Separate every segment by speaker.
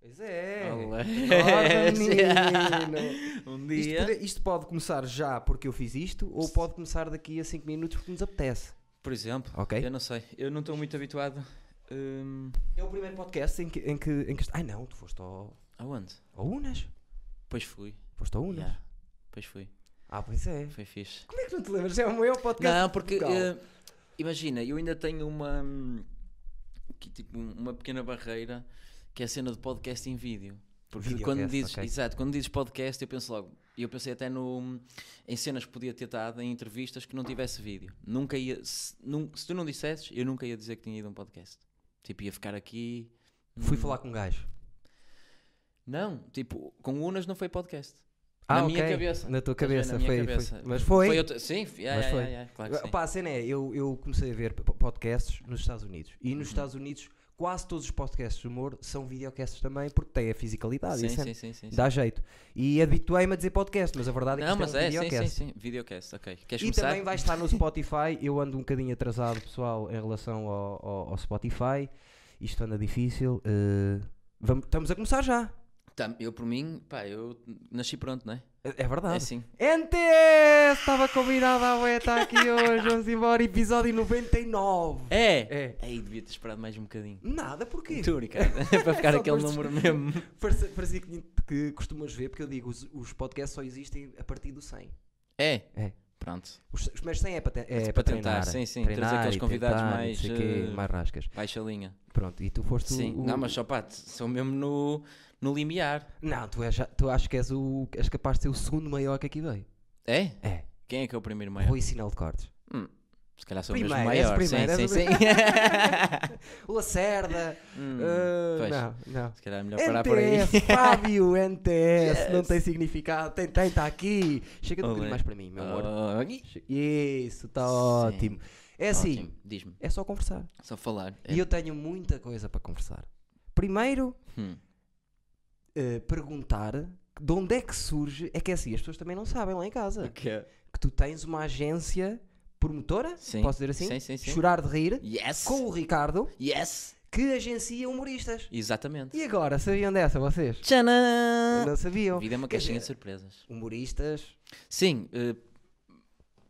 Speaker 1: Pois é.
Speaker 2: Alex.
Speaker 1: Ora, menino.
Speaker 2: É. um
Speaker 1: Isto,
Speaker 2: dia.
Speaker 1: pode- isto pode começar já porque eu fiz isto ou pode começar daqui a 5 minutos porque nos apetece.
Speaker 2: Por exemplo,
Speaker 1: Ok.
Speaker 2: eu não sei. Eu não estou muito habituado. hum,
Speaker 1: É o primeiro podcast em que. Em que, em que ai não, tu foste ao,
Speaker 2: aonde?
Speaker 1: ao Unas.
Speaker 2: Pois fui.
Speaker 1: Foste ao Unas.
Speaker 2: Yeah. Pois fui.
Speaker 1: Ah, pois é.
Speaker 2: Foi fixe.
Speaker 1: Como é que não te lembras? É o meu podcast.
Speaker 2: Não, porque
Speaker 1: Portugal.
Speaker 2: eh, imagina, eu ainda tenho uma hum, que, tipo, um- uma pequena barreira que é a cena de podcast em vídeo. Porque
Speaker 1: Videocast,
Speaker 2: quando dizes,
Speaker 1: ok.
Speaker 2: exato, quando dizes podcast, eu penso logo, e eu pensei até no em cenas que podia ter estado em entrevistas que não tivesse vídeo. Nunca ia se, nun- se tu não dissesses, eu nunca ia dizer que tinha ido a um podcast. Tipo, ia ficar aqui.
Speaker 1: Fui
Speaker 2: hum,
Speaker 1: falar com um gajo.
Speaker 2: Não, tipo, com Unas não foi podcast.
Speaker 1: Ah,
Speaker 2: na minha
Speaker 1: ok.
Speaker 2: cabeça.
Speaker 1: Na tua
Speaker 2: Estás
Speaker 1: cabeça.
Speaker 2: a ver? Na minha
Speaker 1: foi,
Speaker 2: cabeça.
Speaker 1: foi- Mas foi.
Speaker 2: outra- Sim, yeah,
Speaker 1: Mas
Speaker 2: yeah,
Speaker 1: foi.
Speaker 2: yeah, yeah, claro que sim.
Speaker 1: Pá, a cena é, eu, eu comecei a ver p- podcasts nos Estados Unidos e
Speaker 2: Uhum.
Speaker 1: nos Estados Unidos quase todos os podcasts de humor são videocasts também porque têm a fisicalidade e
Speaker 2: sim,
Speaker 1: a cena.
Speaker 2: sim, sim, sim, sim.
Speaker 1: é dá jeito. E habituei-me a dizer podcast, mas a verdade é que
Speaker 2: Não,
Speaker 1: isto
Speaker 2: mas
Speaker 1: é um
Speaker 2: é, sim, sim,
Speaker 1: videocast.
Speaker 2: sim. Videocast, ok. Queres
Speaker 1: E
Speaker 2: começar?
Speaker 1: também vai estar no Spotify. Eu ando um bocadinho atrasado, pessoal, em relação ao, ao- ao Spotify. Isto anda difícil. eh, vamos, estamos a começar já.
Speaker 2: Tam- eu, por mim, pá, eu nasci pronto, não é?
Speaker 1: É é
Speaker 2: É
Speaker 1: verdade.
Speaker 2: assim.
Speaker 1: NTS! Estava convidado à ué, está aqui hoje. Vamos embora. Episódio 99.
Speaker 2: É!
Speaker 1: É.
Speaker 2: Aí devia ter esperado mais um bocadinho.
Speaker 1: Nada, porquê?
Speaker 2: Estou a brincar. Para ficar
Speaker 1: Só
Speaker 2: aquele
Speaker 1: por-
Speaker 2: número mesmo.
Speaker 1: Parecia, parecia que, que costumas ver, porque eu digo, os, os podcasts só existem a partir do 100.
Speaker 2: É.
Speaker 1: É.
Speaker 2: Pronto.
Speaker 1: Os, os primeiros 100 é para, te- é
Speaker 2: Para
Speaker 1: para
Speaker 2: tentar,
Speaker 1: treinar.
Speaker 2: sim, sim,
Speaker 1: Treinar
Speaker 2: trazer aqueles
Speaker 1: e
Speaker 2: convidados
Speaker 1: tentar,
Speaker 2: mais,
Speaker 1: Não sei quê,
Speaker 2: eh,
Speaker 1: mais rascas.
Speaker 2: Baixa a linha.
Speaker 1: Pronto, e tu foste o-
Speaker 2: Sim.
Speaker 1: o...
Speaker 2: Não, mas só pá, t- sou mesmo no, no limiar.
Speaker 1: Não, tu, és, já- tu acho que és, o, és capaz de ser o segundo maior que aqui veio.
Speaker 2: É?
Speaker 1: É,
Speaker 2: Quem é que é o primeiro maior?
Speaker 1: vou ensinar de cortes.
Speaker 2: Hum, se calhar sou
Speaker 1: Primeiro,
Speaker 2: mesmo
Speaker 1: és o
Speaker 2: maior.
Speaker 1: primeiro,
Speaker 2: sim,
Speaker 1: és o
Speaker 2: sim, sim.
Speaker 1: O Lacerda...
Speaker 2: Hum,
Speaker 1: ah,
Speaker 2: pois.
Speaker 1: não, não.
Speaker 2: se calhar é melhor parar por aí.
Speaker 1: NTS, Fábio, NTS, não tem significado, tem, tem, está aqui. Chega um
Speaker 2: Olé.
Speaker 1: bocadinho mais para mim, meu amor.
Speaker 2: Oh, ih,
Speaker 1: Che- Isso, está
Speaker 2: Sim.
Speaker 1: ótimo. É assim,
Speaker 2: ótimo. Diz-me.
Speaker 1: é só conversar.
Speaker 2: Só falar. É.
Speaker 1: E eu tenho muita coisa para conversar. Primeiro,
Speaker 2: Hum.
Speaker 1: eh, perguntar de onde é que surge. É que é assim, as pessoas também não sabem lá em casa
Speaker 2: é-
Speaker 1: que tu tens uma agência promotora,
Speaker 2: Sim.
Speaker 1: posso dizer assim?
Speaker 2: Sim, sim, sim.
Speaker 1: Chorar de rir,
Speaker 2: Yes!
Speaker 1: com o Ricardo,
Speaker 2: Yes!
Speaker 1: que agencia humoristas.
Speaker 2: Exatamente.
Speaker 1: E agora, sabiam dessa vocês?
Speaker 2: Tcharam!
Speaker 1: Não sabiam.
Speaker 2: Vida é uma
Speaker 1: Quer
Speaker 2: caixinha de
Speaker 1: dizer,
Speaker 2: surpresas.
Speaker 1: Humoristas,
Speaker 2: Sim, eh,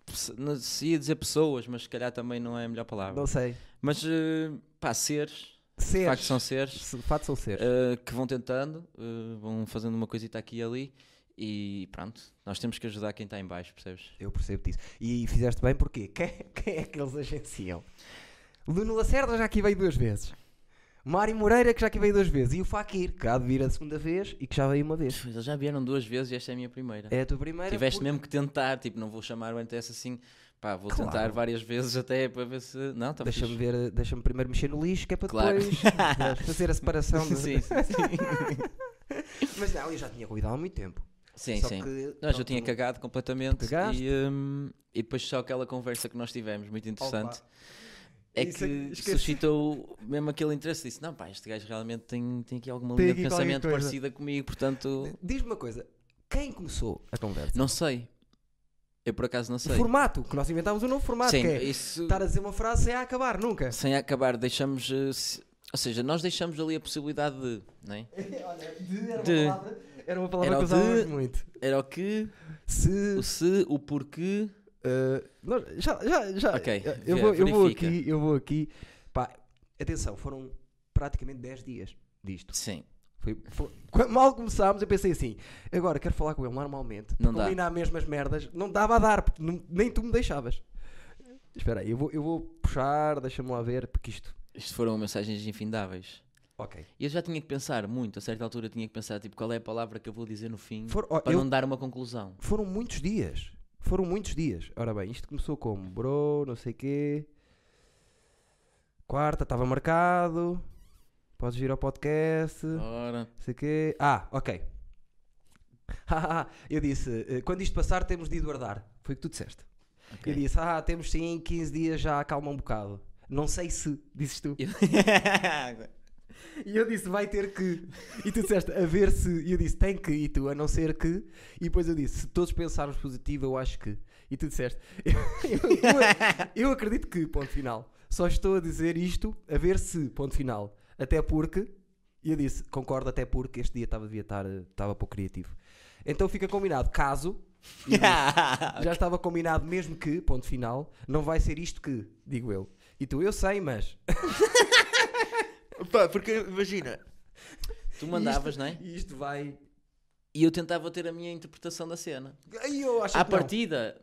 Speaker 2: se- não se ia dizer pessoas, mas se calhar também não é a melhor palavra.
Speaker 1: não sei.
Speaker 2: Mas, eh, pá, seres, de
Speaker 1: Seres.
Speaker 2: facto são seres,
Speaker 1: Se- Fatos ou seres.
Speaker 2: eh, que vão tentando, eh, vão fazendo uma coisita aqui e ali e pronto, nós temos que ajudar quem está em baixo, percebes?
Speaker 1: Eu percebo disso. E fizeste bem porque quem, quem é que eles agenciam? Luno Lacerda já aqui veio duas vezes. Mário Moreira, que já aqui veio duas vezes. E o Fakir, que há de vir a segunda vez e que já veio uma vez.
Speaker 2: Eles já vieram duas vezes e esta é a minha primeira.
Speaker 1: É a tua primeira.
Speaker 2: Tiveste
Speaker 1: porque-
Speaker 2: mesmo que tentar, tipo, não vou chamar o NTS assim, pá, vou
Speaker 1: Claro.
Speaker 2: tentar várias vezes até para ver se. Não, tá está
Speaker 1: Deixa-me ver, deixa-me primeiro mexer no lixo, que é para
Speaker 2: Claro.
Speaker 1: depois fazer a separação. de-
Speaker 2: sim, sim, sim.
Speaker 1: Mas não, eu já tinha cuidado há muito tempo.
Speaker 2: sim,
Speaker 1: Só
Speaker 2: sim.
Speaker 1: que,
Speaker 2: Nós
Speaker 1: pronto,
Speaker 2: eu tinha cagado completamente
Speaker 1: Cagaste.
Speaker 2: e, hum, e depois só aquela conversa que nós tivemos, muito interessante,
Speaker 1: Opa.
Speaker 2: é
Speaker 1: Isso é que-
Speaker 2: que
Speaker 1: esquece.
Speaker 2: suscitou mesmo aquele interesse. Disse, não, pá, este gajo realmente tem, tem aqui alguma
Speaker 1: Tem
Speaker 2: linha de
Speaker 1: aqui qualquer
Speaker 2: pensamento
Speaker 1: coisa."
Speaker 2: parecida comigo, portanto,
Speaker 1: Diz-me uma coisa, quem começou a conversa?
Speaker 2: não sei. Eu por acaso não
Speaker 1: O
Speaker 2: sei.
Speaker 1: formato, que nós inventámos um novo formato,
Speaker 2: Sim,
Speaker 1: que é
Speaker 2: isso
Speaker 1: estar a dizer uma frase sem a acabar nunca.
Speaker 2: sem acabar, deixamos. eh, se- Ou seja, nós deixamos ali a possibilidade de. Não é?
Speaker 1: Olha, de era uma
Speaker 2: De.
Speaker 1: palavra, era uma palavra
Speaker 2: Era
Speaker 1: que
Speaker 2: o de.
Speaker 1: usávamos muito.
Speaker 2: Era o que,
Speaker 1: Se.
Speaker 2: o se, o porquê.
Speaker 1: eh, nós- já, já, já.
Speaker 2: Ok,
Speaker 1: eu- eu,
Speaker 2: vê-
Speaker 1: vou, eu vou
Speaker 2: verifica.
Speaker 1: aqui, eu vou aqui. Pá, atenção, foram praticamente 10 dias disto.
Speaker 2: Sim.
Speaker 1: Foi, foi- quando mal começámos, eu pensei assim: agora quero falar com ele normalmente, para
Speaker 2: Não dá.
Speaker 1: combinar mesmo as merdas. Não dava a dar, porque não- nem tu me deixavas. Espera aí, eu vou, eu vou puxar, deixa-me lá ver, porque isto.
Speaker 2: Isto foram mensagens infindáveis.
Speaker 1: Ok.
Speaker 2: E eu já tinha que pensar muito, a certa altura tinha que pensar, tipo, qual é a palavra que eu vou dizer no fim
Speaker 1: For- ó,
Speaker 2: Hum. para
Speaker 1: eu-
Speaker 2: não dar uma conclusão.
Speaker 1: Foram muitos dias. Foram muitos dias. Ora bem, isto começou como bro, não sei quê. Quarta, estava marcado. Podes vir ao podcast. Não
Speaker 2: Ora,
Speaker 1: sei quê. Ah, ok. Ah, eu disse, eh, quando isto passar temos de guardar. Foi o que tu disseste.
Speaker 2: ok.
Speaker 1: Eu disse, ah, temos sim, 15 dias já, acalma um bocado. Não sei se, disses tu. E eu disse, vai ter que. E tu disseste, a ver se. E eu disse, tem que. E tu, a não ser que. E depois eu disse, se todos pensarmos positivo, eu acho que. E tu disseste, eu, eu- eu acredito que, ponto final. Só estou a dizer isto, a ver se, ponto final. Até porque. E eu disse, concordo até porque este dia estava devia estar, eh, estava pouco criativo. Então fica combinado, caso, e disse, já estava combinado mesmo que, ponto final, não vai ser isto que, digo eu. E tu, eu sei, mas...
Speaker 3: Pá, porque imagina,
Speaker 2: tu mandavas, não é?
Speaker 1: E isto vai...
Speaker 2: E eu tentava ter a minha interpretação da cena.
Speaker 1: Ai, eu acho
Speaker 2: À
Speaker 1: que não.
Speaker 2: partida,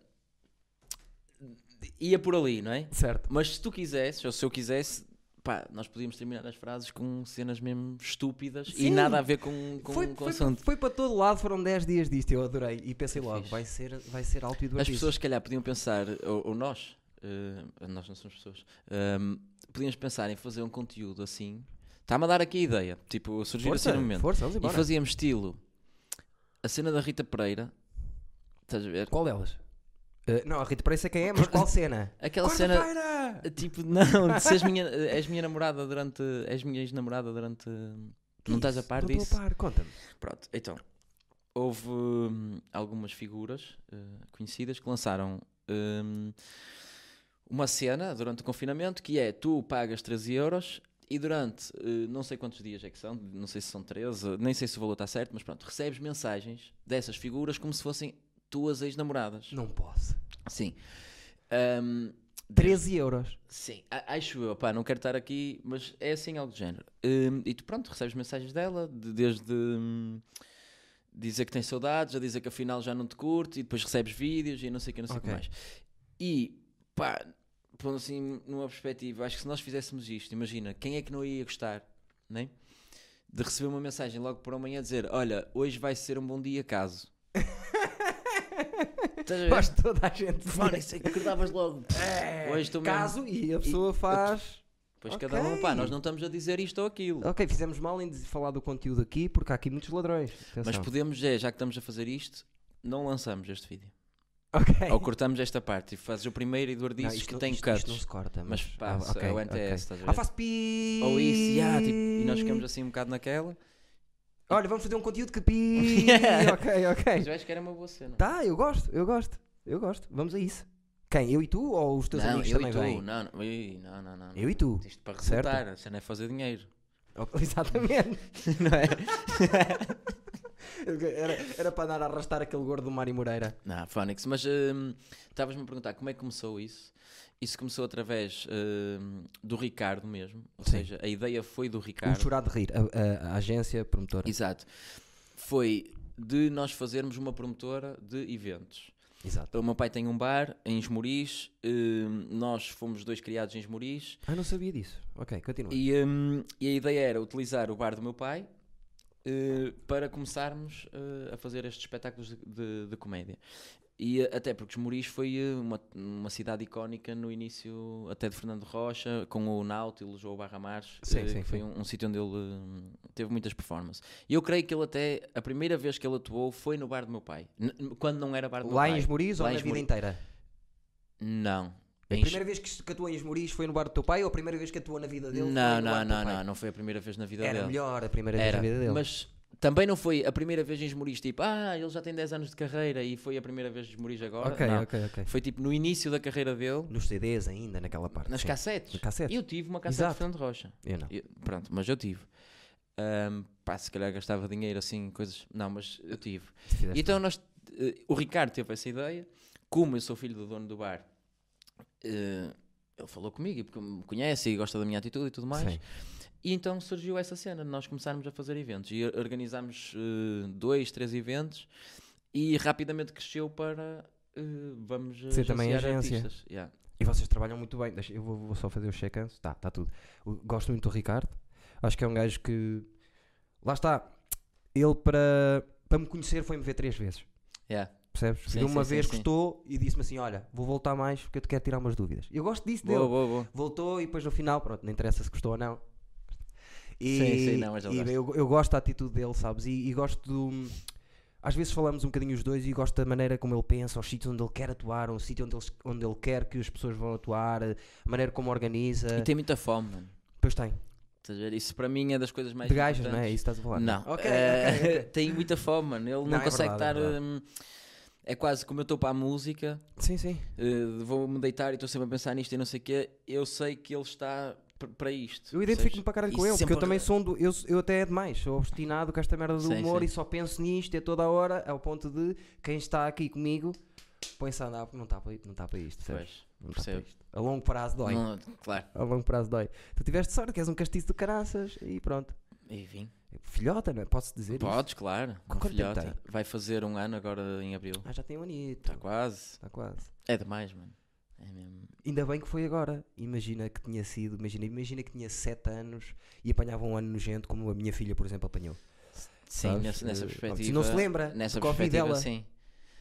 Speaker 2: ia por ali, não é?
Speaker 1: Certo.
Speaker 2: Mas se tu quisesses, ou se eu quisesse, pá, nós podíamos terminar as frases com cenas mesmo estúpidas
Speaker 1: Sim.
Speaker 2: e nada a ver com, um com,
Speaker 1: foi,
Speaker 2: com o
Speaker 1: foi-
Speaker 2: assunto.
Speaker 1: foi para todo lado, foram 10 dias disto, eu adorei. E pensei
Speaker 2: Foi
Speaker 1: logo,
Speaker 2: É fixe.
Speaker 1: vai ser, vai ser alto e
Speaker 2: As
Speaker 1: divertido.
Speaker 2: pessoas, se calhar, podiam pensar, ou, ou nós, eh, nós não somos pessoas, ehm, podíamos pensar em fazer um conteúdo assim. Está-me a dar aqui a ideia, tipo, surgir
Speaker 1: Força,
Speaker 2: assim no momento.
Speaker 1: força, vamos
Speaker 2: E
Speaker 1: embora.
Speaker 2: fazíamos estilo a cena da Rita Pereira. Estás a ver?
Speaker 1: Qual delas? Eh, não, a Rita Pereira sei quem é, mas qual cena?
Speaker 2: Aquela cena.
Speaker 1: Quarta-feira!
Speaker 2: Tipo, não, de seres minha, eh, és minha namorada durante. És minha ex-namorada durante.
Speaker 1: Que
Speaker 2: não estás a
Speaker 1: isso?
Speaker 2: par
Speaker 1: Não
Speaker 2: disso?
Speaker 1: Estou a par, conta-me.
Speaker 2: Pronto, então. Houve hum, algumas figuras eh, conhecidas que lançaram hum, uma cena durante o confinamento que é tu pagas 13 euros e durante eh, não sei quantos dias é que são, não sei se são 13, nem sei se o valor está certo, mas pronto, recebes mensagens dessas figuras como se fossem tuas ex-namoradas.
Speaker 1: Não posso.
Speaker 2: Sim. Hum,
Speaker 1: 13 euros.
Speaker 2: Sim, a- acho eu, pá, não quero estar aqui, mas é assim algo do género. Hum, e tu pronto, recebes mensagens dela, de- desde hum, dizer que tem saudades, a dizer que afinal já não te curte, e depois recebes vídeos e não sei o que, não sei o
Speaker 1: Ok.
Speaker 2: que mais. E pá, pondo assim numa perspectiva, acho que se nós fizéssemos isto, imagina, quem é que não ia gostar, né? De receber uma mensagem logo por amanhã a dizer, olha, hoje vai ser um bom dia caso. Estás a ver?
Speaker 1: Faz toda a gente.
Speaker 2: Mano, isso é que acordavas logo.
Speaker 1: É,
Speaker 2: Hoje estou mesmo-
Speaker 1: caso e a pessoa faz.
Speaker 2: Pois cada um,
Speaker 1: Ok.
Speaker 2: pá, nós não estamos a dizer isto ou aquilo.
Speaker 1: Ok, fizemos mal em dizer- falar do conteúdo aqui porque há aqui muitos ladrões.
Speaker 2: Mas
Speaker 1: Atenção.
Speaker 2: podemos, é, já que estamos a fazer isto, não lançamos este vídeo.
Speaker 1: Ok.
Speaker 2: Ou cortamos esta parte e fazes o primeiro e Eduardo
Speaker 1: Não,
Speaker 2: dizes
Speaker 1: isto
Speaker 2: que
Speaker 1: não-
Speaker 2: tem
Speaker 1: isto-
Speaker 2: cuts.
Speaker 1: Isto não se corta,
Speaker 2: Mas
Speaker 1: mas,
Speaker 2: pá,
Speaker 1: ah,
Speaker 2: se- é o
Speaker 1: ok,
Speaker 2: NTS,
Speaker 1: ok.
Speaker 2: estás a ver?
Speaker 1: Ah, faço pi.
Speaker 2: Ou isso, e, ah, tipo, e nós ficamos assim um bocado naquela.
Speaker 1: Olha, vamos fazer um conteúdo que pi.
Speaker 2: Yeah.
Speaker 1: ok,
Speaker 2: Mas
Speaker 1: ok.
Speaker 2: eu acho que era uma boa cena.
Speaker 1: É. Tá, eu gosto, eu gosto, eu gosto. Vamos a isso. Quem? Eu e tu ou os teus
Speaker 2: não,
Speaker 1: amigos
Speaker 2: eu
Speaker 1: também
Speaker 2: e tu,
Speaker 1: vêm?
Speaker 2: não, não, ui, não, não, não.
Speaker 1: Eu e tu.
Speaker 2: Isto para
Speaker 1: Certo.
Speaker 2: resultar, a cena é fazer dinheiro.
Speaker 1: Ok, Exatamente.
Speaker 2: não é?
Speaker 1: Era, era para andar a arrastar aquele gordo do Mário Moreira.
Speaker 2: Não, Fónix, mas hum, estavas-me a perguntar como é que começou isso. Isso começou através hum, do Ricardo mesmo. Ou
Speaker 1: Sim.
Speaker 2: seja, a ideia foi do
Speaker 1: O
Speaker 2: Ricardo.
Speaker 1: chorar Um de rir, a, a- a agência promotora.
Speaker 2: Exato. Foi de nós fazermos uma promotora de eventos.
Speaker 1: Exato.
Speaker 2: O meu pai tem um bar em Esmoriz, hum, nós fomos dois criados em Esmoriz
Speaker 1: Ah, não sabia disso. Ok, continua.
Speaker 2: e, hum, e a ideia era utilizar o bar do meu pai eh, para começarmos eh, a fazer estes espetáculos de, de- de comédia. E eh, até porque Esmoriz foi eh, uma, uma cidade icónica no início, até de Fernando Rocha, com o Nautilus ou o Barra Mares,
Speaker 1: Sim,
Speaker 2: eh,
Speaker 1: sim,
Speaker 2: que foi
Speaker 1: sim.
Speaker 2: um, um sítio onde ele hum, teve muitas performances. E eu creio que ele até, a primeira vez que ele atuou foi no bar do meu pai, N- n- quando não era bar do
Speaker 1: Lá
Speaker 2: meu
Speaker 1: em
Speaker 2: pai.
Speaker 1: Esmoriz ou
Speaker 2: Lá
Speaker 1: na
Speaker 2: em
Speaker 1: vida
Speaker 2: Esmoriz.
Speaker 1: inteira?
Speaker 2: Não.
Speaker 1: A
Speaker 2: Em
Speaker 1: primeira vez que, que atuou em Esmoriz foi no bar do teu pai ou a primeira vez que atuou na vida dele?
Speaker 2: Não,
Speaker 1: foi no bar
Speaker 2: não,
Speaker 1: do
Speaker 2: não,
Speaker 1: teu pai?
Speaker 2: não, não foi a primeira vez na vida
Speaker 1: Era
Speaker 2: dele.
Speaker 1: melhor a primeira vez
Speaker 2: Era,
Speaker 1: na vida dele.
Speaker 2: mas também não foi a primeira vez em Esmoriz, tipo, ah, ele já tem 10 anos de carreira e foi a primeira vez em Esmoriz agora.
Speaker 1: ok,
Speaker 2: Não.
Speaker 1: ok, ok.
Speaker 2: Foi tipo no início da carreira dele,
Speaker 1: Nos CDs ainda, naquela parte.
Speaker 2: nas
Speaker 1: sim.
Speaker 2: cassetes.
Speaker 1: Nas cassetes.
Speaker 2: Eu tive uma cassete
Speaker 1: Exato.
Speaker 2: de Fernando Rocha.
Speaker 1: Eu não.
Speaker 2: Eu- pronto, mas eu tive. Ahm, pá, se calhar gastava dinheiro assim, coisas. Não, mas eu tive.
Speaker 1: Se fizeste-
Speaker 2: Então nós, eh, o Ricardo teve essa ideia, como eu sou filho do dono do bar, eh, ele falou comigo e porque me conhece e gosta da minha atitude e tudo mais.
Speaker 1: Sim.
Speaker 2: E então surgiu essa cena de nós começarmos a fazer eventos e organizámos eh, dois, três eventos e rapidamente cresceu para eh, vamos
Speaker 1: Ser também
Speaker 2: agenciar
Speaker 1: agência.
Speaker 2: artistas. Yeah.
Speaker 1: E vocês trabalham muito bem. Deixa- eu vou, vou só fazer o check-ins. Tá, tá tudo. O- Gosto muito do Ricardo. Acho que é um gajo que. Lá está. Ele, para, para me conhecer, foi-me ver três vezes.
Speaker 2: Yeah.
Speaker 1: Percebes?
Speaker 2: Sim,
Speaker 1: e uma
Speaker 2: sim, sim,
Speaker 1: vez
Speaker 2: sim.
Speaker 1: gostou e disse-me assim: Olha, vou voltar mais porque eu te quero tirar umas dúvidas. Eu gosto disso
Speaker 2: Boa,
Speaker 1: dele.
Speaker 2: boa, boa.
Speaker 1: Voltou e depois no final, pronto, não interessa se gostou ou não. E,
Speaker 2: Sim, sim, não, mas ele
Speaker 1: e
Speaker 2: gosta.
Speaker 1: eu, eu gosto da atitude dele, sabes? E, e gosto do. Às vezes falamos um bocadinho os dois e gosto da maneira como ele pensa, os sítios onde ele quer atuar, o sítio onde ele, onde ele quer que as pessoas vão atuar, a maneira como organiza.
Speaker 2: E tem muita fome, mano.
Speaker 1: Pois tem.
Speaker 2: Estás a ver? Isso para mim é das coisas mais
Speaker 1: de gajas, não é?
Speaker 2: importantes.
Speaker 1: Isso estás a falar?
Speaker 2: Não.
Speaker 1: Ok, ok,
Speaker 2: Eh,
Speaker 1: ok.
Speaker 2: Tem muita fome, mano. Ele não,
Speaker 1: Não, é
Speaker 2: consegue
Speaker 1: verdade, é
Speaker 2: estar.
Speaker 1: verdade.
Speaker 2: hum, É, quase como eu estou para a música,
Speaker 1: Sim, sim.
Speaker 2: eh, vou-me deitar e estou sempre a pensar nisto e não sei o quê. Eu sei que ele está p- para isto.
Speaker 1: Eu identifico-me
Speaker 2: percebes?
Speaker 1: para caralho
Speaker 2: E
Speaker 1: com ele, porque
Speaker 2: sempre- é
Speaker 1: eu também sou um do, eu, eu até é demais, sou obstinado com esta merda do
Speaker 2: Sim,
Speaker 1: humor
Speaker 2: sim.
Speaker 1: e só penso nisto é toda a hora, ao ponto de quem está aqui comigo põe-se a andar porque não está para, não está para isto, percebes?
Speaker 2: Pois,
Speaker 1: Não está para
Speaker 2: percebo.
Speaker 1: isto. A longo prazo dói.
Speaker 2: Não, claro.
Speaker 1: A longo prazo dói. Tu tiveste sorte, que és um castiço de caraças e pronto.
Speaker 2: Enfim.
Speaker 1: Filhota, não é? Posso dizer isto?
Speaker 2: Podes, claro.
Speaker 1: Com
Speaker 2: Um
Speaker 1: quanto tempo
Speaker 2: filhote. Vai fazer um ano agora em abril.
Speaker 1: Ah, já tem um anito.
Speaker 2: Está quase.
Speaker 1: Está quase.
Speaker 2: É demais, mano. É mesmo.
Speaker 1: Ainda bem que foi agora. Imagina que tinha sido, imagina, imagina que tinha 7 anos e apanhava um ano nojento, como a minha filha, por exemplo, apanhou.
Speaker 2: Sim,
Speaker 1: Sabes?
Speaker 2: nessa, nessa
Speaker 1: Eh,
Speaker 2: perspectiva.
Speaker 1: Se não se lembra,
Speaker 2: Nessa
Speaker 1: do Covid
Speaker 2: perspectiva,
Speaker 1: dela.
Speaker 2: sim.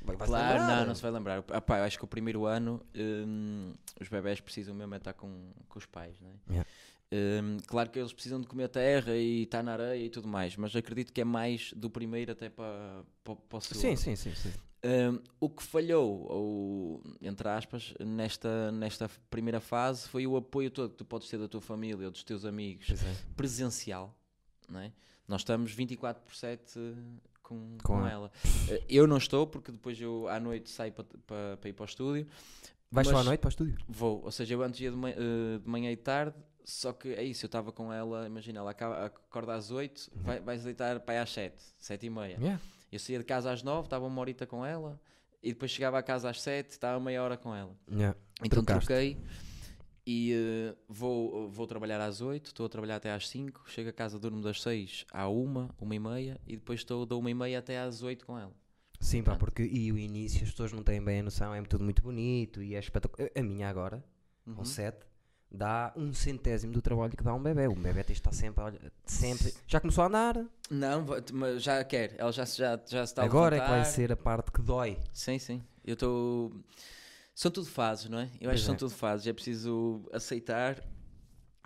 Speaker 1: Vai- vai-se
Speaker 2: Claro,
Speaker 1: lembrar.
Speaker 2: não, não se vai lembrar. Ah, pá, eu acho que o primeiro ano hum, os bebés precisam mesmo é estar com, com os pais, não é?
Speaker 1: Yeah.
Speaker 2: Hum, claro que eles precisam de comer terra e estar na areia e tudo mais, mas acredito que é mais do primeiro até para, para, para o segundo.
Speaker 1: Sim, sim, sim. sim.
Speaker 2: Hum, o que falhou, ou, entre aspas, nesta, nesta primeira fase foi o apoio todo que tu podes ter da tua família ou dos teus amigos
Speaker 1: Pois é.
Speaker 2: presencial, não é? Nós estamos 24 por 7 com,
Speaker 1: Com
Speaker 2: com
Speaker 1: ela.
Speaker 2: ela. Eh, Eu não estou, porque depois eu à noite saio para ir para o estúdio.
Speaker 1: Vais só à
Speaker 2: Mas-
Speaker 1: noite para o estúdio?
Speaker 2: Vou, ou seja, eu antes ia de, ma- eh, de manhã e tarde, só que é isso, eu estava com ela, imagina, ela acaba- acorda às 8, vai, vais deitar para aí às 7, 7 e meia.
Speaker 1: Yeah.
Speaker 2: Eu saía de casa às 9, estava uma horita com ela, e depois chegava a casa às 7, estava meia hora com ela.
Speaker 1: Yeah.
Speaker 2: Então
Speaker 1: Trocaste.
Speaker 2: troquei e eh, vou, vou trabalhar às 8, estou a trabalhar até às 5, chego a casa, durmo das 6 à 1, 1 e meia e depois estou da 1 e meia até às 8 com ela.
Speaker 1: Sim, pá,
Speaker 2: Pronto.
Speaker 1: porque e o início as pessoas não têm bem a noção, é tudo muito bonito e é espetacular. A minha agora, com
Speaker 2: Uhum.
Speaker 1: 7, dá um centésimo do trabalho que dá um bebê. O bebê tem de estar sempre, olha, sempre. Já começou a andar,
Speaker 2: Não, vou- mas já quer, ela já, se- já, já se está a
Speaker 1: agora é que vai
Speaker 2: levantar.
Speaker 1: ser a parte que dói.
Speaker 2: Sim, sim. Eu estou. São tudo fases, não é? Eu
Speaker 1: Pois
Speaker 2: acho que são
Speaker 1: é.
Speaker 2: tudo fases. É preciso aceitar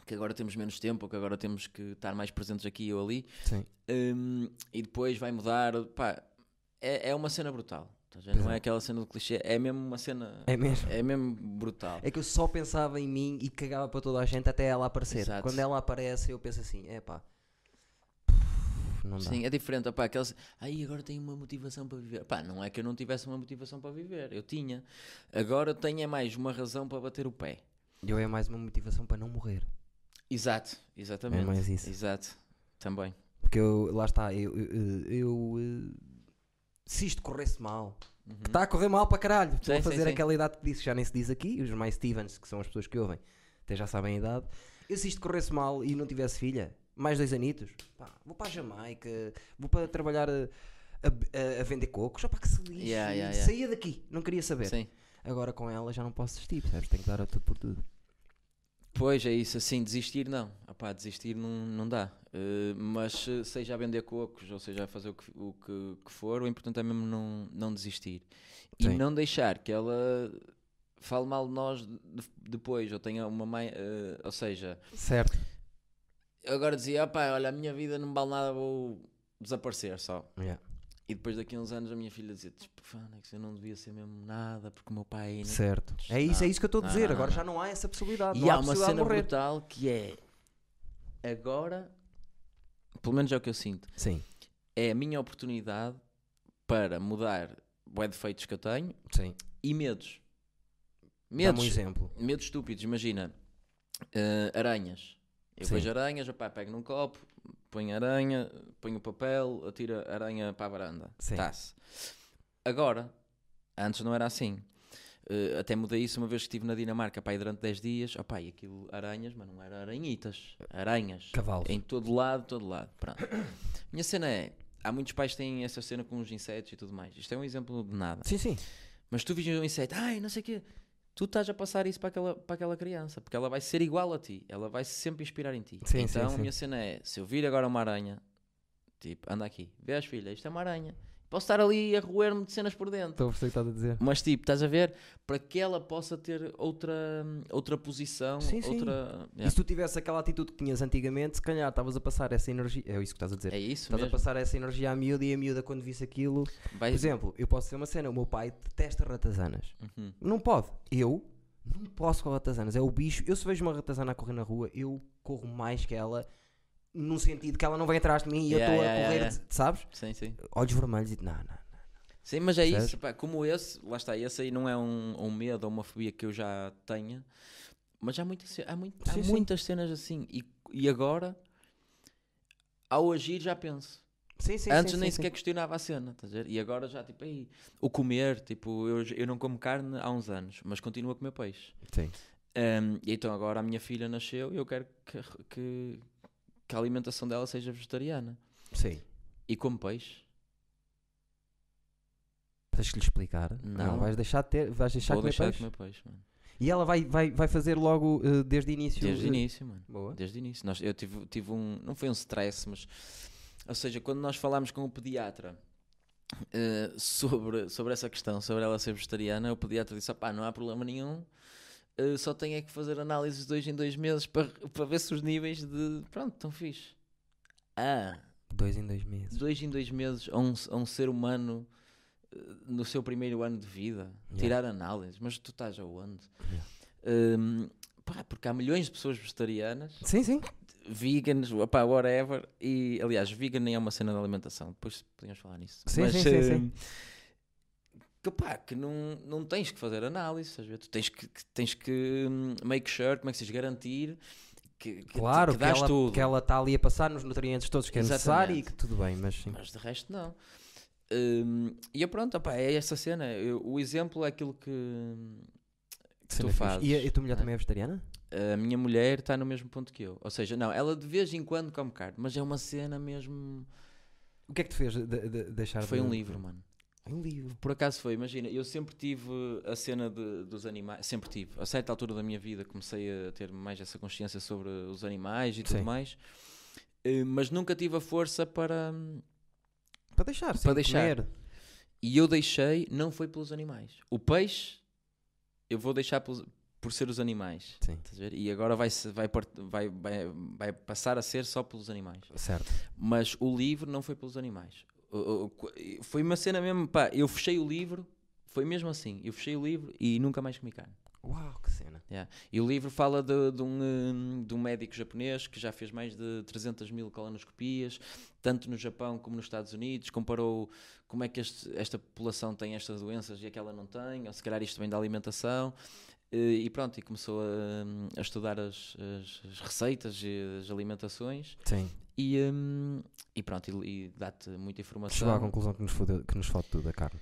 Speaker 2: que agora temos menos tempo, ou que agora temos que estar mais presentes aqui ou ali.
Speaker 1: Sim.
Speaker 2: Hum, e depois vai mudar. Pá, é, é uma cena brutal. estás a ver?
Speaker 1: Pois
Speaker 2: Não
Speaker 1: é.
Speaker 2: é aquela cena do clichê, é mesmo uma cena.
Speaker 1: É mesmo.
Speaker 2: É mesmo brutal.
Speaker 1: É que eu só pensava em mim e cagava para toda a gente até ela aparecer.
Speaker 2: Exato.
Speaker 1: Quando ela aparece, eu penso assim: é pá, não dá.
Speaker 2: Sim, é diferente. Opá, aquelas... Aí agora tenho uma motivação para viver. Pá, não é que eu não tivesse uma motivação para viver. Eu tinha. Agora tenho é mais uma razão para bater o pé.
Speaker 1: Eu é mais uma motivação para não morrer.
Speaker 2: Exato, exatamente.
Speaker 1: É mais isso.
Speaker 2: Exato, também.
Speaker 1: Porque eu, lá está, eu. eu, eu, eu, se isto corresse mal, que está a correr mal para caralho, estou a
Speaker 2: Uhum. Sim, sim,
Speaker 1: fazer
Speaker 2: sim.
Speaker 1: aquela idade que disse, já nem se diz aqui, os mais Stevens, que são as pessoas que ouvem, até já sabem a idade. Eu, se isto corresse mal e não tivesse filha, mais dois anitos, pá, vou para a Jamaica, vou para trabalhar a, a- a vender cocos, opá, que se lixe,
Speaker 2: Yeah, yeah, yeah.
Speaker 1: saía daqui, não queria saber.
Speaker 2: Sim.
Speaker 1: Agora com ela já não posso desistir, percebes? Tenho que dar a tudo por tudo.
Speaker 2: Pois é isso, assim, desistir não. Opá, desistir não, não dá. Eh, mas eh, seja a vender cocos, ou seja a fazer o que, o que, que for, o importante é mesmo não, não desistir. E
Speaker 1: Sim.
Speaker 2: não deixar que ela fale mal de nós de- depois, ou tenha uma mãe. eh, ou seja,
Speaker 1: Certo.
Speaker 2: eu agora dizia, opá, olha, a minha vida não vale nada, vou desaparecer só. E depois daqui a uns anos a minha filha dizia, "Tipo, Fónix, eu não devia ser mesmo nada, porque o meu pai não
Speaker 1: Certo. É isso, é isso que eu estou a
Speaker 2: Não,
Speaker 1: dizer.
Speaker 2: não,
Speaker 1: Agora
Speaker 2: não,
Speaker 1: já não há essa possibilidade.
Speaker 2: ah. E
Speaker 1: não
Speaker 2: há
Speaker 1: há
Speaker 2: uma
Speaker 1: possibilidade
Speaker 2: cena
Speaker 1: de morrer.
Speaker 2: brutal que é agora, pelo menos é o que eu sinto,
Speaker 1: Sim,
Speaker 2: é a minha oportunidade para mudar bué defeitos que eu tenho
Speaker 1: sim.
Speaker 2: e medos.
Speaker 1: Dá-me um
Speaker 2: Medos,
Speaker 1: exemplo.
Speaker 2: medos estúpidos, imagina. eh, aranhas. Eu
Speaker 1: Sim.
Speaker 2: vejo aranhas, opá, pego num copo, ponho aranha, ponho papel, atiro a aranha para a varanda.
Speaker 1: Sim.
Speaker 2: Tá-se. Agora, antes não era assim. Eh, até mudei isso uma vez que estive na Dinamarca, pá, e durante 10 dias, opá, e aquilo, aranhas, mas não eram aranhitas, aranhas.
Speaker 1: Cavalos.
Speaker 2: Em todo lado, todo lado. Pronto. Minha cena é, há muitos pais que têm essa cena com os insetos e tudo mais. Isto é um exemplo de nada.
Speaker 1: Sim, sim.
Speaker 2: Mas tu viste um inseto, ai, não sei o quê. Tu estás a passar isso para aquela, para aquela criança, porque ela vai ser igual a ti, ela vai sempre inspirar em ti.
Speaker 1: Sim, sim,
Speaker 2: então
Speaker 1: sim.
Speaker 2: a minha cena é: se eu vir agora uma aranha, tipo, anda aqui, vê as filhas, isto é uma aranha. Posso estar ali a roer-me de cenas por dentro.
Speaker 1: Estou a perceber o que estás a dizer.
Speaker 2: Mas tipo, estás a ver? Para que ela possa ter outra, outra posição,
Speaker 1: Sim, sim.
Speaker 2: outra.
Speaker 1: E se tu tivesse aquela atitude que tinhas antigamente, se calhar estavas a passar essa energia. É isso É que estás a dizer.
Speaker 2: É isso
Speaker 1: estás
Speaker 2: mesmo.
Speaker 1: a passar essa energia à miúda e a miúda quando visse aquilo.
Speaker 2: Vai-
Speaker 1: Por exemplo, eu posso dizer uma cena: o meu pai detesta ratazanas. Não pode. Eu não posso com ratazanas. É o bicho. Eu se vejo uma ratazana a correr na rua, eu corro mais que ela. Num sentido que ela não vem atrás de mim e
Speaker 2: Yeah,
Speaker 1: eu estou
Speaker 2: yeah,
Speaker 1: a correr,
Speaker 2: yeah,
Speaker 1: de- sabes?
Speaker 2: Sim, sim.
Speaker 1: Olhos vermelhos e. Não, não.
Speaker 2: Sim, mas é
Speaker 1: Percebes?
Speaker 2: isso, pá, como esse, lá está, esse aí não é um, um medo ou uma fobia que eu já tenha, Mas há, muita, ce- há, muito- há
Speaker 1: Sim, sim.
Speaker 2: muitas cenas assim. E, e agora, ao agir, já penso.
Speaker 1: Sim, sim,
Speaker 2: Antes
Speaker 1: sim,
Speaker 2: nem
Speaker 1: sim,
Speaker 2: sequer questionava a cena, estás a ver? E agora já, tipo, aí, o comer, tipo, eu, eu não como carne há uns anos, mas continuo a comer peixe.
Speaker 1: Sim.
Speaker 2: Ahm, e então agora a minha filha nasceu e eu quero que, que, que a alimentação dela seja vegetariana.
Speaker 1: Sim. Sim.
Speaker 2: E como peixe.
Speaker 1: Tens que lhe explicar.
Speaker 2: Não.
Speaker 1: vais deixar de ter, vais deixar
Speaker 2: Vou
Speaker 1: de comer
Speaker 2: deixar
Speaker 1: peixe.
Speaker 2: de comer peixe, mano.
Speaker 1: E ela vai, vai, vai fazer logo eh, desde o início.
Speaker 2: Desde o
Speaker 1: eh,
Speaker 2: início, mano.
Speaker 1: Boa.
Speaker 2: Desde o início. Nós, eu tive, tive um. Não foi um stress, mas. Ou seja, quando nós falámos com o pediatra eh, sobre, sobre essa questão, sobre ela ser vegetariana, o pediatra disse: pá, não há problema nenhum, eh, só tem é que fazer análises dois em dois meses para, para ver se os níveis de. Pronto, estão fixe. Ah,
Speaker 1: Dois em dois meses.
Speaker 2: dois em dois meses a um, a um ser humano eh, no seu primeiro ano de vida
Speaker 1: Yeah.
Speaker 2: tirar análises, mas tu estás aonde?
Speaker 1: Yeah.
Speaker 2: Hum, pá, porque há milhões de pessoas vegetarianas
Speaker 1: Sim, sim.
Speaker 2: vegans, opá, whatever. E aliás, vegan nem é uma cena de alimentação. Depois podíamos falar nisso.
Speaker 1: Sim, sim, sim, sim.
Speaker 2: hum, Que pá, que não, não tens que fazer análise, estás a ver? Tu tens que, que- tens que hum, make sure, como é que se diz, garantir que, que,
Speaker 1: Claro,
Speaker 2: que
Speaker 1: que,
Speaker 2: dás tudo.
Speaker 1: ela, que ela está ali a passar nos nutrientes todos que é necessário e
Speaker 2: Exatamente.
Speaker 1: que tudo bem, mas sim.
Speaker 2: Mas de resto, não. Hum, e eu pronto, opá, é essa cena. Eu- o exemplo é aquilo que. hum, que
Speaker 1: Cena
Speaker 2: tu
Speaker 1: fixe.
Speaker 2: fazes.
Speaker 1: E a, e a tua mulher
Speaker 2: não é?
Speaker 1: também é vegetariana?
Speaker 2: A minha mulher está no mesmo ponto que eu. Ou seja, não, ela de vez em quando come carne, mas é uma cena mesmo.
Speaker 1: O que é que te fez de, de- deixar
Speaker 2: Foi
Speaker 1: de-
Speaker 2: um livro, mano.
Speaker 1: Um livro.
Speaker 2: Por acaso foi, imagina, eu sempre tive a cena de- dos animais, sempre tive. A certa altura da minha vida comecei a ter mais essa consciência sobre os animais e tudo
Speaker 1: Sim.
Speaker 2: mais, Eh, mas nunca tive a força para.
Speaker 1: Para deixar, sim,
Speaker 2: deixar.
Speaker 1: comer.
Speaker 2: E eu deixei, não foi pelos animais. O peixe, eu vou deixar pelos- por ser os animais.
Speaker 1: Sim.
Speaker 2: Estás a ver? E agora vai, se- vai, part- vai, vai, vai passar a ser só pelos animais.
Speaker 1: Certo.
Speaker 2: Mas o livro não foi pelos animais. O- o- co- Foi uma cena mesmo, pá, eu fechei o livro, foi mesmo assim, eu fechei o livro e nunca mais comi carne.
Speaker 1: Uau, que cena.
Speaker 2: Yeah. E o livro fala de, de um, hum, de um médico japonês que já fez mais de 300 mil colonoscopias, tanto no Japão como nos Estados Unidos. Comparou como é que este- esta população tem estas doenças e aquela não tem, ou se calhar isto vem da alimentação. Eh, E pronto, e começou a, hum, a estudar as, as- as receitas e as alimentações.
Speaker 1: Sim.
Speaker 2: E, hum, e pronto, e, e dá-te muita informação.
Speaker 1: Chegou à conclusão que nos, fode, que nos fode tudo a carne.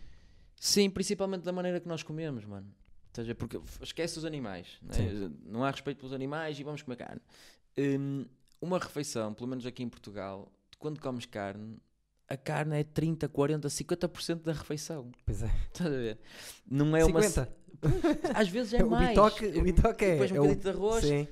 Speaker 2: Sim, principalmente da maneira que nós comemos, mano. Ou seja, porque f- esquece os animais, né?
Speaker 1: Sim.
Speaker 2: não há respeito pelos animais e vamos comer carne. Hum, uma refeição, pelo menos aqui em Portugal, quando comes carne, a carne é 30, 40, 50% da refeição.
Speaker 1: Pois é.
Speaker 2: Estás a ver? Não é uma. ce-
Speaker 1: 50.
Speaker 2: Às vezes é
Speaker 1: o
Speaker 2: mais.
Speaker 1: bitoque, o bitoque é.
Speaker 2: Depois um
Speaker 1: é o-
Speaker 2: bocadinho de arroz.
Speaker 1: Sim.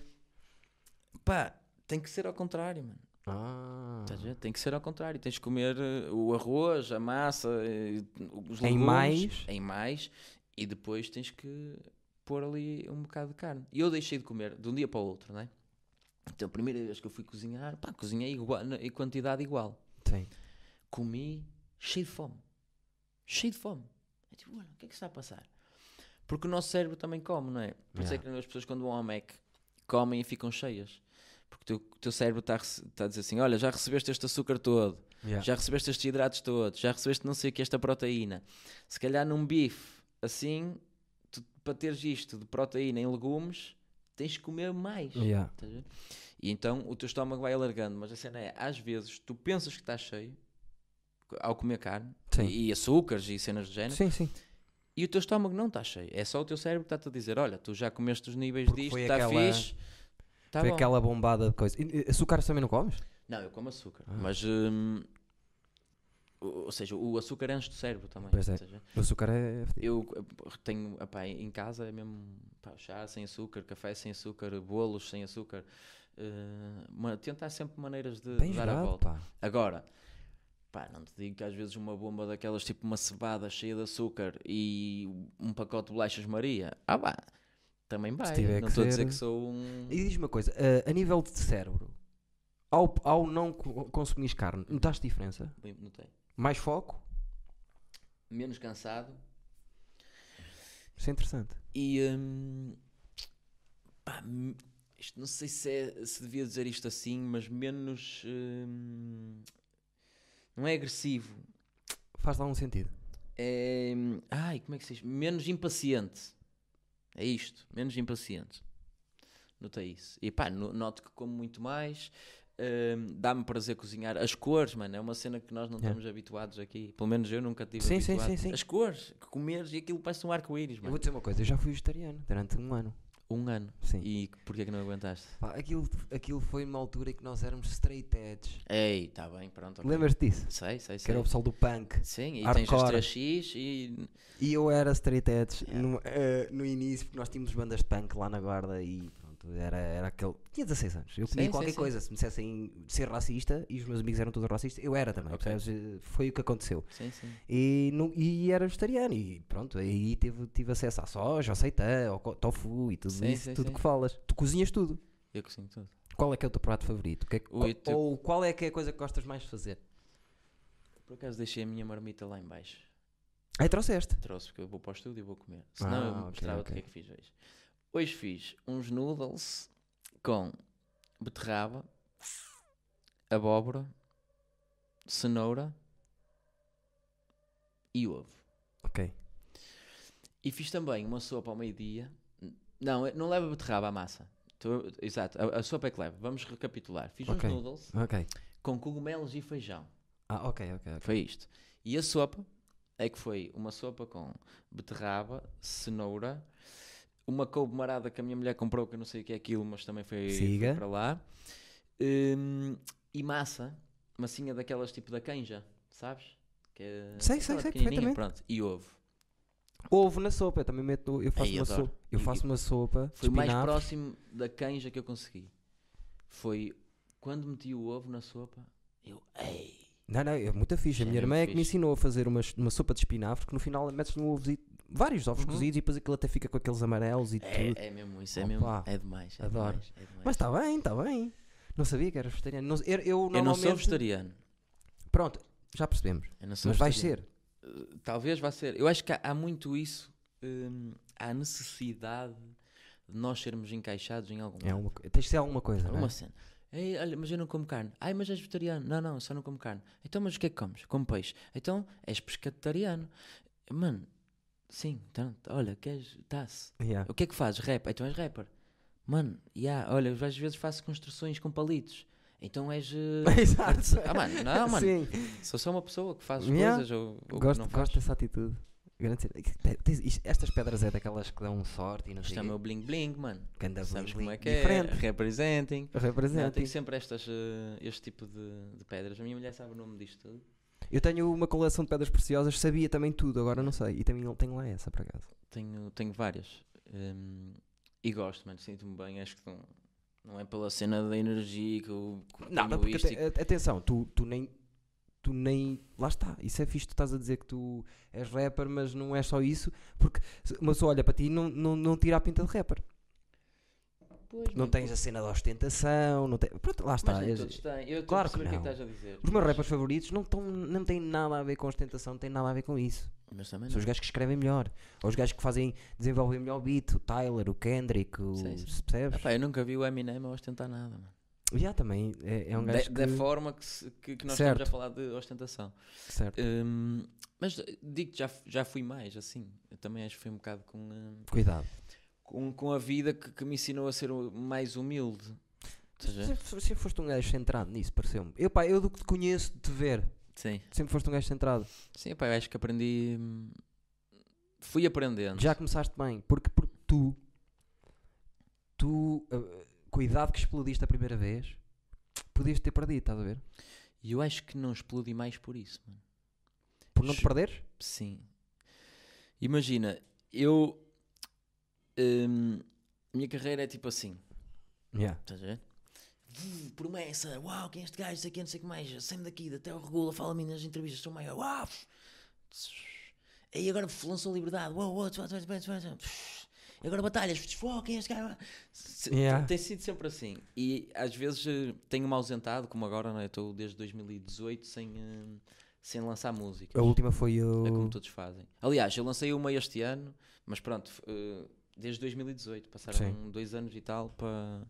Speaker 2: Pá, tem que ser ao contrário, mano.
Speaker 1: Ah.
Speaker 2: Estás Tá a ver? Tem que ser ao contrário. Tens de comer eh, o arroz, a massa, eh, os legumes.
Speaker 1: Em mais?
Speaker 2: Em mais. E depois tens que pôr ali um bocado de carne. E eu deixei de comer de um dia para o outro, não é? Então, a primeira vez que eu fui cozinhar, pá, cozinhei igual, na- em quantidade igual.
Speaker 1: Sim.
Speaker 2: Comi cheio de fome. Cheio de fome. É tipo, olha, o que é que está a passar? Porque o nosso cérebro também come, não é? Por isso é
Speaker 1: Yeah.
Speaker 2: que as pessoas quando vão ao Mac comem e ficam cheias. Porque o teu, o teu cérebro está a, rece- está a dizer assim: olha, já recebeste este açúcar todo,
Speaker 1: Yeah.
Speaker 2: já recebeste estes hidratos todos, já recebeste não sei o que, esta proteína. Se calhar num bife assim, tu- para teres isto de proteína em legumes, tens que comer mais.
Speaker 1: Yeah.
Speaker 2: Estás a ver? E então o teu estômago vai alargando, mas a cena é, às vezes tu pensas que estás cheio ao comer carne
Speaker 1: Sim.
Speaker 2: e, e açúcares e cenas do género,
Speaker 1: Sim, sim.
Speaker 2: e o teu estômago não está cheio, é só o teu cérebro que está-te a dizer: olha, tu já comeste os níveis
Speaker 1: Porque
Speaker 2: disto,
Speaker 1: foi
Speaker 2: está
Speaker 1: aquela-
Speaker 2: fixe, está
Speaker 1: Foi
Speaker 2: tá bom.
Speaker 1: aquela bombada de coisa. E- e Açúcares também não comes?
Speaker 2: Não, eu como açúcar,
Speaker 1: Ah.
Speaker 2: mas hum, ou ou seja, o açúcar enche o cérebro também.
Speaker 1: Pois é.
Speaker 2: ou seja,
Speaker 1: O açúcar é. fedido.
Speaker 2: eu eh, tenho epá, em casa é mesmo pá, chá sem açúcar, café sem açúcar, bolos sem açúcar. eh, ma- tentar sempre maneiras de
Speaker 1: Bem
Speaker 2: dar a
Speaker 1: jurado,
Speaker 2: volta.
Speaker 1: pá.
Speaker 2: Agora, pá, não te digo que às vezes uma bomba daquelas, tipo uma cebada cheia de açúcar e um pacote de bolachas Maria, ah pá, também vai.
Speaker 1: tiver
Speaker 2: Não
Speaker 1: que
Speaker 2: estou a
Speaker 1: ser-
Speaker 2: dizer que sou um.
Speaker 1: E diz-me uma coisa, eh, a, a nível de cérebro, ao, ao não co- consumires carne, notaste diferença?
Speaker 2: Não tem.
Speaker 1: Mais foco?
Speaker 2: Menos cansado
Speaker 1: Isso é interessante.
Speaker 2: e. hum, pá, m- isto não sei se, é- se devia dizer isto assim, mas menos. hum, não é agressivo.
Speaker 1: Faz algum sentido.
Speaker 2: É. hum, Ai, como é que se diz? Menos impaciente. É isto. Menos impaciente. Notei isso. E pá, no- noto que como muito mais. hum, Dá-me prazer cozinhar. As cores, mano, é uma cena que nós não
Speaker 1: Yeah.
Speaker 2: estamos habituados aqui. Pelo menos eu nunca tive
Speaker 1: Sim, sim,
Speaker 2: habituado.
Speaker 1: sim, sim.
Speaker 2: As cores que comeres e aquilo parece um arco-íris,
Speaker 1: Eu
Speaker 2: mano.
Speaker 1: vou dizer uma coisa, eu já fui vegetariano durante um ano.
Speaker 2: Um ano.
Speaker 1: Sim.
Speaker 2: E porquê que não aguentaste?
Speaker 1: Pá, aquilo, aquilo foi uma altura em que nós éramos straight edge.
Speaker 2: Ei, está bem, pronto. ok.
Speaker 1: Lembras-te disso?
Speaker 2: Sei, sei,
Speaker 1: Que
Speaker 2: sei.
Speaker 1: era o pessoal do punk.
Speaker 2: Sim, e
Speaker 1: Hardcore.
Speaker 2: tens as 3x e.
Speaker 1: E eu era straight edge no, eh, no início, porque nós tínhamos bandas de punk lá na guarda e pronto, era, era aquele. Tinha 16 anos. Eu
Speaker 2: Sim,
Speaker 1: comia
Speaker 2: sim,
Speaker 1: qualquer
Speaker 2: sim.
Speaker 1: coisa. Se me dissessem ser racista e os meus amigos eram todos racistas, eu era também.
Speaker 2: Ok.
Speaker 1: percebes? Eh, Foi o que aconteceu.
Speaker 2: Sim, sim.
Speaker 1: E, nu- e era vegetariano. E pronto, aí tive, tive acesso à soja, ao seitã, ao co- tofu e tudo
Speaker 2: Sim,
Speaker 1: isso,
Speaker 2: sim,
Speaker 1: tudo
Speaker 2: sim.
Speaker 1: que falas. Tu cozinhas tudo.
Speaker 2: Eu cozinho tudo.
Speaker 1: Qual é que é o teu prato favorito? O que é que-
Speaker 2: Ui, tu-
Speaker 1: Ou qual é que é a coisa que gostas mais de fazer?
Speaker 2: Por acaso deixei a minha marmita lá em baixo. É
Speaker 1: Aí trouxeste.
Speaker 2: Trouxe, porque eu vou para o estúdio e vou comer. Senão eu
Speaker 1: Ah, ok,
Speaker 2: mostrava-te o
Speaker 1: ok.
Speaker 2: que é que fiz hoje. Hoje fiz uns noodles com beterraba, abóbora, cenoura e ovo.
Speaker 1: Ok.
Speaker 2: E fiz também uma sopa ao meio-dia. N- Não, eh, não leva beterraba à massa. Tu- exato, a, a sopa é que leva. Vamos recapitular. Fiz
Speaker 1: Ok.
Speaker 2: uns noodles
Speaker 1: Ok.
Speaker 2: com cogumelos e feijão.
Speaker 1: Ah, ok, ok. ok.
Speaker 2: Foi isto. E a sopa é que foi uma sopa com beterraba, cenoura, uma couve marada que a minha mulher comprou, que eu não sei o que é aquilo, mas também foi, foi
Speaker 1: Siga.
Speaker 2: para lá. Hum, e massa, massinha daquelas tipo da canja, sabes? Que é
Speaker 1: Sei, sei,
Speaker 2: aquela
Speaker 1: sei,
Speaker 2: pequenininha,
Speaker 1: perfeitamente.
Speaker 2: Pronto, e ovo.
Speaker 1: Ovo na sopa, eu também meto. Eu faço
Speaker 2: Ai,
Speaker 1: uma
Speaker 2: adoro.
Speaker 1: sopa. Eu
Speaker 2: E-
Speaker 1: faço uma sopa.
Speaker 2: Foi o
Speaker 1: de
Speaker 2: mais
Speaker 1: espinafre.
Speaker 2: próximo da canja que eu consegui. Foi quando meti o ovo na sopa, eu, ei,
Speaker 1: Não, não, é muito fixe.
Speaker 2: É
Speaker 1: A minha irmã
Speaker 2: mesmo
Speaker 1: é que me
Speaker 2: fixe.
Speaker 1: ensinou a fazer uma, uma sopa de espinafre que no final metes num ovozito, vários ovos
Speaker 2: Uhum.
Speaker 1: cozidos e depois aquilo até fica com aqueles amarelos e tudo.
Speaker 2: é, é mesmo isso, é mesmo,
Speaker 1: Opa,
Speaker 2: é demais, é
Speaker 1: adoro.
Speaker 2: demais, é demais.
Speaker 1: Mas está bem, está bem. Não sabia que era vegetariano. Não- eu, eu,
Speaker 2: eu não sou
Speaker 1: normalmente-
Speaker 2: vegetariano.
Speaker 1: Pronto, já percebemos.
Speaker 2: Eu não sou
Speaker 1: Mas vais
Speaker 2: vegetariano.
Speaker 1: ser.
Speaker 2: Talvez vá ser. Eu acho que há, há muito isso. hum, há necessidade de nós sermos encaixados em algum
Speaker 1: É
Speaker 2: lado.
Speaker 1: uma, co- tens de ser alguma coisa. não
Speaker 2: Alguma
Speaker 1: é?
Speaker 2: cena. Ei, olha, mas eu não como carne. Ai, mas és vegetariano. Não, não, eu só não como carne. Então, mas o que é que comes? Como peixe. Então, és pescatariano. Mano, sim, então, olha, queres, tá-se.
Speaker 1: Yeah.
Speaker 2: O que é que fazes? Rap? Então és rapper. Mano, yeah, olha, eu às vezes faço construções com palitos. Então és... eh,
Speaker 1: Exato.
Speaker 2: Ah, mano, não, mano.
Speaker 1: Sim.
Speaker 2: Sou só uma pessoa que faz
Speaker 1: Yeah.
Speaker 2: coisas ou, ou que
Speaker 1: Gosto,
Speaker 2: não faz.
Speaker 1: gosto dessa atitude. Grande cena. Te- tens- isto- Estas pedras é daquelas que dão sorte e não sei.
Speaker 2: Isto é o meu bling bling, mano.
Speaker 1: Ganda
Speaker 2: Sabes como é que é?
Speaker 1: Diferente.
Speaker 2: Representing. Não,
Speaker 1: Representa.
Speaker 2: tenho sempre estas, eh, este tipo de, de pedras. A minha mulher sabe o nome disto tudo.
Speaker 1: Eu tenho uma coleção de pedras preciosas, sabia também tudo, agora não sei. E também não tenho lá essa, por acaso.
Speaker 2: Tenho, tenho várias. Hum, e gosto, mano. Sinto-me bem. Acho que não, não é pela cena da energia que eu que eu
Speaker 1: Nada,
Speaker 2: tenho
Speaker 1: Então, porque eh,
Speaker 2: isto
Speaker 1: ate- a- atenção, tu, tu nem. Tu nem. Lá está, isso é fixe, tu estás a dizer que tu és rapper, mas não é só isso, porque se uma pessoa olha para ti e não, não, não tira a pinta de rapper.
Speaker 2: e- Pois,
Speaker 1: Não
Speaker 2: mano,
Speaker 1: tens a cena da ostentação, não tem. Pronto, lá está.
Speaker 2: Mas nem
Speaker 1: és-
Speaker 2: todos têm. Eu
Speaker 1: Claro
Speaker 2: claro
Speaker 1: que
Speaker 2: que o que é
Speaker 1: não.
Speaker 2: que estás a dizer.
Speaker 1: os meus
Speaker 2: mas-
Speaker 1: rappers favoritos não, tão, não têm nada a ver com ostentação, não têm nada a ver com isso.
Speaker 2: Mas é. também
Speaker 1: São
Speaker 2: não.
Speaker 1: os gajos que escrevem melhor, ou os gajos que fazem desenvolver melhor o beat, o Tyler, o Kendrick, o.
Speaker 2: Sim, sim.
Speaker 1: se Percebes?
Speaker 2: Ah, pá, eu nunca vi o Eminem a ostentar nada, mano.
Speaker 1: Já também, é, é um
Speaker 2: da,
Speaker 1: gajo
Speaker 2: da
Speaker 1: que-
Speaker 2: forma que, se- que- que nós
Speaker 1: Certo.
Speaker 2: estamos a falar de ostentação.
Speaker 1: Certo.
Speaker 2: Hum, mas digo já f- já fui mais assim. Eu também acho que fui um bocado com, hum,
Speaker 1: Cuidado.
Speaker 2: com, com a vida que, que me ensinou a ser o- mais humilde. Estás a ver?
Speaker 1: Sempre, sempre foste um gajo centrado nisso, pareceu-me. Eu, pá, eu do que te conheço de te ver,
Speaker 2: Sim,
Speaker 1: sempre foste um gajo centrado.
Speaker 2: sim pá, eu acho que aprendi. hum, Fui aprendendo.
Speaker 1: Já começaste bem, porque, porque tu, tu, uh, cuidado que explodiste a primeira vez, podias ter perdido, estás a ver?
Speaker 2: E eu acho que não explodi mais por isso. Mano.
Speaker 1: Por não te
Speaker 2: Sim.
Speaker 1: perderes?
Speaker 2: Sim. Imagina, eu. hum, minha carreira é tipo assim.
Speaker 1: Yeah.
Speaker 2: Estás a ver? Vuh, Promessa, uau, quem é este gajo, sei quem, não sei o que mais, sai-me daqui, até o regula, fala-me nas entrevistas, sou maior, uau! E agora lançou liberdade, uau, uau, uau, uau, uau, uau, e agora batalhas, uau, quem é este gajo? Se-
Speaker 1: Yeah.
Speaker 2: Tem sido sempre assim. E às vezes eh, tenho-me ausentado, como agora, não é? Estou desde 2018 sem, eh, sem lançar música.
Speaker 1: A última foi o...
Speaker 2: É como todos fazem. Aliás, eu lancei uma este ano, mas pronto, f- eh, desde 2018, passaram
Speaker 1: Sim.
Speaker 2: dois anos e tal para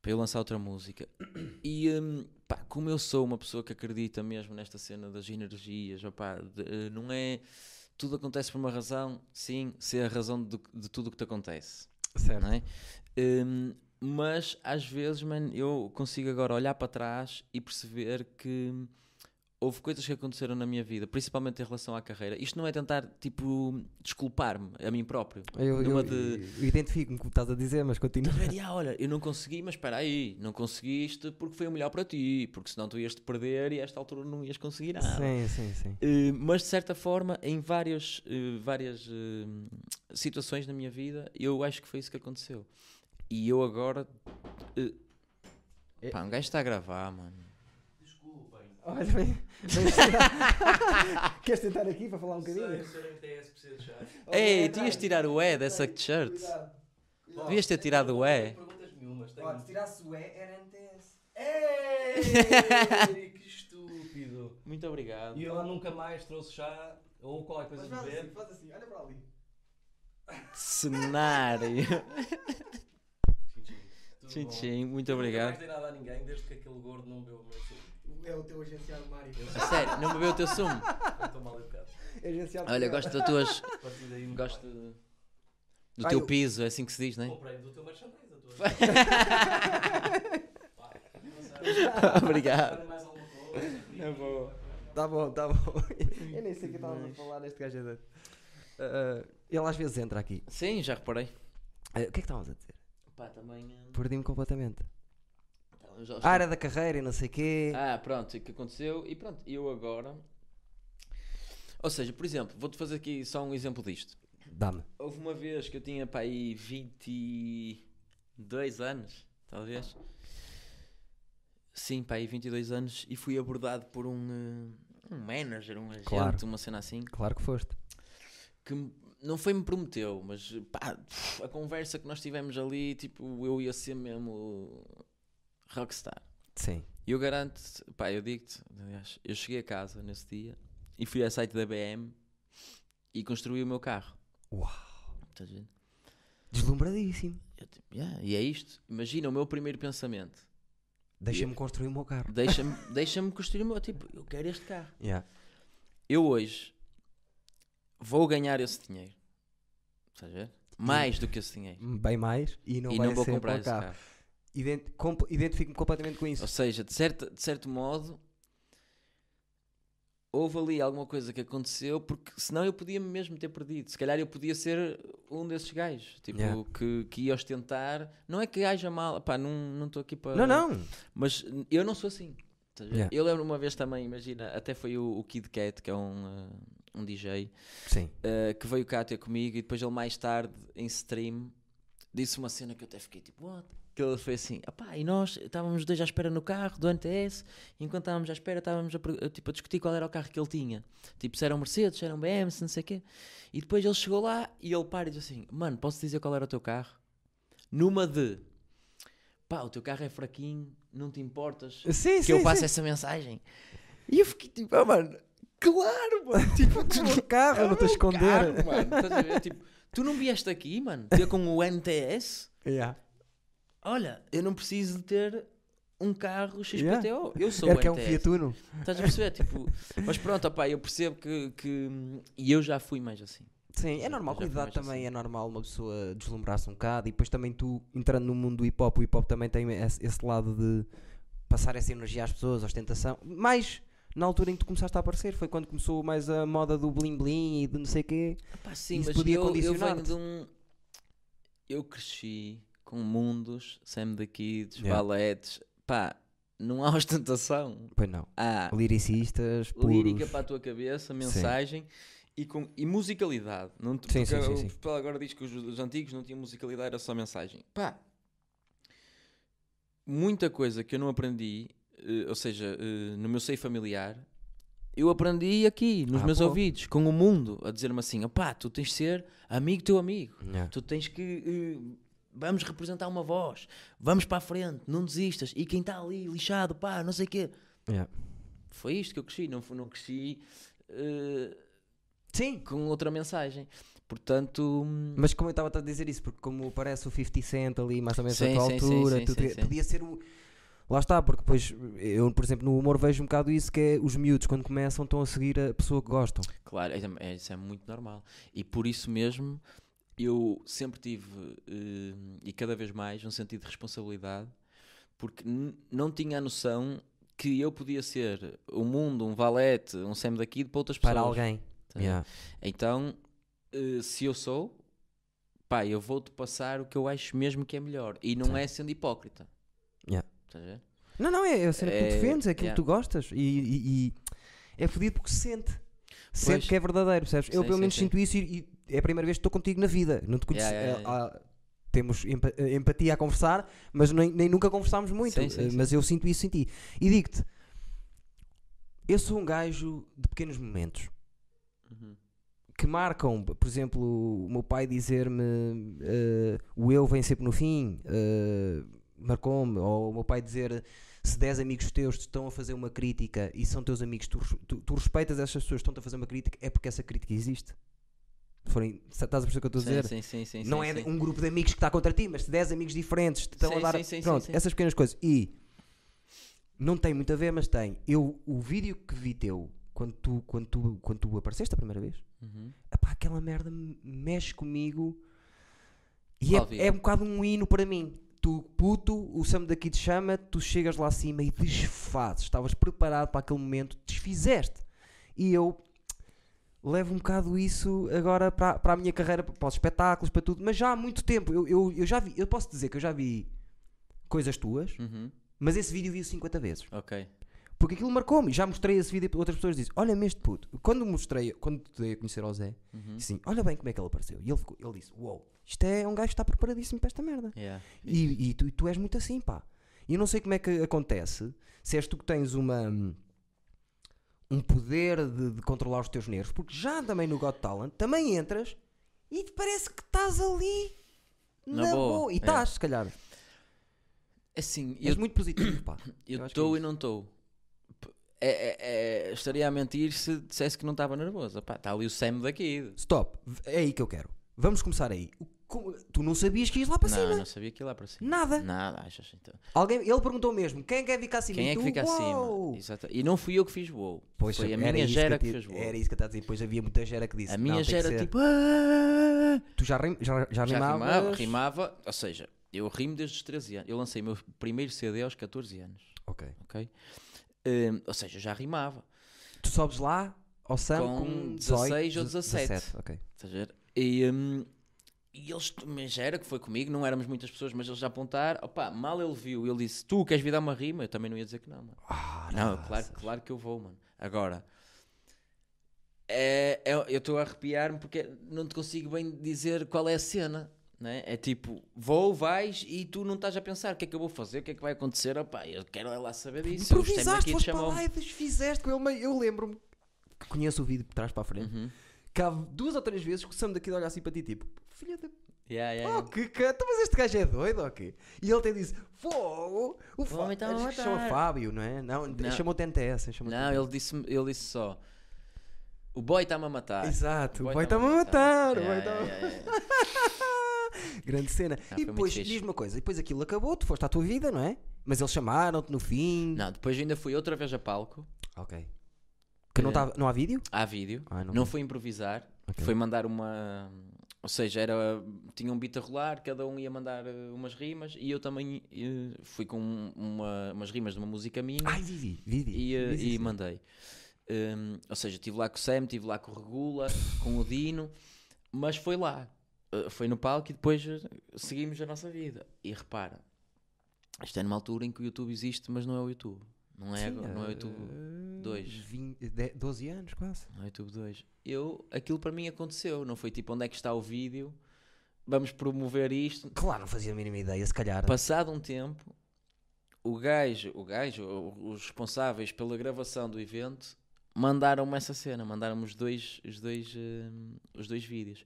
Speaker 2: para eu lançar outra música. E hum, pá, como eu sou uma pessoa que acredita mesmo nesta cena das energias, opá, de- eh, não é tudo acontece por uma razão, sim, ser a razão de, de tudo o que te acontece,
Speaker 1: Certo.
Speaker 2: não é? Hum, mas às vezes, mano, eu consigo agora olhar para trás e perceber que houve coisas que aconteceram na minha vida, principalmente em relação à carreira. Isto não é tentar, tipo, desculpar-me a mim próprio.
Speaker 1: Eu, eu,
Speaker 2: Numa de-
Speaker 1: eu identifico-me com o que estás a dizer, mas continua.
Speaker 2: Estás a ver? E, ah, olha, eu não consegui, mas espera aí, não conseguiste porque foi o melhor para ti, porque senão tu ias te perder e a esta altura Ah, não ias conseguir nada.
Speaker 1: Sim, sim, sim.
Speaker 2: Eh, mas de certa forma, em várias, eh, várias eh, situações na minha vida, eu acho que foi isso que aconteceu. E eu agora. eh,
Speaker 1: Eh.
Speaker 2: Pá, um gajo está a gravar, mano.
Speaker 1: Olha, vem- vens tentar- Queres tentar aqui para falar um bocadinho?
Speaker 3: é
Speaker 2: Ei, tu ias tirar o E dessa t-shirt. Devias ter tirado o E.
Speaker 3: Perguntas nenhumas, tenho.
Speaker 1: se tirasse o E, era NTS.
Speaker 3: Ei, que estúpido!
Speaker 2: Muito obrigado.
Speaker 3: E ela nunca mais trouxe chá ou qualquer coisa de beber.
Speaker 1: faz assim, olha para ali.
Speaker 2: Cenário.
Speaker 3: Tchim, tchim. Tudo
Speaker 2: Tchim,
Speaker 3: bom?
Speaker 2: tchim, muito
Speaker 3: Nunca
Speaker 2: obrigado.
Speaker 3: mais dei nada a ninguém desde que aquele gordo não bebeu o meu suco.
Speaker 1: É o teu agenciado Mário.
Speaker 2: A sério, não bebeu o teu sumo?
Speaker 3: Eu estou mal educado.
Speaker 1: Agenciado
Speaker 2: Olha,
Speaker 1: Miguel.
Speaker 2: gosto das tuas.
Speaker 3: A partir daí, nunca
Speaker 2: Gosto de- do
Speaker 1: Ai,
Speaker 2: teu
Speaker 1: eu-
Speaker 2: piso, é assim que se diz,
Speaker 3: mais.
Speaker 2: não é?
Speaker 3: Comprei do teu merchandise, da tua. Pá, não sei.
Speaker 2: Obrigado.
Speaker 3: Olha mais alguma coisa.
Speaker 2: Na boa.
Speaker 1: Tá bom, tá bom. Eu nem sei o que estava a falar neste gajo é doido. Ah, ah, ele às vezes entra aqui.
Speaker 2: Sim, já reparei.
Speaker 1: Ah, o que é que estávamos a dizer?
Speaker 2: Pá, também. hum,
Speaker 1: Perdi-me completamente.
Speaker 2: então, já
Speaker 1: A área da carreira e não sei o quê.
Speaker 2: Ah, pronto, o que aconteceu? E pronto, eu agora. Ou seja, por exemplo, vou-te fazer aqui só um exemplo disto.
Speaker 1: Dá-me.
Speaker 2: Houve uma vez que eu tinha para aí 22 anos, talvez. Sim, para aí 22 anos. E fui abordado por um, eh, um manager, um agente,
Speaker 1: Claro.
Speaker 2: uma cena assim.
Speaker 1: Claro que foste.
Speaker 2: que me- não foi me prometeu, mas pá, a conversa que nós tivemos ali, tipo, eu ia ser mesmo rockstar.
Speaker 1: Sim.
Speaker 2: E eu garanto, pá, eu digo-te, aliás, eu cheguei a casa nesse dia e fui ao site da BM e construí o meu carro.
Speaker 1: Uau.
Speaker 2: Estás a ver?
Speaker 1: Deslumbradíssimo.
Speaker 2: Eu, tipo, yeah, e é isto. Imagina o meu primeiro pensamento.
Speaker 1: Deixa-me construir o meu carro.
Speaker 2: Deixa-me deixa construir o meu, tipo, eu quero este carro.
Speaker 1: Yeah.
Speaker 2: Eu hoje vou ganhar esse dinheiro. Estás a ver? Mais do que esse dinheiro.
Speaker 1: Bem mais. E não
Speaker 2: e
Speaker 1: vai
Speaker 2: não vou
Speaker 1: ser
Speaker 2: comprar
Speaker 1: para o
Speaker 2: esse
Speaker 1: carro.
Speaker 2: carro.
Speaker 1: Ident- comp- Identifico-me completamente com isso.
Speaker 2: Ou seja, de certo, de certo modo, houve ali alguma coisa que aconteceu, porque senão eu podia mesmo ter perdido. Se calhar eu podia ser um desses gajos, tipo,
Speaker 1: Yeah.
Speaker 2: que, que ia ostentar. Não é que haja mal, pá, não não estou aqui para.
Speaker 1: Não, não.
Speaker 2: Mas n- eu não sou assim. estás a ver?
Speaker 1: Yeah.
Speaker 2: Eu lembro uma vez também, imagina, até foi o, o Kid Cat, que é um, eh, um DJ,
Speaker 1: Sim.
Speaker 2: eh, que veio cá ter comigo e depois ele mais tarde, em stream, disse uma cena que eu até fiquei tipo, what? Que ele foi assim, opá, e nós estávamos dois à espera no carro do NTS, e enquanto estávamos à espera estávamos a, per- a, tipo, a discutir qual era o carro que ele tinha. Tipo, se era um Mercedes, se era um BM, se não sei o quê. E depois ele chegou lá e ele para e diz assim, mano, posso dizer qual era o teu carro? Numa de, pá, o teu carro é fraquinho, não te importas
Speaker 1: Sim,
Speaker 2: que
Speaker 1: sim.
Speaker 2: eu passo
Speaker 1: sim.
Speaker 2: essa mensagem. E eu fiquei tipo, ah, mano, claro, mano, tipo, tu
Speaker 1: O meu carro, eu não estou a esconder.
Speaker 2: Carro, mano. Estás a ver? Tipo, tu não vieste aqui, mano, ter com o NTS?
Speaker 1: Yeah.
Speaker 2: Olha, eu não preciso de ter um carro XPTO. Eu sou
Speaker 1: Era
Speaker 2: o
Speaker 1: que é um
Speaker 2: NTS.
Speaker 1: Fiat Uno.
Speaker 2: Estás a perceber? Tipo, mas pronto, opá, eu percebo que, que- E eu já fui mais assim.
Speaker 1: Sim, é
Speaker 2: Já-
Speaker 1: normal, com
Speaker 2: já
Speaker 1: a
Speaker 2: fui
Speaker 1: idade
Speaker 2: mais assim.
Speaker 1: também é normal uma pessoa deslumbrar-se um bocado e depois também tu entrando no mundo do hip hop, o hip hop também tem esse esse lado de passar essa energia às pessoas, ostentação, mas na altura em que tu começaste a aparecer foi quando começou mais a moda do bling bling e de não sei quê.
Speaker 2: Opá, sim,
Speaker 1: Isso
Speaker 2: mas
Speaker 1: podia
Speaker 2: eu, eu venho
Speaker 1: condicionar-te.
Speaker 2: de um. Eu cresci com mundos, Sam the Kids,
Speaker 1: Yeah.
Speaker 2: baletes. Pá, não há ostentação. Ah,
Speaker 1: Pois não.
Speaker 2: Há
Speaker 1: Lyricistas, puros.
Speaker 2: lírica para a tua cabeça, mensagem e, com, e musicalidade. Não te,
Speaker 1: Sim,
Speaker 2: porque
Speaker 1: sim, sim,
Speaker 2: o
Speaker 1: sim.
Speaker 2: pessoal agora diz que os, os antigos não tinham musicalidade, era só mensagem. Pá, muita coisa que eu não aprendi, eh, ou seja, eh, no meu seio familiar, eu aprendi aqui, nos
Speaker 1: Ah,
Speaker 2: meus
Speaker 1: pô.
Speaker 2: ouvidos, com o mundo, a dizer-me assim: opá, tu tens de ser amigo teu amigo.
Speaker 1: Yeah.
Speaker 2: Tu tens que. eh, vamos representar uma voz. Vamos para a frente. Não desistas. E quem está ali lixado, pá, não sei o quê.
Speaker 1: Yeah.
Speaker 2: Foi isto que eu cresci. Não, fo- não cresci eh,
Speaker 1: Sim.
Speaker 2: com outra mensagem. Portanto. hum,
Speaker 1: Mas como eu estava a dizer isso, porque como parece o 50 Cent ali, mais ou menos a
Speaker 2: Sim,
Speaker 1: tua
Speaker 2: sim, sim,
Speaker 1: altura,
Speaker 2: sim,
Speaker 1: tu
Speaker 2: sim,
Speaker 1: te-
Speaker 2: sim.
Speaker 1: podia ser o. Lá está, porque depois eu, por exemplo, no humor vejo um bocado isso que é os miúdos quando começam estão a seguir a pessoa que gostam.
Speaker 2: Claro, é tam- é- isso é muito normal. E por isso mesmo eu sempre tive, eh, e cada vez mais, um sentido de responsabilidade, porque n- não tinha a noção que eu podia ser o mundo, um valete, um Sam daqui para outras pessoas.
Speaker 1: Para alguém.
Speaker 2: Tá? Então, eh, se eu sou, pá, eu vou-te passar o que eu acho mesmo que é melhor. E não
Speaker 1: Sim.
Speaker 2: é sendo hipócrita.
Speaker 1: Yeah.
Speaker 2: Estás a ver?
Speaker 1: Não, não, é a cena que tu
Speaker 2: É,
Speaker 1: defendes, é aquilo
Speaker 2: yeah.
Speaker 1: que tu gostas e, e- e é fodido porque se sente. Sente
Speaker 2: Pois.
Speaker 1: que é verdadeiro, percebes? eu
Speaker 2: Sim,
Speaker 1: pelo
Speaker 2: sim,
Speaker 1: menos
Speaker 2: sim.
Speaker 1: sinto isso e, e é a primeira vez que estou contigo na vida. Não te conheci.
Speaker 2: Yeah, yeah,
Speaker 1: eh,
Speaker 2: yeah,
Speaker 1: ah, temos empa- eh, empatia a conversar, mas nem, nem nunca conversámos muito.
Speaker 2: Sim, sim,
Speaker 1: eh,
Speaker 2: sim.
Speaker 1: Mas eu sinto isso em ti. E digo-te, eu sou um gajo de pequenos momentos
Speaker 2: Uhum.
Speaker 1: que marcam, por exemplo, o meu pai dizer-me eh, o eu vem sempre no fim, eh, marcou-me, ou o meu pai dizer se 10 amigos teus te estão a fazer uma crítica e são teus amigos, tu, res- tu- tu respeitas essas pessoas que estão-te a fazer uma crítica, é porque essa crítica existe. Se Forem, se- estás a perceber o que eu estou a
Speaker 2: Sim,
Speaker 1: dizer?
Speaker 2: sim, sim, sim,
Speaker 1: Não
Speaker 2: sim,
Speaker 1: é
Speaker 2: sim.
Speaker 1: um grupo de amigos que está contra ti, mas 10 amigos diferentes te estão
Speaker 2: Sim,
Speaker 1: a dar.
Speaker 2: sim, sim,
Speaker 1: pronto,
Speaker 2: sim, sim.
Speaker 1: essas pequenas coisas. E não tem muito a ver, mas tem. Eu, o vídeo que vi teu quando tu, quando tu, quando tu apareceste a primeira vez
Speaker 2: Uhum.
Speaker 1: epá, aquela merda me- mexe comigo e
Speaker 2: Qual
Speaker 1: é,
Speaker 2: vídeo?
Speaker 1: é um bocado um hino para mim. Tu, puto, o Sam daqui te chama, tu chegas lá acima e desfazes. Estavas preparado para aquele momento, desfizeste. E eu levo um bocado isso agora para, para a minha carreira, para os espetáculos, para tudo, mas já há muito tempo. Eu, eu, eu já vi, eu posso dizer que eu já vi coisas tuas,
Speaker 2: Uhum.
Speaker 1: mas esse vídeo vi 50 vezes.
Speaker 2: Ok.
Speaker 1: Porque aquilo marcou-me. Já mostrei esse vídeo e outras pessoas dizem: Olha-me este puto. Quando mostrei, quando te dei a conhecer ao Zé,
Speaker 2: Uhum.
Speaker 1: assim, olha bem como é que ele apareceu. E ele, ficou, ele disse: Uou, isto é um gajo que está preparadíssimo para esta merda.
Speaker 2: Yeah.
Speaker 1: E, e tu, tu és muito assim, pá. E eu não sei como é que acontece se és tu que tens uma. um poder de, de controlar os teus nervos, porque já também no Got Talent também entras e te parece que estás ali.
Speaker 2: Na
Speaker 1: Na,
Speaker 2: boa,
Speaker 1: boa.
Speaker 2: é.
Speaker 1: E estás, se calhar.
Speaker 2: Assim, eu
Speaker 1: És muito positivo, pá.
Speaker 2: Eu
Speaker 1: acho que
Speaker 2: estou
Speaker 1: é
Speaker 2: e não estou. é, estaria a mentir se dissesse que não estava nervoso. Está ali o Sam daqui.
Speaker 1: Stop, V- é aí que eu quero. Vamos começar aí. O- como- Tu não sabias que ias lá para
Speaker 2: não,
Speaker 1: cima?
Speaker 2: eu não sabia que ia lá para cima.
Speaker 1: Nada.
Speaker 2: Nada, achas então.
Speaker 1: Alguém, ele perguntou mesmo: quem é que é ficar acima?
Speaker 2: Quem
Speaker 1: E
Speaker 2: é que
Speaker 1: tu,
Speaker 2: fica
Speaker 1: "Uou!"
Speaker 2: acima? Exato. E não fui eu que fiz wow.
Speaker 1: Pois,
Speaker 2: Foi a
Speaker 1: era
Speaker 2: minha
Speaker 1: isso
Speaker 2: gera
Speaker 1: eu te-
Speaker 2: que, fez wow.
Speaker 1: Era isso que eu estava a dizer. Depois havia muita gera que disse:
Speaker 2: A
Speaker 1: "Não,
Speaker 2: minha
Speaker 1: tem que
Speaker 2: gera
Speaker 1: ser."
Speaker 2: tipo. "Ah!"
Speaker 1: Tu já, rim, já, já,
Speaker 2: Já
Speaker 1: rimavas?
Speaker 2: rimava, rimava. Ou seja, eu rimo desde os 13 anos. Eu lancei o meu primeiro CD aos 14 anos.
Speaker 1: Ok.
Speaker 2: Ok? Hum, ou seja, eu já rimava.
Speaker 1: Tu sobes lá ao Sam
Speaker 2: Com
Speaker 1: com,
Speaker 2: 16 ou
Speaker 1: 17.
Speaker 2: 17.
Speaker 1: Ok.
Speaker 2: Estás a ver? E, hum, e eles, mas era que foi comigo, não éramos muitas pessoas, mas eles já apontaram, opa, mal ele viu, ele disse, tu queres vir dar uma rima? Eu também não ia dizer que não, mano.
Speaker 1: Ah,
Speaker 2: não,
Speaker 1: nossa.
Speaker 2: claro, claro que eu vou, mano. Agora, é, é- eu estou a arrepiar-me porque não te consigo bem dizer qual é a cena. Né? É tipo, vou, vais e tu não estás a pensar o que é que eu vou fazer, o que é que vai acontecer. Opá, eu quero é lá saber disso. eu gostei-me
Speaker 1: Improvisaste,
Speaker 2: daqui,
Speaker 1: foste para
Speaker 2: chamou-me.
Speaker 1: lá e desfizeste com ele. meio- Eu lembro-me que conheço o vídeo de trás para a frente.
Speaker 2: Uhum.
Speaker 1: Que há duas ou três vezes que o Sam daqui olha assim para ti, tipo, filha da
Speaker 2: Yeah, yeah,
Speaker 1: Oh,
Speaker 2: yeah.
Speaker 1: que canta, mas este gajo é doido ou quê? E ele até disse: Fogo! O Fábio.
Speaker 2: homem está a
Speaker 1: Acho que se chama
Speaker 2: matar."
Speaker 1: Fábio, não é? Não,
Speaker 2: Não.
Speaker 1: chamou-te NTS. Chamou
Speaker 2: Não, ele disse, ele disse só: O boy está-me a matar.
Speaker 1: Exato, o boy está-me a matar. o boy tá-me a
Speaker 2: um Yeah, yeah, yeah, yeah.
Speaker 1: matar. Grande cena.
Speaker 2: Ah,
Speaker 1: e
Speaker 2: foi muito
Speaker 1: depois,
Speaker 2: fixe.
Speaker 1: diz-me uma coisa: depois aquilo acabou, tu foste à tua vida, não é? Mas eles chamaram-te no fim.
Speaker 2: Não, depois ainda fui outra vez a palco,
Speaker 1: Ok. Que não,
Speaker 2: Eh,
Speaker 1: tava- não há vídeo?
Speaker 2: há vídeo.
Speaker 1: Ah,
Speaker 2: não
Speaker 1: não vi.
Speaker 2: foi improvisar,
Speaker 1: Ok.
Speaker 2: foi mandar uma. Ou seja, era, tinha um beat a rolar, cada um ia mandar eh, umas rimas e eu também eh, fui com uma- umas rimas de uma música minha
Speaker 1: Ai, é assim. Vivi, Vivi.
Speaker 2: e, eh, e mandei. Hum, ou seja, estive lá com o Sam, estive lá com o Regula, com o Dino, mas foi lá. Eh, foi no palco e depois eh, seguimos a nossa vida. E repara, isto é numa altura em que o YouTube existe, mas não é o YouTube. Não é, agora-
Speaker 1: eh,
Speaker 2: não é o YouTube. dois.
Speaker 1: 12 anos quase.
Speaker 2: No YouTube 2. Eu, aquilo para mim aconteceu. Não foi tipo onde é que está o vídeo, vamos promover isto.
Speaker 1: Claro, não fazia a mínima ideia, se calhar.
Speaker 2: Passado um tempo, o gajo, o gajo, o- os responsáveis pela gravação do evento mandaram-me essa cena, mandaram-me os dois, os, dois, hum, os dois vídeos.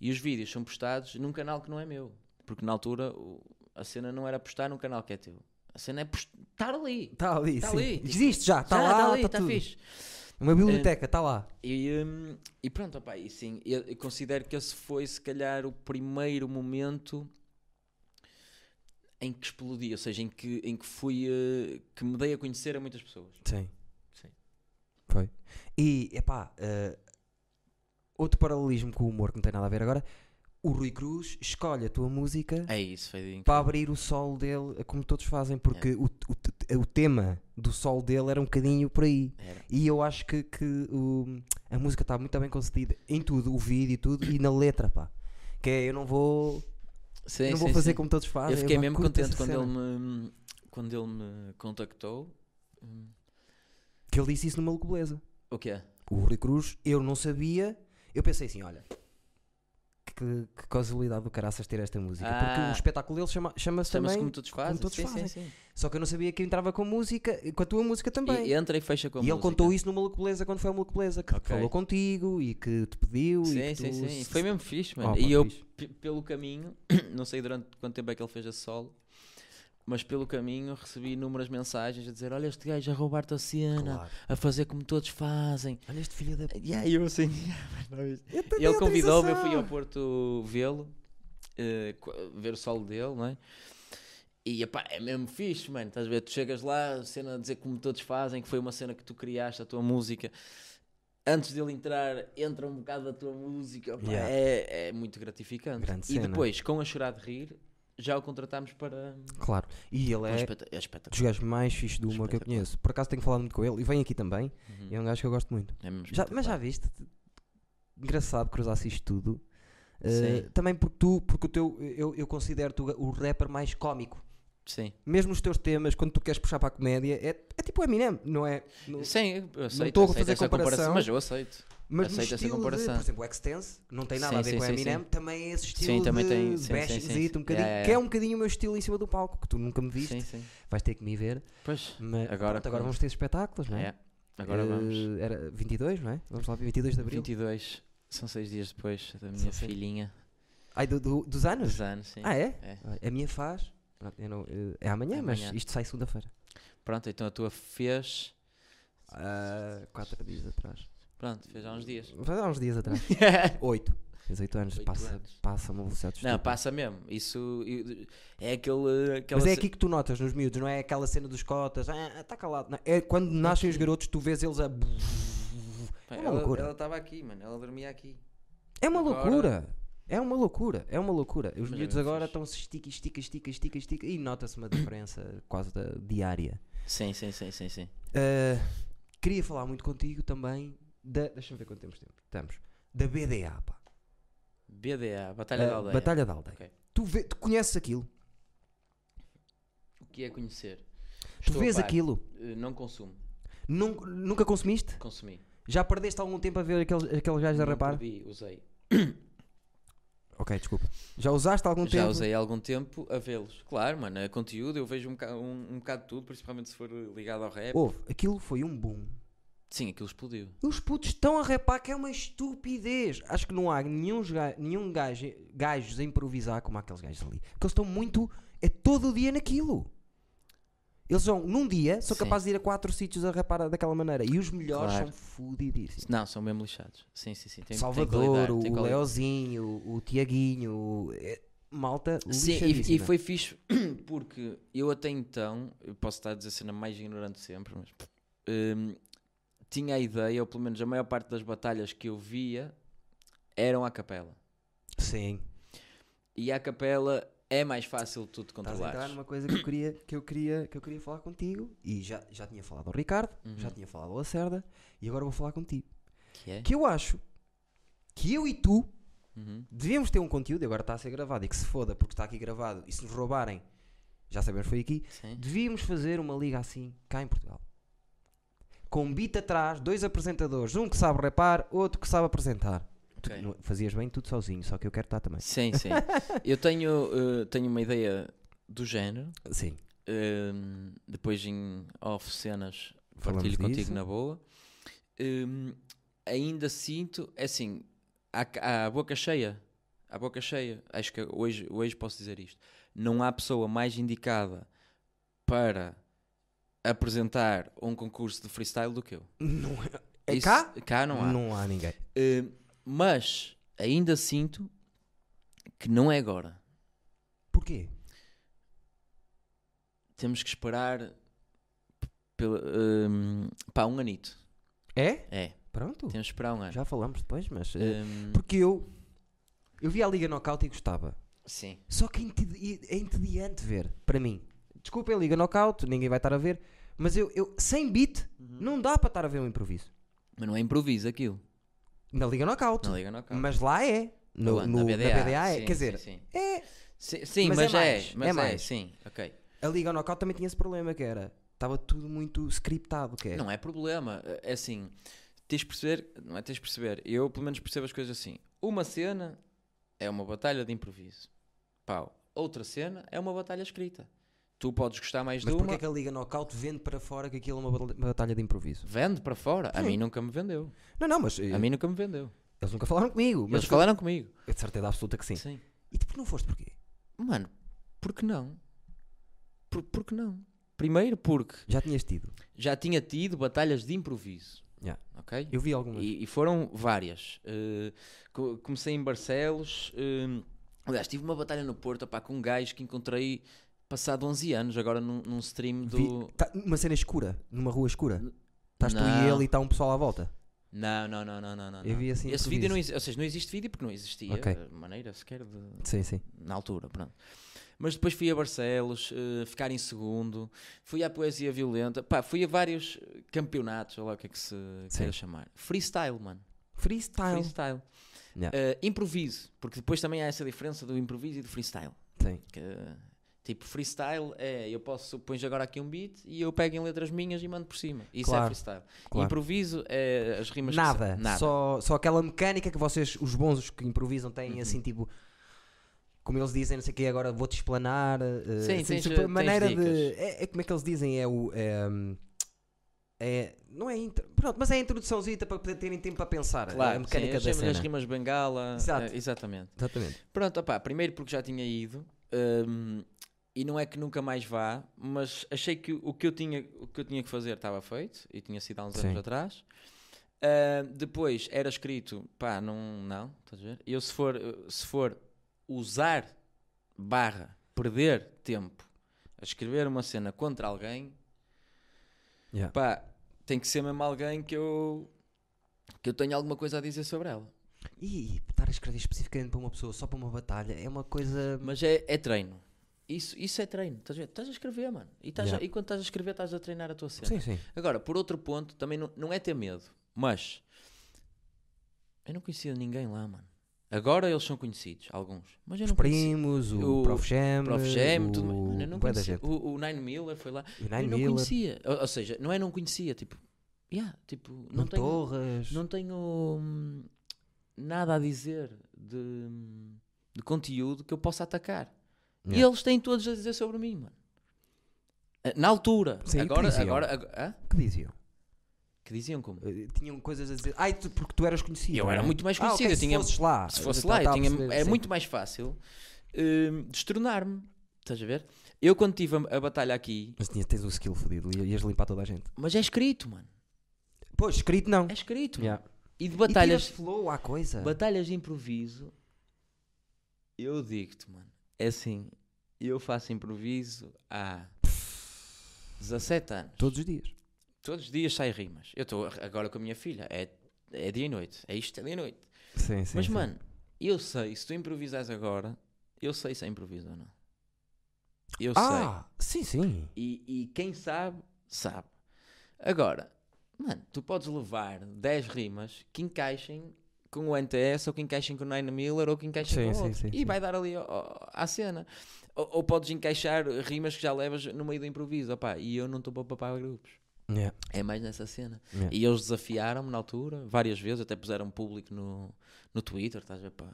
Speaker 2: E os vídeos são postados num canal que não é meu, porque na altura o- a cena não era postar num canal que é teu. A cena é postar ali.
Speaker 1: Está ali,
Speaker 2: Tá
Speaker 1: sim.
Speaker 2: ali, tipo,
Speaker 1: Existe já, está
Speaker 2: Já,
Speaker 1: lá,
Speaker 2: tá ali,
Speaker 1: tá
Speaker 2: tá
Speaker 1: tudo.
Speaker 2: fixe. Eh,
Speaker 1: Uma biblioteca, está lá.
Speaker 2: E, hum, e pronto, opa, e sim, eu eu considero que esse foi se calhar o primeiro momento em que explodi, ou seja, em que, em que fui eh, que me dei a conhecer a muitas pessoas.
Speaker 1: Sim.
Speaker 2: Sim.
Speaker 1: Foi. E, epá, eh, outro paralelismo com o humor que não tem nada a ver agora. o Rui Cruz escolhe a tua música
Speaker 2: É isso, Fadinho.
Speaker 1: para abrir o sol dele, como todos fazem, porque
Speaker 2: É.
Speaker 1: o, o- o tema do sol dele era um bocadinho por aí.
Speaker 2: Era.
Speaker 1: E eu acho que, que o- a música está muito bem concedida em tudo, o vídeo e tudo, e na letra, pá. Que é, eu não vou,
Speaker 2: Sim,
Speaker 1: não vou
Speaker 2: sim,
Speaker 1: fazer
Speaker 2: sim.
Speaker 1: como todos fazem.
Speaker 2: Eu fiquei
Speaker 1: pá,
Speaker 2: mesmo
Speaker 1: curto
Speaker 2: contente
Speaker 1: essa
Speaker 2: quando
Speaker 1: cena.
Speaker 2: ele, me, quando ele me contactou. Hum,
Speaker 1: Que ele disse isso numa Maluco Beleza.
Speaker 2: O que é?
Speaker 1: O Rui Cruz, eu não sabia. Eu pensei assim, olha, que, que casualidade do caraças ter esta música. Porque
Speaker 2: Ah.
Speaker 1: o espetáculo dele chama- chama-se
Speaker 2: Chama-se
Speaker 1: também...
Speaker 2: como todos fazem.
Speaker 1: todos
Speaker 2: sim,
Speaker 1: fazem.
Speaker 2: Sim, sim.
Speaker 1: Só que eu não sabia que entrava com música, com a tua música também.
Speaker 2: E, entra e fecha com a
Speaker 1: E ele
Speaker 2: música.
Speaker 1: contou isso no Maluco Beleza quando foi ao Maluco Beleza, que
Speaker 2: Ok.
Speaker 1: falou contigo e que te pediu
Speaker 2: Sim,
Speaker 1: e que
Speaker 2: sim,
Speaker 1: tu
Speaker 2: sim.
Speaker 1: se-
Speaker 2: Foi mesmo fixe, mano.
Speaker 1: Oh, pá,
Speaker 2: e eu,
Speaker 1: fixe.
Speaker 2: pe- pelo caminho, não sei durante quanto tempo é que ele fez a solo, mas pelo caminho recebi inúmeras mensagens a dizer: Olha, este gajo a roubar-te a cena,
Speaker 1: Claro.
Speaker 2: a fazer como todos fazem.
Speaker 1: Olha este filho da.
Speaker 2: E aí eu assim, "Yeah, mas não é isto."
Speaker 1: Eu te
Speaker 2: E
Speaker 1: dei
Speaker 2: ele convidou-me, eu
Speaker 1: autorização.
Speaker 2: fui ao Porto vê-lo, eh, co- ver o solo dele, não é? E epá, é mesmo fixe, mano. Estás a ver? Tu chegas lá, cena a dizer como todos fazem, que foi uma cena que tu criaste, a tua música. Antes dele entrar, entra um bocado da tua música. Opá,
Speaker 1: Yeah.
Speaker 2: é, é muito gratificante.
Speaker 1: Grande
Speaker 2: e
Speaker 1: cena.
Speaker 2: depois, com a chorar de rir, já o contratámos para.
Speaker 1: Claro. E ele
Speaker 2: para um
Speaker 1: é
Speaker 2: espeta- é espetacular.
Speaker 1: dos gajos mais fixes do humor que eu
Speaker 2: Espetacular.
Speaker 1: conheço. Por acaso tenho falado muito com ele e vem aqui também.
Speaker 2: Uhum.
Speaker 1: É um gajo que eu gosto muito.
Speaker 2: É mesmo
Speaker 1: Já- mas já
Speaker 2: espetacular.
Speaker 1: viste? Engraçado cruzar-se isto tudo. Uh,
Speaker 2: Sim.
Speaker 1: também porque tu, porque o teu, eu, eu considero-te o, o rapper mais cómico.
Speaker 2: Sim.
Speaker 1: Mesmo os teus temas, quando tu queres puxar para a comédia, é, é tipo o Eminem, não é? No-
Speaker 2: Sim,
Speaker 1: estou
Speaker 2: eu aceito.
Speaker 1: a
Speaker 2: aceito
Speaker 1: fazer
Speaker 2: essa
Speaker 1: comparação.
Speaker 2: mas eu aceito.
Speaker 1: Mas no
Speaker 2: Aceito essa
Speaker 1: estilo de,
Speaker 2: comparação.
Speaker 1: por exemplo, o Extense, que não tem nada
Speaker 2: Sim,
Speaker 1: a ver
Speaker 2: sim,
Speaker 1: com o
Speaker 2: sim,
Speaker 1: Eminem,
Speaker 2: sim.
Speaker 1: também é esse estilo
Speaker 2: Sim, também
Speaker 1: de
Speaker 2: tem- sim, sim,
Speaker 1: bashingzito,
Speaker 2: sim, sim.
Speaker 1: um bocadinho,
Speaker 2: Yeah, yeah,
Speaker 1: que é
Speaker 2: yeah.
Speaker 1: um bocadinho o meu estilo em cima do palco, que tu nunca me viste,
Speaker 2: Sim, sim.
Speaker 1: vais ter que me ver.
Speaker 2: Pois.
Speaker 1: Mas
Speaker 2: Agora
Speaker 1: pronto, agora
Speaker 2: com-
Speaker 1: vamos ter espetáculos, não é?
Speaker 2: É. Agora
Speaker 1: Eh,
Speaker 2: vamos.
Speaker 1: Era 22, não é? Vamos lá, 22 de abril.
Speaker 2: 22, são 6 dias depois da minha
Speaker 1: São seis.
Speaker 2: filhinha
Speaker 1: Ai, do- do- dos anos?
Speaker 2: dos anos. Sim.
Speaker 1: Ah, é?
Speaker 2: É.
Speaker 1: Ah, A minha faz. Pronto, eu não- eh, é amanhã,
Speaker 2: É
Speaker 1: mas
Speaker 2: amanhã.
Speaker 1: isto sai segunda-feira.
Speaker 2: Pronto, então a tua fez.
Speaker 1: Ah, quatro dias atrás.
Speaker 2: Pronto, fez há uns dias.
Speaker 1: Vai dar uns dias atrás. Oito. Fez oito anos.
Speaker 2: Oito
Speaker 1: passa,
Speaker 2: anos.
Speaker 1: passa uma velocidade
Speaker 2: Não,
Speaker 1: estúpida.
Speaker 2: passa mesmo. Isso eu- é aquele. Aquela
Speaker 1: Mas é
Speaker 2: ce-
Speaker 1: aqui que tu notas nos miúdos, não é aquela cena dos cotas, ah, está calado. Não, é quando nascem os garotos, tu vês eles a.
Speaker 2: Pá,
Speaker 1: é uma loucura.
Speaker 2: ela estava aqui, mano. Ela dormia aqui.
Speaker 1: É uma
Speaker 2: Agora-
Speaker 1: loucura! É uma loucura, é uma loucura. Os
Speaker 2: Mas é
Speaker 1: miúdos
Speaker 2: bem
Speaker 1: agora
Speaker 2: fixe.
Speaker 1: estão-se estica, estica, estica, estica, estica e nota-se uma diferença quase da, diária.
Speaker 2: Sim, sim, sim, sim, sim.
Speaker 1: Ah, queria falar muito contigo também da. Deixa-me ver quanto temos tempo. Estamos. Da BDA, pá.
Speaker 2: BDA, Batalha
Speaker 1: Ah,
Speaker 2: da Aldeia.
Speaker 1: Batalha da Aldeia.
Speaker 2: Ok.
Speaker 1: Tu, vê- tu conheces aquilo,
Speaker 2: O que é conhecer?
Speaker 1: tu
Speaker 2: Estou a
Speaker 1: vês
Speaker 2: par.
Speaker 1: aquilo,
Speaker 2: Eh, Não consumo.
Speaker 1: Nun- nunca consumiste?
Speaker 2: Consumi.
Speaker 1: Já perdeste algum tempo a ver aqueles, aqueles gajos a
Speaker 2: Não
Speaker 1: rapar?
Speaker 2: perdi, usei.
Speaker 1: Ok, desculpa. Já usaste algum
Speaker 2: Já
Speaker 1: Um tempo?
Speaker 2: usei há algum tempo a vê-los. Claro, mano, é conteúdo, eu vejo um bocado, um, um bocado de tudo, principalmente se for ligado ao rap.
Speaker 1: Houve, aquilo foi um boom.
Speaker 2: Sim, aquilo explodiu.
Speaker 1: Os putos estão a rapar que é uma estupidez. Acho que não há nenhum, ga- nenhum gajo, gajos a improvisar como aqueles gajos ali. Porque eles estão muito. É todo o dia naquilo. Eles são, num dia, são
Speaker 2: Sim.
Speaker 1: capazes de ir a quatro sítios a rapar daquela maneira. E os melhores
Speaker 2: Claro.
Speaker 1: são fudidíssimos.
Speaker 2: Não, são mesmo lixados. Sim, sim, sim. Tem, tem
Speaker 1: Salvador,
Speaker 2: qualidade, tem
Speaker 1: o
Speaker 2: qualidade.
Speaker 1: Leozinho, o Tiaguinho, o- é- malta.
Speaker 2: Sim, e- e,
Speaker 1: lixadíssima.
Speaker 2: foi fixe porque eu até então, eu posso estar a dizer a cena mais ignorante sempre, mas hum, tinha a ideia, ou pelo menos a maior parte das batalhas que eu via eram à capela.
Speaker 1: Sim.
Speaker 2: E à capela é mais fácil tu te
Speaker 1: Estás a entrar
Speaker 2: controlares.
Speaker 1: numa coisa que eu queria, que eu queria, que eu queria falar contigo e já, já tinha falado ao Ricardo,
Speaker 2: Uhum.
Speaker 1: já tinha falado ao Lacerda e agora vou falar contigo.
Speaker 2: Que é?
Speaker 1: Que eu acho que eu e tu
Speaker 2: Uhum.
Speaker 1: devíamos ter um conteúdo, e agora está a ser gravado e que se foda porque está aqui gravado e se nos roubarem, já sabemos que foi aqui,
Speaker 2: Sim.
Speaker 1: devíamos fazer uma liga assim cá em Portugal. Com um beat atrás, dois apresentadores, um que sabe rapar, outro que sabe apresentar. Tu
Speaker 2: Ok.
Speaker 1: não- fazias bem tudo sozinho, só que eu quero estar também.
Speaker 2: Sim, sim. Eu tenho, eh, tenho uma ideia do género.
Speaker 1: Sim.
Speaker 2: Hum, depois em off cenas
Speaker 1: Falamos
Speaker 2: partilho
Speaker 1: disso.
Speaker 2: contigo na boa. Hum, ainda sinto, é assim, há, ca- há boca cheia. Há boca cheia. Acho que hoje, hoje posso dizer isto. Não há pessoa mais indicada para apresentar um concurso de freestyle do que eu.
Speaker 1: Não é, é
Speaker 2: Isso-
Speaker 1: cá?
Speaker 2: Cá não há.
Speaker 1: Não há ninguém.
Speaker 2: Hum, mas ainda sinto que não é agora.
Speaker 1: Porquê?
Speaker 2: Temos que esperar p- pela, hum, pá, um anito.
Speaker 1: É?
Speaker 2: É,
Speaker 1: Pronto.
Speaker 2: temos que esperar um ano.
Speaker 1: Já falamos depois, mas. eh,
Speaker 2: Hum,
Speaker 1: porque eu. Eu vi a Liga Knockout e gostava.
Speaker 2: Sim.
Speaker 1: Só que é entedi- é entediante ver, para mim. Desculpem, Liga Knockout, ninguém vai estar a ver. Mas eu, eu sem beat,
Speaker 2: Uhum.
Speaker 1: não dá para estar a ver um improviso.
Speaker 2: Mas não é improviso aquilo.
Speaker 1: Na Liga Knockout.
Speaker 2: Na Tá Liga Knockout.
Speaker 1: Mas lá é. No,
Speaker 2: Lá,
Speaker 1: no- na, BDA, é.
Speaker 2: sim,
Speaker 1: Quer dizer,
Speaker 2: Sim, sim.
Speaker 1: é.
Speaker 2: Sim, sim,
Speaker 1: mas
Speaker 2: mas,
Speaker 1: é
Speaker 2: é.
Speaker 1: mais,
Speaker 2: mas
Speaker 1: é
Speaker 2: é,
Speaker 1: mais.
Speaker 2: sim. Ok.
Speaker 1: A Liga Knockout também tinha esse problema que era. Estava tudo muito scriptado. Que é.
Speaker 2: Não é problema. É assim. Tens de perceber. Não é tens de perceber. Eu, pelo menos, percebo as coisas assim. Uma cena é uma batalha de improviso. Pau. Outra cena é uma batalha escrita. Tu podes gostar mais
Speaker 1: Mas
Speaker 2: de
Speaker 1: porquê
Speaker 2: uma.
Speaker 1: é que a Liga Knockout vende para fora que aquilo é uma bata- uma batalha de improviso?
Speaker 2: Vende para fora. A
Speaker 1: Sim.
Speaker 2: mim nunca me vendeu.
Speaker 1: Não, não, mas eh,
Speaker 2: A mim nunca me vendeu.
Speaker 1: eles nunca falaram comigo. Mas
Speaker 2: Mas falaram comigo.
Speaker 1: eu- de certeza absoluta que sim.
Speaker 2: Sim.
Speaker 1: E tipo, não foste porquê?
Speaker 2: Mano, por que não? Por, por que não? Primeiro porque
Speaker 1: Já tinhas tido.
Speaker 2: já tinha tido batalhas de improviso.
Speaker 1: Já.
Speaker 2: Ok?
Speaker 1: Eu vi algumas.
Speaker 2: E, e foram várias. Eh, co- comecei em Barcelos. eh, aliás, tive uma batalha no Porto opá, com um gajo que encontrei passado 11 anos, agora num, num stream do.
Speaker 1: Vi- tá- uma cena escura, numa rua escura. Estás tu e
Speaker 2: Não.
Speaker 1: ele e está um pessoal à volta.
Speaker 2: Não, não, não, não, não, não.
Speaker 1: Eu vi assim
Speaker 2: Esse
Speaker 1: improviso.
Speaker 2: vídeo não existe, ou seja, não existe vídeo porque não existia
Speaker 1: Ok.
Speaker 2: eh, maneira sequer de,
Speaker 1: Sim, sim.
Speaker 2: na altura, pronto. Mas depois fui a Barcelos, eh, ficar em segundo, fui à Poesia Violenta, pá, fui a vários eh, campeonatos, sei lá o que é que se
Speaker 1: Sim.
Speaker 2: queira chamar. Freestyle, mano.
Speaker 1: Freestyle.
Speaker 2: Freestyle.
Speaker 1: Ah, Yeah.
Speaker 2: Eh, improviso, porque depois também há essa diferença do improviso e do freestyle.
Speaker 1: Sim.
Speaker 2: Que, tipo, freestyle é eu posso, pões agora aqui um beat e eu pego em letras minhas e mando por cima. Isso
Speaker 1: Claro,
Speaker 2: é freestyle.
Speaker 1: claro.
Speaker 2: Improviso é as rimas que
Speaker 1: nada,
Speaker 2: sa- nada.
Speaker 1: Só, só aquela mecânica que vocês, os bons que improvisam, têm
Speaker 2: Uhum.
Speaker 1: assim tipo. Como eles dizem, não sei o que, agora vou-te explanar. eh,
Speaker 2: Sim,
Speaker 1: assim,
Speaker 2: tens,
Speaker 1: tipo, a
Speaker 2: eh, tens
Speaker 1: maneira de.
Speaker 2: dicas.
Speaker 1: É, é como é que eles dizem? É o. É, hum, é- não é. intro- pronto, mas é a introduçãozita para poder terem tempo para pensar. é
Speaker 2: Claro,
Speaker 1: a mecânica
Speaker 2: sim,
Speaker 1: da
Speaker 2: eu chamo-lhe
Speaker 1: cena.
Speaker 2: as rimas bengala.
Speaker 1: Exato.
Speaker 2: eh, exatamente.
Speaker 1: Exatamente.
Speaker 2: Pronto, opá, primeiro porque já tinha ido hum, e não é que nunca mais vá, mas achei que o que eu tinha, o que, eu tinha que fazer estava feito e tinha sido há uns
Speaker 1: Sim.
Speaker 2: anos atrás. Ah, depois era escrito, pá, não, não, estás a ver? Eu se for, se for usar barra, perder tempo a escrever uma cena contra alguém,
Speaker 1: Yeah.
Speaker 2: pá, tem que ser mesmo alguém que eu, que eu tenha alguma coisa a dizer sobre ela.
Speaker 1: E estar a escrever especificamente para uma pessoa, só para uma batalha, é uma coisa.
Speaker 2: Mas é, é treino. Isso, isso é treino. Estás a, ver? Estás a escrever, mano. E, estás a-
Speaker 1: Yeah.
Speaker 2: e quando estás a escrever, estás a treinar a tua cena.
Speaker 1: Sim, sim.
Speaker 2: Agora, por outro ponto, também não, não é ter medo, mas eu não conhecia ninguém lá, mano. Agora eles são conhecidos, alguns. Mas eu
Speaker 1: Os
Speaker 2: não conhecia.
Speaker 1: primos, o,
Speaker 2: O
Speaker 1: Prof. Jam.
Speaker 2: Prof. Jam, tudo. mais. Mano, eu
Speaker 1: o
Speaker 2: não
Speaker 1: bué da
Speaker 2: conhecia.
Speaker 1: gente.
Speaker 2: O, o Nine Miller foi lá.
Speaker 1: O Nine
Speaker 2: eu não
Speaker 1: Miller,
Speaker 2: conhecia. Ou, ou seja, não é não conhecia, tipo. Yeah, tipo não,
Speaker 1: Nuno
Speaker 2: tenho,
Speaker 1: Torres.
Speaker 2: não tenho hum, nada a dizer de, de conteúdo que eu possa atacar. E
Speaker 1: Yeah.
Speaker 2: eles têm todos a dizer sobre mim, mano. Ah, Na altura.
Speaker 1: Sim,
Speaker 2: agora,
Speaker 1: diziam.
Speaker 2: agora, agora- hã?
Speaker 1: Que diziam?
Speaker 2: Que diziam como?
Speaker 1: Eh, tinham coisas a dizer. Ai, tu- porque tu eras conhecido.
Speaker 2: Eu era
Speaker 1: não é?
Speaker 2: muito mais
Speaker 1: Ah, ok,
Speaker 2: conhecido, eu tinha-
Speaker 1: Se fosses lá.
Speaker 2: Se fosse
Speaker 1: tá-
Speaker 2: lá,
Speaker 1: tá
Speaker 2: eu
Speaker 1: a
Speaker 2: tinha,
Speaker 1: perceber,
Speaker 2: era
Speaker 1: sim.
Speaker 2: muito mais fácil hum, destronar-me. Estás a ver? Eu quando tive a, a batalha aqui,
Speaker 1: Mas tinha, tens um skill fodido, ia- ias limpar toda a gente.
Speaker 2: mas é escrito, mano.
Speaker 1: Pois, escrito não.
Speaker 2: É escrito.
Speaker 1: Yeah.
Speaker 2: E de
Speaker 1: E tiras
Speaker 2: batalhas,
Speaker 1: flow à coisa.
Speaker 2: batalhas de improviso, eu digo-te, mano. É assim, eu faço improviso há 17 anos.
Speaker 1: Todos os dias.
Speaker 2: Todos os dias sai rimas. Eu estou agora com a minha filha. É, é dia e noite. É isto, é dia e noite.
Speaker 1: Sim, sim.
Speaker 2: Mas, mano, eu sei, se tu improvisares agora, eu sei se é improviso ou não. Eu sei.
Speaker 1: Ah, sim, sim.
Speaker 2: E, e quem sabe, sabe. Agora, mano, tu podes levar 10 rimas que encaixem com o NTS, ou que encaixem com o Nine Miller, ou que encaixem
Speaker 1: Sim,
Speaker 2: com
Speaker 1: sim,
Speaker 2: outro.
Speaker 1: sim,
Speaker 2: e
Speaker 1: sim.
Speaker 2: vai dar ali ao- ao- à cena. Ou, ou podes encaixar rimas que já levas no meio do improviso. Opá, e eu não estou para papar grupos.
Speaker 1: Yeah,
Speaker 2: É mais nessa cena.
Speaker 1: yeah.
Speaker 2: E eles desafiaram-me na altura, várias vezes, até puseram público no, no Twitter, estás a ver, para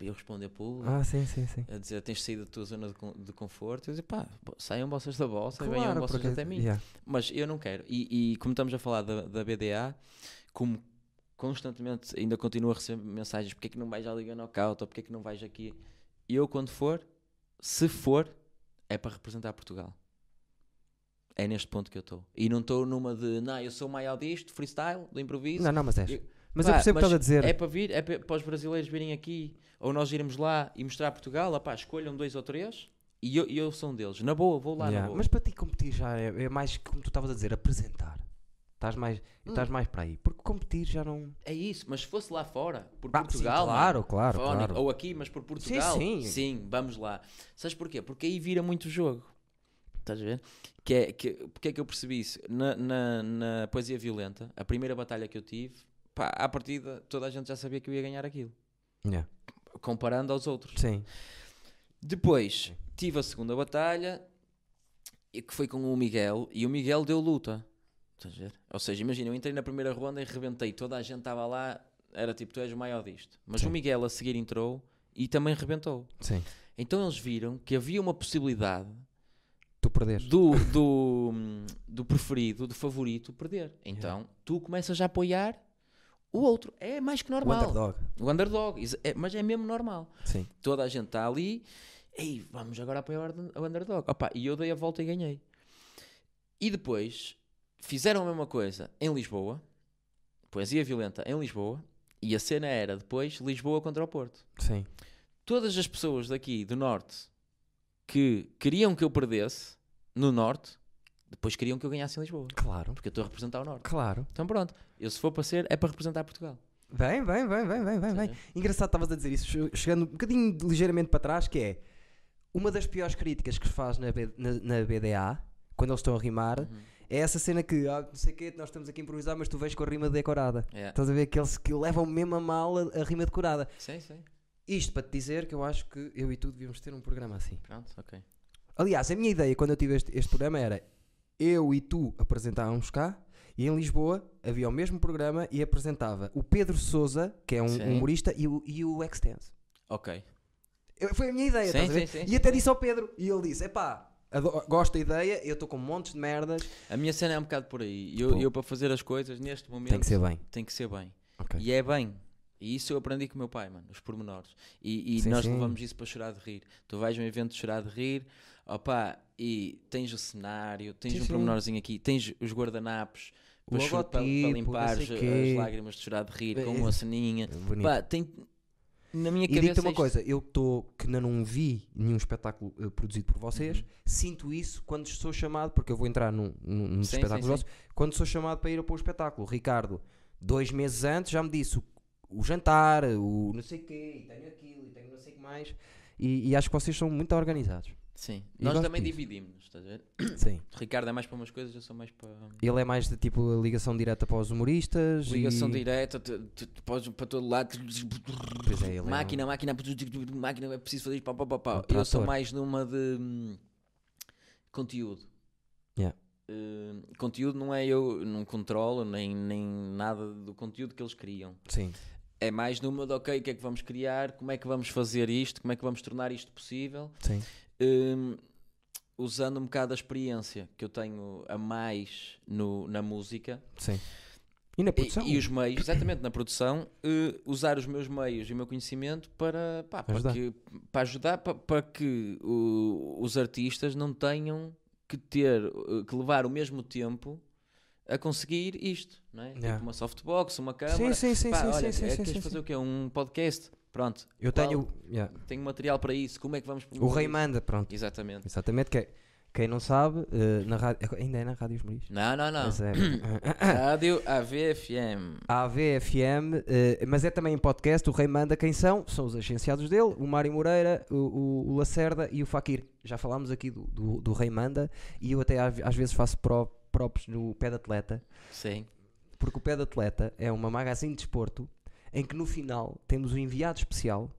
Speaker 2: eu responder público,
Speaker 1: Ah, sim, sim, sim.
Speaker 2: a dizer tens saído da tua zona de, con- de conforto, eu dizia pá, bo- saiam vocês da bolsa e venham
Speaker 1: Claro,
Speaker 2: vocês
Speaker 1: porque-
Speaker 2: até mim.
Speaker 1: yeah.
Speaker 2: Mas eu não quero. E, e como estamos a falar da, da BDA, como constantemente ainda continuo a receber mensagens, porque é que não vais à Liga Knockout, ou porque é que não vais aqui? Eu quando for, se for, é para representar Portugal. É neste ponto que eu estou. E não estou numa de, não, eu sou o maior disto, freestyle, do improviso.
Speaker 1: Não, não, mas és.
Speaker 2: Eu-
Speaker 1: Mas eu
Speaker 2: Pá,
Speaker 1: percebo o que estás a dizer.
Speaker 2: É para vir, é pa- para os brasileiros virem aqui, ou nós irmos lá e mostrar a Portugal, opá, escolham dois ou três, e eu, e eu sou um deles. Na boa, vou lá,
Speaker 1: Yeah,
Speaker 2: na boa.
Speaker 1: Mas para ti competir já é, é mais como tu estavas a dizer, apresentar. Estás
Speaker 2: Hum.
Speaker 1: mais, estás mais para aí. Porque competir já não.
Speaker 2: É isso, mas se fosse lá fora, por
Speaker 1: Ah, sim,
Speaker 2: Portugal. mano,
Speaker 1: claro, claro,
Speaker 2: fónico,
Speaker 1: claro.
Speaker 2: Ou aqui, mas por Portugal.
Speaker 1: sim.
Speaker 2: vamos lá. Sabes porquê? Porque aí vira muito jogo. Estás a ver? Que é, que, porque é que eu percebi isso? Na, na, na Poesia Violenta, a primeira batalha que eu tive, pá, à partida toda a gente já sabia que eu ia ganhar aquilo.
Speaker 1: Yeah.
Speaker 2: Comparando aos outros.
Speaker 1: Sim.
Speaker 2: Depois tive a segunda batalha e que foi com o Miguel e o Miguel deu luta. Estás a ver? Ou seja, imagina, eu entrei na primeira ronda e rebentei, toda a gente estava lá, era tipo, tu és o maior disto. Mas
Speaker 1: Sim.
Speaker 2: o Miguel a seguir entrou e também rebentou.
Speaker 1: Sim.
Speaker 2: Então eles viram que havia uma possibilidade
Speaker 1: Tu perdes.
Speaker 2: do, do, do preferido, do favorito, perder. Então tu começas a apoiar o outro. É mais que
Speaker 1: O
Speaker 2: normal.
Speaker 1: underdog.
Speaker 2: O underdog. Isso é- mas é mesmo normal
Speaker 1: Sim.
Speaker 2: toda a gente está ali, ei, vamos agora apoiar o underdog. Opa, e eu dei a volta e ganhei. E depois fizeram a mesma coisa em Lisboa, poesia violenta em Lisboa, e a cena era depois Lisboa contra o Porto.
Speaker 1: Sim.
Speaker 2: Todas as pessoas daqui do Norte que queriam que eu perdesse no Norte, depois queriam que eu ganhasse em Lisboa,
Speaker 1: Claro.
Speaker 2: porque eu estou a representar o Norte.
Speaker 1: Claro.
Speaker 2: Então pronto, eu se for para ser, é para representar Portugal.
Speaker 1: Bem, bem, bem, bem, bem, bem, Ah, bem. Engraçado, estavas a dizer isso, che- chegando um bocadinho de- ligeiramente para trás, que é uma das piores críticas que se faz na, B- na- na BDA, quando eles estão a rimar,
Speaker 2: Uhum.
Speaker 1: é essa cena que, ah, não sei o quê, nós estamos aqui a improvisar, mas tu vens com a rima decorada.
Speaker 2: É.
Speaker 1: Estás a ver aqueles que levam mesmo a mal a, a rima decorada.
Speaker 2: Sim, sim.
Speaker 1: Isto para te dizer que eu acho que eu e tu devíamos ter um programa assim.
Speaker 2: Pronto, ok.
Speaker 1: Aliás, a minha ideia quando eu tive este, este programa era eu e tu apresentávamos cá e em Lisboa havia o mesmo programa e apresentava o Pedro Souza, que é um
Speaker 2: Sim.
Speaker 1: humorista, e o, e o Extense.
Speaker 2: Ok.
Speaker 1: Eu- Foi a minha ideia,
Speaker 2: Sim,
Speaker 1: estás a ver?
Speaker 2: sim, sim,
Speaker 1: e
Speaker 2: sim,
Speaker 1: até
Speaker 2: sim.
Speaker 1: disse ao Pedro, e ele disse: epá, ado- gosto da ideia, eu estou com montes de merdas.
Speaker 2: A minha cena é um bocado por aí. Eu,
Speaker 1: Pô.
Speaker 2: eu para fazer as coisas neste momento
Speaker 1: Tem que ser bem.
Speaker 2: tem que ser bem.
Speaker 1: Ok.
Speaker 2: E é bem. E isso eu aprendi com o meu pai, mano, os pormenores. E, e
Speaker 1: Sim,
Speaker 2: nós
Speaker 1: sim.
Speaker 2: levamos isso para chorar de rir. Tu vais a um evento de chorar de rir, opá, e tens o cenário, tens
Speaker 1: Sim,
Speaker 2: um
Speaker 1: sim.
Speaker 2: pormenorzinho aqui, tens os guardanapos para, cho- para, para
Speaker 1: logotipo, não
Speaker 2: limpar
Speaker 1: sei
Speaker 2: as,
Speaker 1: quê.
Speaker 2: as lágrimas de chorar de rir
Speaker 1: É,
Speaker 2: com
Speaker 1: é-
Speaker 2: uma ceninha.
Speaker 1: Bonito.
Speaker 2: Pá, tem. Na minha
Speaker 1: e
Speaker 2: cabeça.
Speaker 1: digo-te uma
Speaker 2: isto-
Speaker 1: coisa, eu estou, que ainda não vi nenhum espetáculo eh, produzido por vocês,
Speaker 2: Uhum.
Speaker 1: sinto isso quando sou chamado, porque eu vou entrar num, num, num dos
Speaker 2: Sim,
Speaker 1: espetáculos
Speaker 2: sim,
Speaker 1: vossos, quando sou chamado para ir para o espetáculo. Ricardo, dois meses antes, já me disse o, o jantar, o não sei quê, e tenho aquilo, e tenho não sei o que mais, e, e acho que vocês são muito organizados.
Speaker 2: Sim.
Speaker 1: E
Speaker 2: Nós
Speaker 1: gosto
Speaker 2: também
Speaker 1: disso.
Speaker 2: dividimos-nos, estás a ver?
Speaker 1: Sim.
Speaker 2: O Ricardo é mais para umas coisas, eu sou mais para.
Speaker 1: Ele é mais de tipo a ligação direta para os humoristas.
Speaker 2: Ligação
Speaker 1: e...
Speaker 2: direta, tu, tu, tu podes para todo lado.
Speaker 1: Pois é, ele é um-
Speaker 2: máquina, máquina, máquina, é preciso fazer isto. Pá,
Speaker 1: É
Speaker 2: pá, pá,
Speaker 1: um
Speaker 2: pá. Eu
Speaker 1: trator.
Speaker 2: sou mais numa de hum, conteúdo.
Speaker 1: Yeah.
Speaker 2: Eh, conteúdo não é eu, não controlo nem, nem nada do conteúdo que eles criam.
Speaker 1: Sim.
Speaker 2: É mais numa de ok, o que é que vamos criar, como é que vamos fazer isto, como é que vamos tornar isto possível.
Speaker 1: Sim.
Speaker 2: Hum, usando um bocado a experiência que eu tenho a mais no, na música,
Speaker 1: Sim. E na produção?
Speaker 2: e, e os meios, exatamente na produção, eh, usar os meus meios e o meu conhecimento para, pá,
Speaker 1: Ajudar.
Speaker 2: para, que, para ajudar, pa- para, que o- os artistas não tenham que ter, eh, que levar o mesmo tempo a conseguir isto, não é?
Speaker 1: Yeah.
Speaker 2: Tipo uma softbox, uma câmera.
Speaker 1: Sim, sim, sim,
Speaker 2: pá,
Speaker 1: sim,
Speaker 2: olha,
Speaker 1: sim,
Speaker 2: é,
Speaker 1: sim,
Speaker 2: queres
Speaker 1: sim,
Speaker 2: fazer
Speaker 1: sim.
Speaker 2: o quê? Um podcast? Pronto,
Speaker 1: Eu
Speaker 2: qual-
Speaker 1: tenho. yeah.
Speaker 2: tenho material para isso, como é que vamos
Speaker 1: O
Speaker 2: promover
Speaker 1: rei
Speaker 2: isso?
Speaker 1: manda, pronto.
Speaker 2: Exatamente.
Speaker 1: Exatamente, que, é- quem não sabe, eh, na rádio, ainda é na Rádio Esmoriz?
Speaker 2: Não, não, não.
Speaker 1: Mas é-
Speaker 2: Rádio AVFM.
Speaker 1: A AVFM, eh, mas é também em podcast, o Rei Manda quem são? São os agenciados dele, o Mário Moreira, o, o- o Lacerda e o Fakir. Já falámos aqui do, do, do Rei Manda e eu até às, às vezes faço pro- props no pé de atleta,
Speaker 2: Sim.
Speaker 1: porque o pé de atleta é uma magazine de desporto em que no final temos um enviado especial,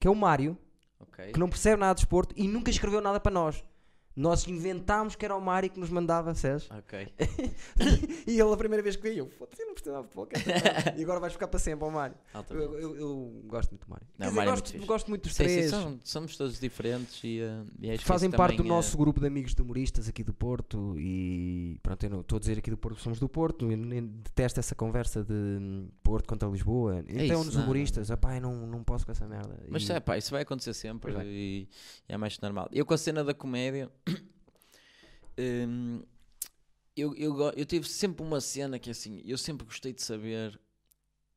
Speaker 1: que é o Mário,
Speaker 2: Ok.
Speaker 1: que não percebe nada de desporto e nunca escreveu nada para nós. Nós inventámos que era o Mário que nos mandava, Sérgio.
Speaker 2: Ok.
Speaker 1: E ele a primeira vez que veio, eu, foda-se, eu não percebo nada de podcast. E agora vais ficar para sempre ao Mário. Eu,
Speaker 2: Altamente.
Speaker 1: eu- eu gosto muito do Mário. Quer
Speaker 2: Tá Não,
Speaker 1: dizer,
Speaker 2: Mário é muito
Speaker 1: gosto,
Speaker 2: fixe.
Speaker 1: gosto muito dos
Speaker 2: Sim, sim,
Speaker 1: três.
Speaker 2: são- somos todos diferentes e, eh, e acho que
Speaker 1: Fazem
Speaker 2: isso
Speaker 1: parte do
Speaker 2: também, eh,
Speaker 1: nosso grupo de amigos de humoristas aqui do Porto e pronto, eu não estou a dizer aqui do Porto, somos do Porto, eu nem detesto essa conversa de hum, Porto contra Lisboa. então
Speaker 2: É isso,
Speaker 1: nos
Speaker 2: não,
Speaker 1: humoristas, ah pá, eu não, não posso com essa merda.
Speaker 2: Mas
Speaker 1: E-
Speaker 2: é, pá, isso vai acontecer sempre
Speaker 1: Pois vai.
Speaker 2: e e é mais que normal. Eu com a cena da comédia, hum, eu, eu, go- eu tive sempre uma cena que assim, eu sempre gostei de saber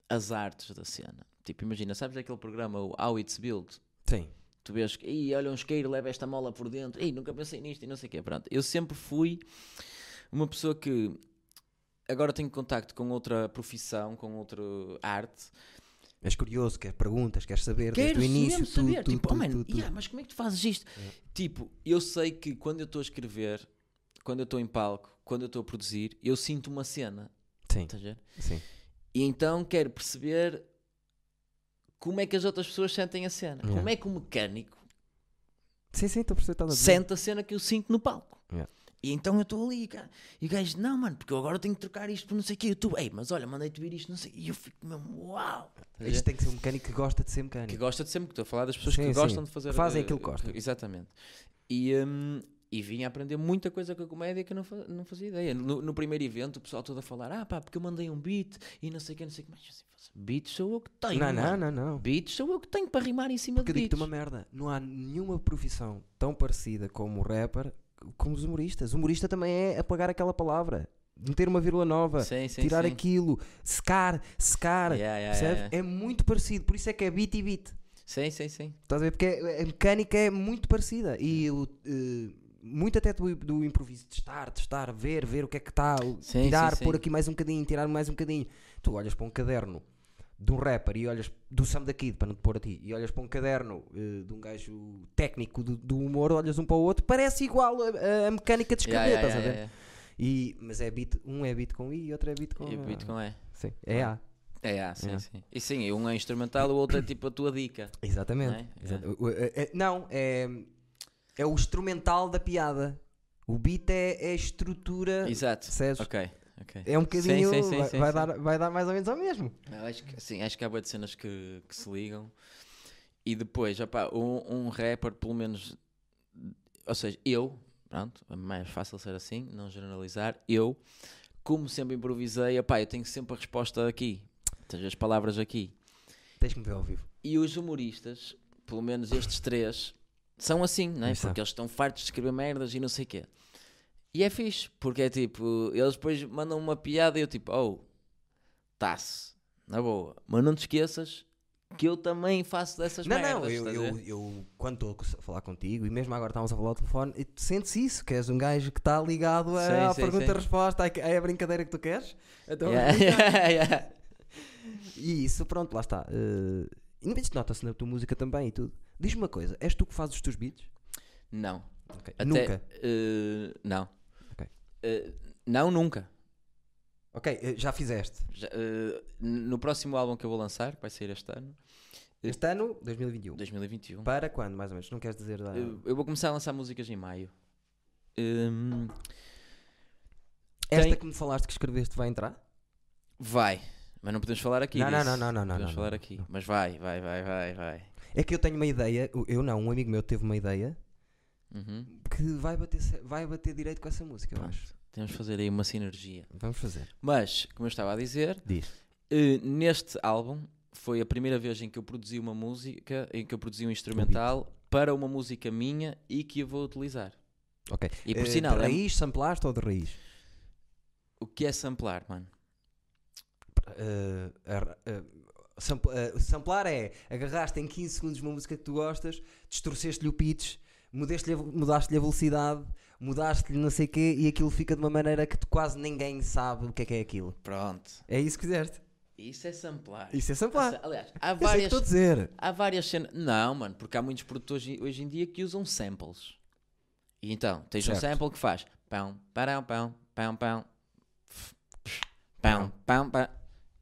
Speaker 2: as artes da cena. Tipo, imagina, sabes aquele programa, o How It's Built?
Speaker 1: Sim,
Speaker 2: Tu vês que, "Ih, olha um isqueiro, leva esta mola por dentro, Ei, nunca pensei nisto e não sei o quê. Pronto, eu sempre fui uma pessoa que agora tenho contacto com outra profissão, com outra arte.
Speaker 1: És curioso, quer perguntas, queres saber
Speaker 2: Quero
Speaker 1: desde o início.
Speaker 2: mesmo
Speaker 1: tu,
Speaker 2: saber,
Speaker 1: tu,
Speaker 2: tipo,
Speaker 1: tu,
Speaker 2: oh,
Speaker 1: tu,
Speaker 2: mano,
Speaker 1: tu.
Speaker 2: yeah, mas como é que tu fazes isto? Tipo, eu sei que quando eu estou a escrever, quando eu estou em palco, quando eu estou a produzir, eu sinto uma cena,
Speaker 1: Sim,
Speaker 2: estás a ver?
Speaker 1: sim.
Speaker 2: E então quero perceber como é que as outras pessoas sentem a cena.
Speaker 1: Yeah.
Speaker 2: Como é que o mecânico
Speaker 1: Sim, sim, estou a perceber. o que estás a dizer.
Speaker 2: sente a cena que eu sinto no palco.
Speaker 1: Yeah.
Speaker 2: E então eu estou ali, cara. E o gajo, não, mano, porque eu agora tenho que trocar isto por não sei o quê. E tu, ei, mas olha, mandei-te vir isto, não sei. E eu fico mesmo, uau!
Speaker 1: Isto tem que ser um mecânico que gosta de ser
Speaker 2: é Que
Speaker 1: mecânico.
Speaker 2: gosta de sempre, que estou a falar das pessoas
Speaker 1: Sim,
Speaker 2: que
Speaker 1: sim.
Speaker 2: gostam de fazer.
Speaker 1: Que fazem
Speaker 2: eh,
Speaker 1: aquilo que gostam.
Speaker 2: Exatamente. E, hum, e vim a aprender muita coisa com a comédia que eu não, fa- não fazia ideia. No, no primeiro evento, o pessoal todo a falar, ah pá, porque eu mandei um beat e não sei o que, não sei o que mais. Eu Assim, "Foda-se, beats sou eu que tenho.
Speaker 1: Não, não,
Speaker 2: mano.
Speaker 1: não, não.
Speaker 2: Beats sou eu que tenho para rimar em cima
Speaker 1: Porque eu
Speaker 2: de
Speaker 1: digo-te
Speaker 2: beats.
Speaker 1: uma merda. Não há nenhuma profissão tão parecida como o rapper como os humoristas. O humorista também é apagar aquela palavra, meter uma vírgula nova,
Speaker 2: Sim, sim,
Speaker 1: tirar
Speaker 2: sim.
Speaker 1: aquilo, secar, secar.
Speaker 2: Yeah, yeah,
Speaker 1: percebe?
Speaker 2: yeah, yeah.
Speaker 1: É muito parecido. Por isso é que é beat e beat.
Speaker 2: Sim, sim, sim.
Speaker 1: Estás a ver? Porque é- a mecânica é muito parecida. E o, eh, muito até do, do improviso, testar, testar, ver, ver o que é que está, o-
Speaker 2: Sim,
Speaker 1: tirar,
Speaker 2: sim, sim.
Speaker 1: pôr aqui mais um bocadinho, tirar mais um bocadinho. Tu olhas para um caderno de um rapper e olhas do Sam da Kid, para não te pôr a ti, e olhas para um caderno eh, de um gajo técnico do, do humor, olhas um para o outro, parece igual a, a- a mecânica de escrever,
Speaker 2: Yeah, yeah,
Speaker 1: estás a ver?
Speaker 2: yeah, yeah.
Speaker 1: E, mas é beat, um é beat com I e outro é beat com
Speaker 2: E o beat com E.
Speaker 1: Sim, é A.
Speaker 2: É, ah, sim,
Speaker 1: Yeah.
Speaker 2: sim. E sim, e um é instrumental, o outro é tipo a tua dica.
Speaker 1: Exatamente.
Speaker 2: Não é?
Speaker 1: Exata- o- o- é- é- Não, é, é o instrumental da piada. O beat é, é a estrutura.
Speaker 2: Exato.
Speaker 1: percebes?
Speaker 2: Ok, ok.
Speaker 1: É um bocadinho.
Speaker 2: sim, sim,
Speaker 1: vai,
Speaker 2: sim,
Speaker 1: vai
Speaker 2: sim.
Speaker 1: Dar, vai dar mais ou menos ao mesmo.
Speaker 2: Não, acho que, sim, acho que há boas cenas que, que se ligam. E depois, opá, um, um rapper, pelo menos. Ou seja, eu, pronto, é mais fácil ser assim, não generalizar. Eu, como sempre improvisei, opá, eu tenho sempre a resposta aqui. Tens as palavras aqui.
Speaker 1: Tens que me ver ao vivo.
Speaker 2: E os humoristas, pelo menos estes três, são assim, não é?
Speaker 1: Pois são.
Speaker 2: Porque eles estão fartos de escrever merdas e não sei o quê. E é fixe, porque é tipo, eles depois mandam uma piada e eu tipo, oh, tá-se, na boa. Mas não te esqueças que eu também faço dessas
Speaker 1: não,
Speaker 2: merdas.
Speaker 1: não, eu,
Speaker 2: estás a
Speaker 1: eu,
Speaker 2: ver?
Speaker 1: eu- quando estou a falar contigo, e mesmo agora estávamos a falar ao telefone, e tu sentes isso, que és um gajo que está ligado a-
Speaker 2: Sim,
Speaker 1: à
Speaker 2: sim,
Speaker 1: pergunta-resposta, à- é a brincadeira que tu queres. Então,
Speaker 2: Yeah, yeah, yeah.
Speaker 1: E isso, pronto, lá está. Eh, e isto nota-se na tua música também e tudo. Diz-me uma coisa, és tu que fazes os teus beats?
Speaker 2: Não,
Speaker 1: Ok.
Speaker 2: até,
Speaker 1: Nunca.
Speaker 2: eh, não.
Speaker 1: Ok.
Speaker 2: Eh, não, nunca.
Speaker 1: Ok, eh, já fizeste.
Speaker 2: Já, eh, no próximo álbum que eu vou lançar, que vai sair este ano,
Speaker 1: Este ano, 2021.
Speaker 2: 2021.
Speaker 1: Para quando, mais ou menos? Não queres dizer da...
Speaker 2: Eu, eu vou começar a lançar músicas em maio. Hum,
Speaker 1: Esta
Speaker 2: tem-
Speaker 1: que me falaste que escreveste vai entrar?
Speaker 2: vai, mas não podemos falar aqui.
Speaker 1: Não, não,
Speaker 2: disso.
Speaker 1: não, não, não, não,
Speaker 2: Podemos
Speaker 1: não,
Speaker 2: falar
Speaker 1: não,
Speaker 2: aqui. Mas vai, vai, vai, vai, vai.
Speaker 1: É que eu tenho uma ideia, o- eu não, um amigo meu teve uma ideia
Speaker 2: Uhum.
Speaker 1: que vai bater, ce- vai bater direito com essa música, eu
Speaker 2: Pronto.
Speaker 1: acho.
Speaker 2: Temos de fazer aí uma sinergia.
Speaker 1: Vamos fazer.
Speaker 2: Mas, como eu estava a dizer,
Speaker 1: Diz.
Speaker 2: eh, neste álbum foi a primeira vez em que eu produzi uma música, em que eu produzi um instrumental para uma música minha e que eu vou utilizar.
Speaker 1: Ok.
Speaker 2: E por
Speaker 1: Eh,
Speaker 2: sinal,
Speaker 1: De
Speaker 2: é-
Speaker 1: raiz, samplaste ou de raiz?
Speaker 2: o que é samplar, mano?
Speaker 1: Eh, a- eh, sampl- eh, samplar é agarraste em 15 segundos uma música que tu gostas, distorceste-lhe o pitch, mudaste-lhe a- mudaste-lhe a velocidade, mudaste-lhe não sei o quê e aquilo fica de uma maneira que tu quase ninguém sabe o que é que é aquilo.
Speaker 2: Pronto.
Speaker 1: É isso que fizeste.
Speaker 2: Isso é samplar.
Speaker 1: Isso é samplar.
Speaker 2: Aliás,
Speaker 1: Eu
Speaker 2: há
Speaker 1: sei o que
Speaker 2: várias,
Speaker 1: estou a dizer.
Speaker 2: Há várias cenas. Não, mano, porque há muitos produtores i- hoje em dia que usam samples. E então, tens um
Speaker 1: Certo.
Speaker 2: sample que faz pão, parão, pão, pão, pão, f- psh, pão, pão, pão.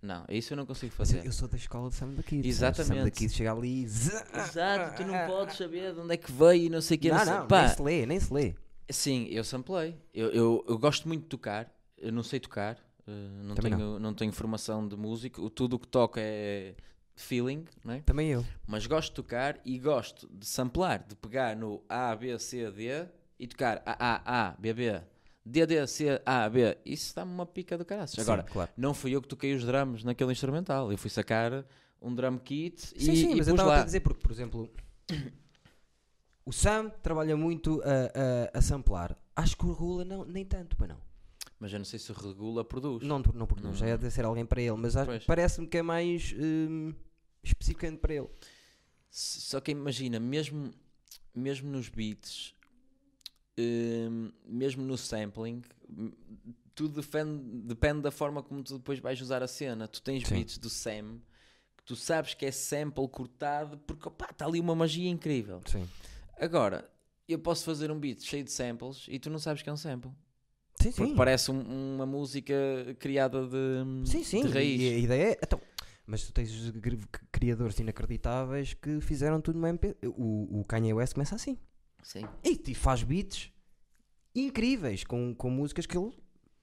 Speaker 2: Não, isso eu não consigo
Speaker 1: Mas eu,
Speaker 2: fazer.
Speaker 1: eu sou da escola de Sam da Kid. Sam da
Speaker 2: Exatamente.
Speaker 1: Kid chega ali e... zá-
Speaker 2: Exato, tu não podes saber de onde é que veio e não sei o que.
Speaker 1: Não,
Speaker 2: sei-
Speaker 1: não,
Speaker 2: pá,
Speaker 1: nem se lê, nem se lê.
Speaker 2: Sim, eu samplei. Eu, eu, eu gosto muito de tocar, eu não sei tocar, eh, não,
Speaker 1: Também
Speaker 2: tenho, não. tenho formação de músico, o- tudo o que toco é feeling, não é?
Speaker 1: Também eu.
Speaker 2: mas gosto de tocar e gosto de samplar, de pegar no A, B, C, D e tocar A, A, A, B, B, D, D, C, A, B. Isso dá-me uma pica do caraças. Agora,
Speaker 1: Sim, claro.
Speaker 2: não fui eu que toquei os drums naquele instrumental, eu fui sacar um drum kit e,
Speaker 1: Sim, sim,
Speaker 2: e
Speaker 1: mas eu
Speaker 2: pus
Speaker 1: estava
Speaker 2: lá.
Speaker 1: a dizer porque, por exemplo, o Sam trabalha muito a, a, a samplar. Acho que o Rula não, nem tanto, para não.
Speaker 2: Mas eu não sei se regula produz.
Speaker 1: Não, não produz, já é de ser alguém para ele, mas acho-
Speaker 2: Hum. Pois.
Speaker 1: parece-me que é mais hum, especificamente para ele.
Speaker 2: S- Só que imagina, mesmo, mesmo nos beats, hum, mesmo no sampling, hum, tudo defende, depende da forma como tu depois vais usar a cena. Tu tens
Speaker 1: Sim.
Speaker 2: beats do Sam que tu sabes que é sample cortado porque opá, está ali uma magia incrível.
Speaker 1: Sim.
Speaker 2: Agora, eu posso fazer um beat cheio de samples e tu não sabes que é um sample.
Speaker 1: Sim,
Speaker 2: Porque
Speaker 1: sim.
Speaker 2: parece um- uma música criada de,
Speaker 1: Sim, sim.
Speaker 2: de raiz.
Speaker 1: E a ideia é. Então, mas tu tens os gri- criadores inacreditáveis que fizeram tudo no MP. O, o Kanye West começa assim.
Speaker 2: Sim.
Speaker 1: E, e faz beats incríveis com, com músicas que ele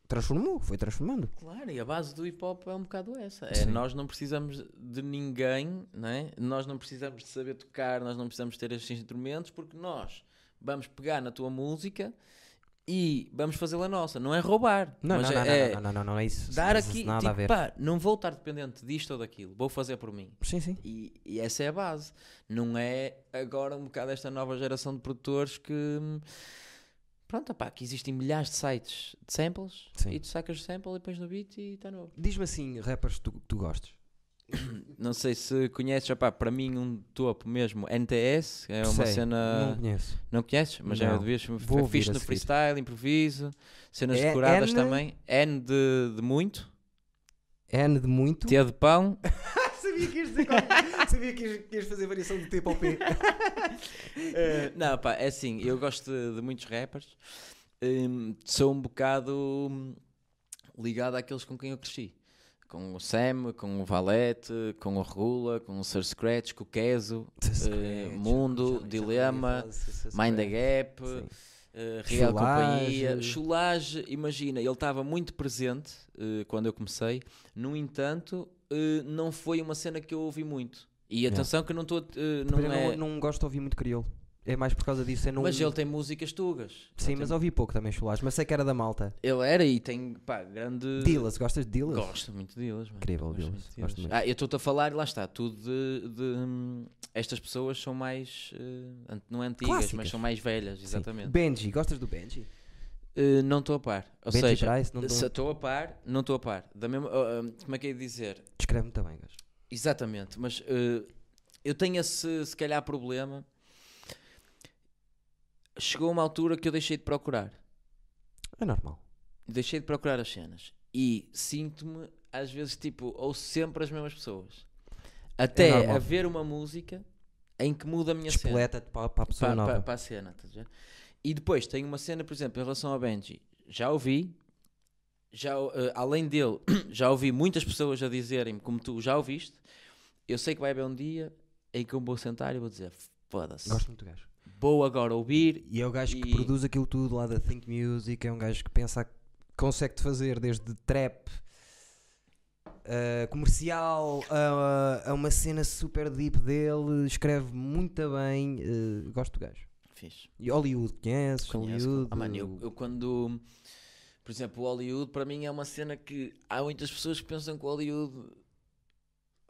Speaker 1: transformou, foi transformando.
Speaker 2: Claro, e a base do hip hop é um bocado essa. É,
Speaker 1: Sim.
Speaker 2: nós não precisamos de ninguém, né? nós não precisamos de saber tocar, nós não precisamos ter estes instrumentos, porque nós vamos pegar na tua música e vamos fazê-la nossa. Não é roubar,
Speaker 1: Não,
Speaker 2: mas
Speaker 1: não, não,
Speaker 2: é
Speaker 1: não, não, não, não, não é isso.
Speaker 2: dar
Speaker 1: não tem
Speaker 2: aqui,
Speaker 1: nada a
Speaker 2: tipo,
Speaker 1: ver.
Speaker 2: pá, não vou estar dependente disto ou daquilo, vou fazer por mim.
Speaker 1: Sim, sim.
Speaker 2: E, e essa é a base. Não é agora um bocado esta nova geração de produtores que. hum, Pronto, opá, que existem milhares de sites de samples
Speaker 1: Sim.
Speaker 2: e tu sacas o sample e pões no beat e está novo.
Speaker 1: Diz-me assim, rappers que tu, que tu gostes.
Speaker 2: Não sei se conheces, opá, para mim um topo mesmo, NTS, é uma
Speaker 1: Sei,
Speaker 2: cena.
Speaker 1: Não
Speaker 2: Não,
Speaker 1: conheço.
Speaker 2: conheces? Mas é
Speaker 1: Não.
Speaker 2: devias
Speaker 1: Vou ouvir
Speaker 2: fixe
Speaker 1: a
Speaker 2: no
Speaker 1: seguir.
Speaker 2: freestyle, improviso, cenas
Speaker 1: É
Speaker 2: decoradas
Speaker 1: N-
Speaker 2: também. N de, de muito,
Speaker 1: É N de muito. Ah,
Speaker 2: T é de pão,
Speaker 1: Sabia que ias dizer qualquer- Sabia que ias, que ias fazer variação do T para o P.
Speaker 2: Eh, não, pá, é assim, eu gosto de, de muitos rappers, Hum, sou um bocado hum, ligado àqueles com quem eu cresci. Com o Sam, com o Valete, com o Regula, com o Sir Scratch, com o Keso, Eh, Mundo, Dilema, Mind the Gap, eh, Real
Speaker 1: Chulage.
Speaker 2: Companhia. Chulage, imagina, ele estava muito presente eh, quando eu comecei, no entanto, eh, não foi uma cena que eu ouvi muito. E
Speaker 1: Yeah.
Speaker 2: atenção que eu não estou. eh,
Speaker 1: Tipo, Não,
Speaker 2: não é...
Speaker 1: não, gosto de ouvir muito crioulo. É mais por causa disso. Eu não...
Speaker 2: Mas ele tem músicas tugas.
Speaker 1: Sim,
Speaker 2: Ele
Speaker 1: mas
Speaker 2: tem-
Speaker 1: ouvi pouco também chulás. Mas sei que era da malta.
Speaker 2: Ele era e tem, pá, grande.
Speaker 1: Dillas, gostas de Dillas?
Speaker 2: Eh, Gosto muito deles, mano.
Speaker 1: Incrível,
Speaker 2: Gosto
Speaker 1: Dillas.
Speaker 2: muito de
Speaker 1: Gosto
Speaker 2: Dillas.
Speaker 1: muito.
Speaker 2: Ah, eu estou-te a falar, lá está, tudo de. de, hum, estas pessoas são mais. eh, ant- não antigas,
Speaker 1: Clássicas.
Speaker 2: mas são mais velhas,
Speaker 1: Sim.
Speaker 2: exatamente.
Speaker 1: Benji, gostas do Benji?
Speaker 2: Eh, não estou a par. Ou
Speaker 1: Benji
Speaker 2: seja,
Speaker 1: Price, não
Speaker 2: se
Speaker 1: estou.
Speaker 2: estou a par, não estou a par. Da mesma, ah, ah, como é que é de dizer?
Speaker 1: Descreve-me também, gajo.
Speaker 2: Exatamente, mas eh, eu tenho esse, se calhar, problema. Chegou uma altura que eu deixei de procurar.
Speaker 1: É normal.
Speaker 2: deixei de procurar as cenas e sinto-me às vezes tipo ou sempre as mesmas pessoas
Speaker 1: É
Speaker 2: até
Speaker 1: normal.
Speaker 2: haver uma música em que muda a minha cena
Speaker 1: Espoleta-te para, para a pessoa
Speaker 2: para,
Speaker 1: nova.
Speaker 2: para, a cena estás a ver? e depois tem uma cena por exemplo em relação ao Benji já ouvi já o- eh, além dele já ouvi muitas pessoas a dizerem como tu já ouviste eu sei que vai haver um dia em que eu vou sentar e vou dizer foda-se
Speaker 1: Gosto muito do gajo.
Speaker 2: vou agora ouvir
Speaker 1: E é o gajo que
Speaker 2: E-
Speaker 1: produz aquilo tudo lá da Think Music. É um gajo que pensa, consegue-te fazer desde trap, ah, comercial, a, a uma cena super deep dele. Escreve muito bem. ah, gosto do gajo.
Speaker 2: fixe
Speaker 1: E Hollywood, conheces?
Speaker 2: Conheço,
Speaker 1: Hollywood.
Speaker 2: Ah, mano, eu, eu quando. Por exemplo, o Hollywood, para mim é uma cena que há muitas pessoas que pensam que o Hollywood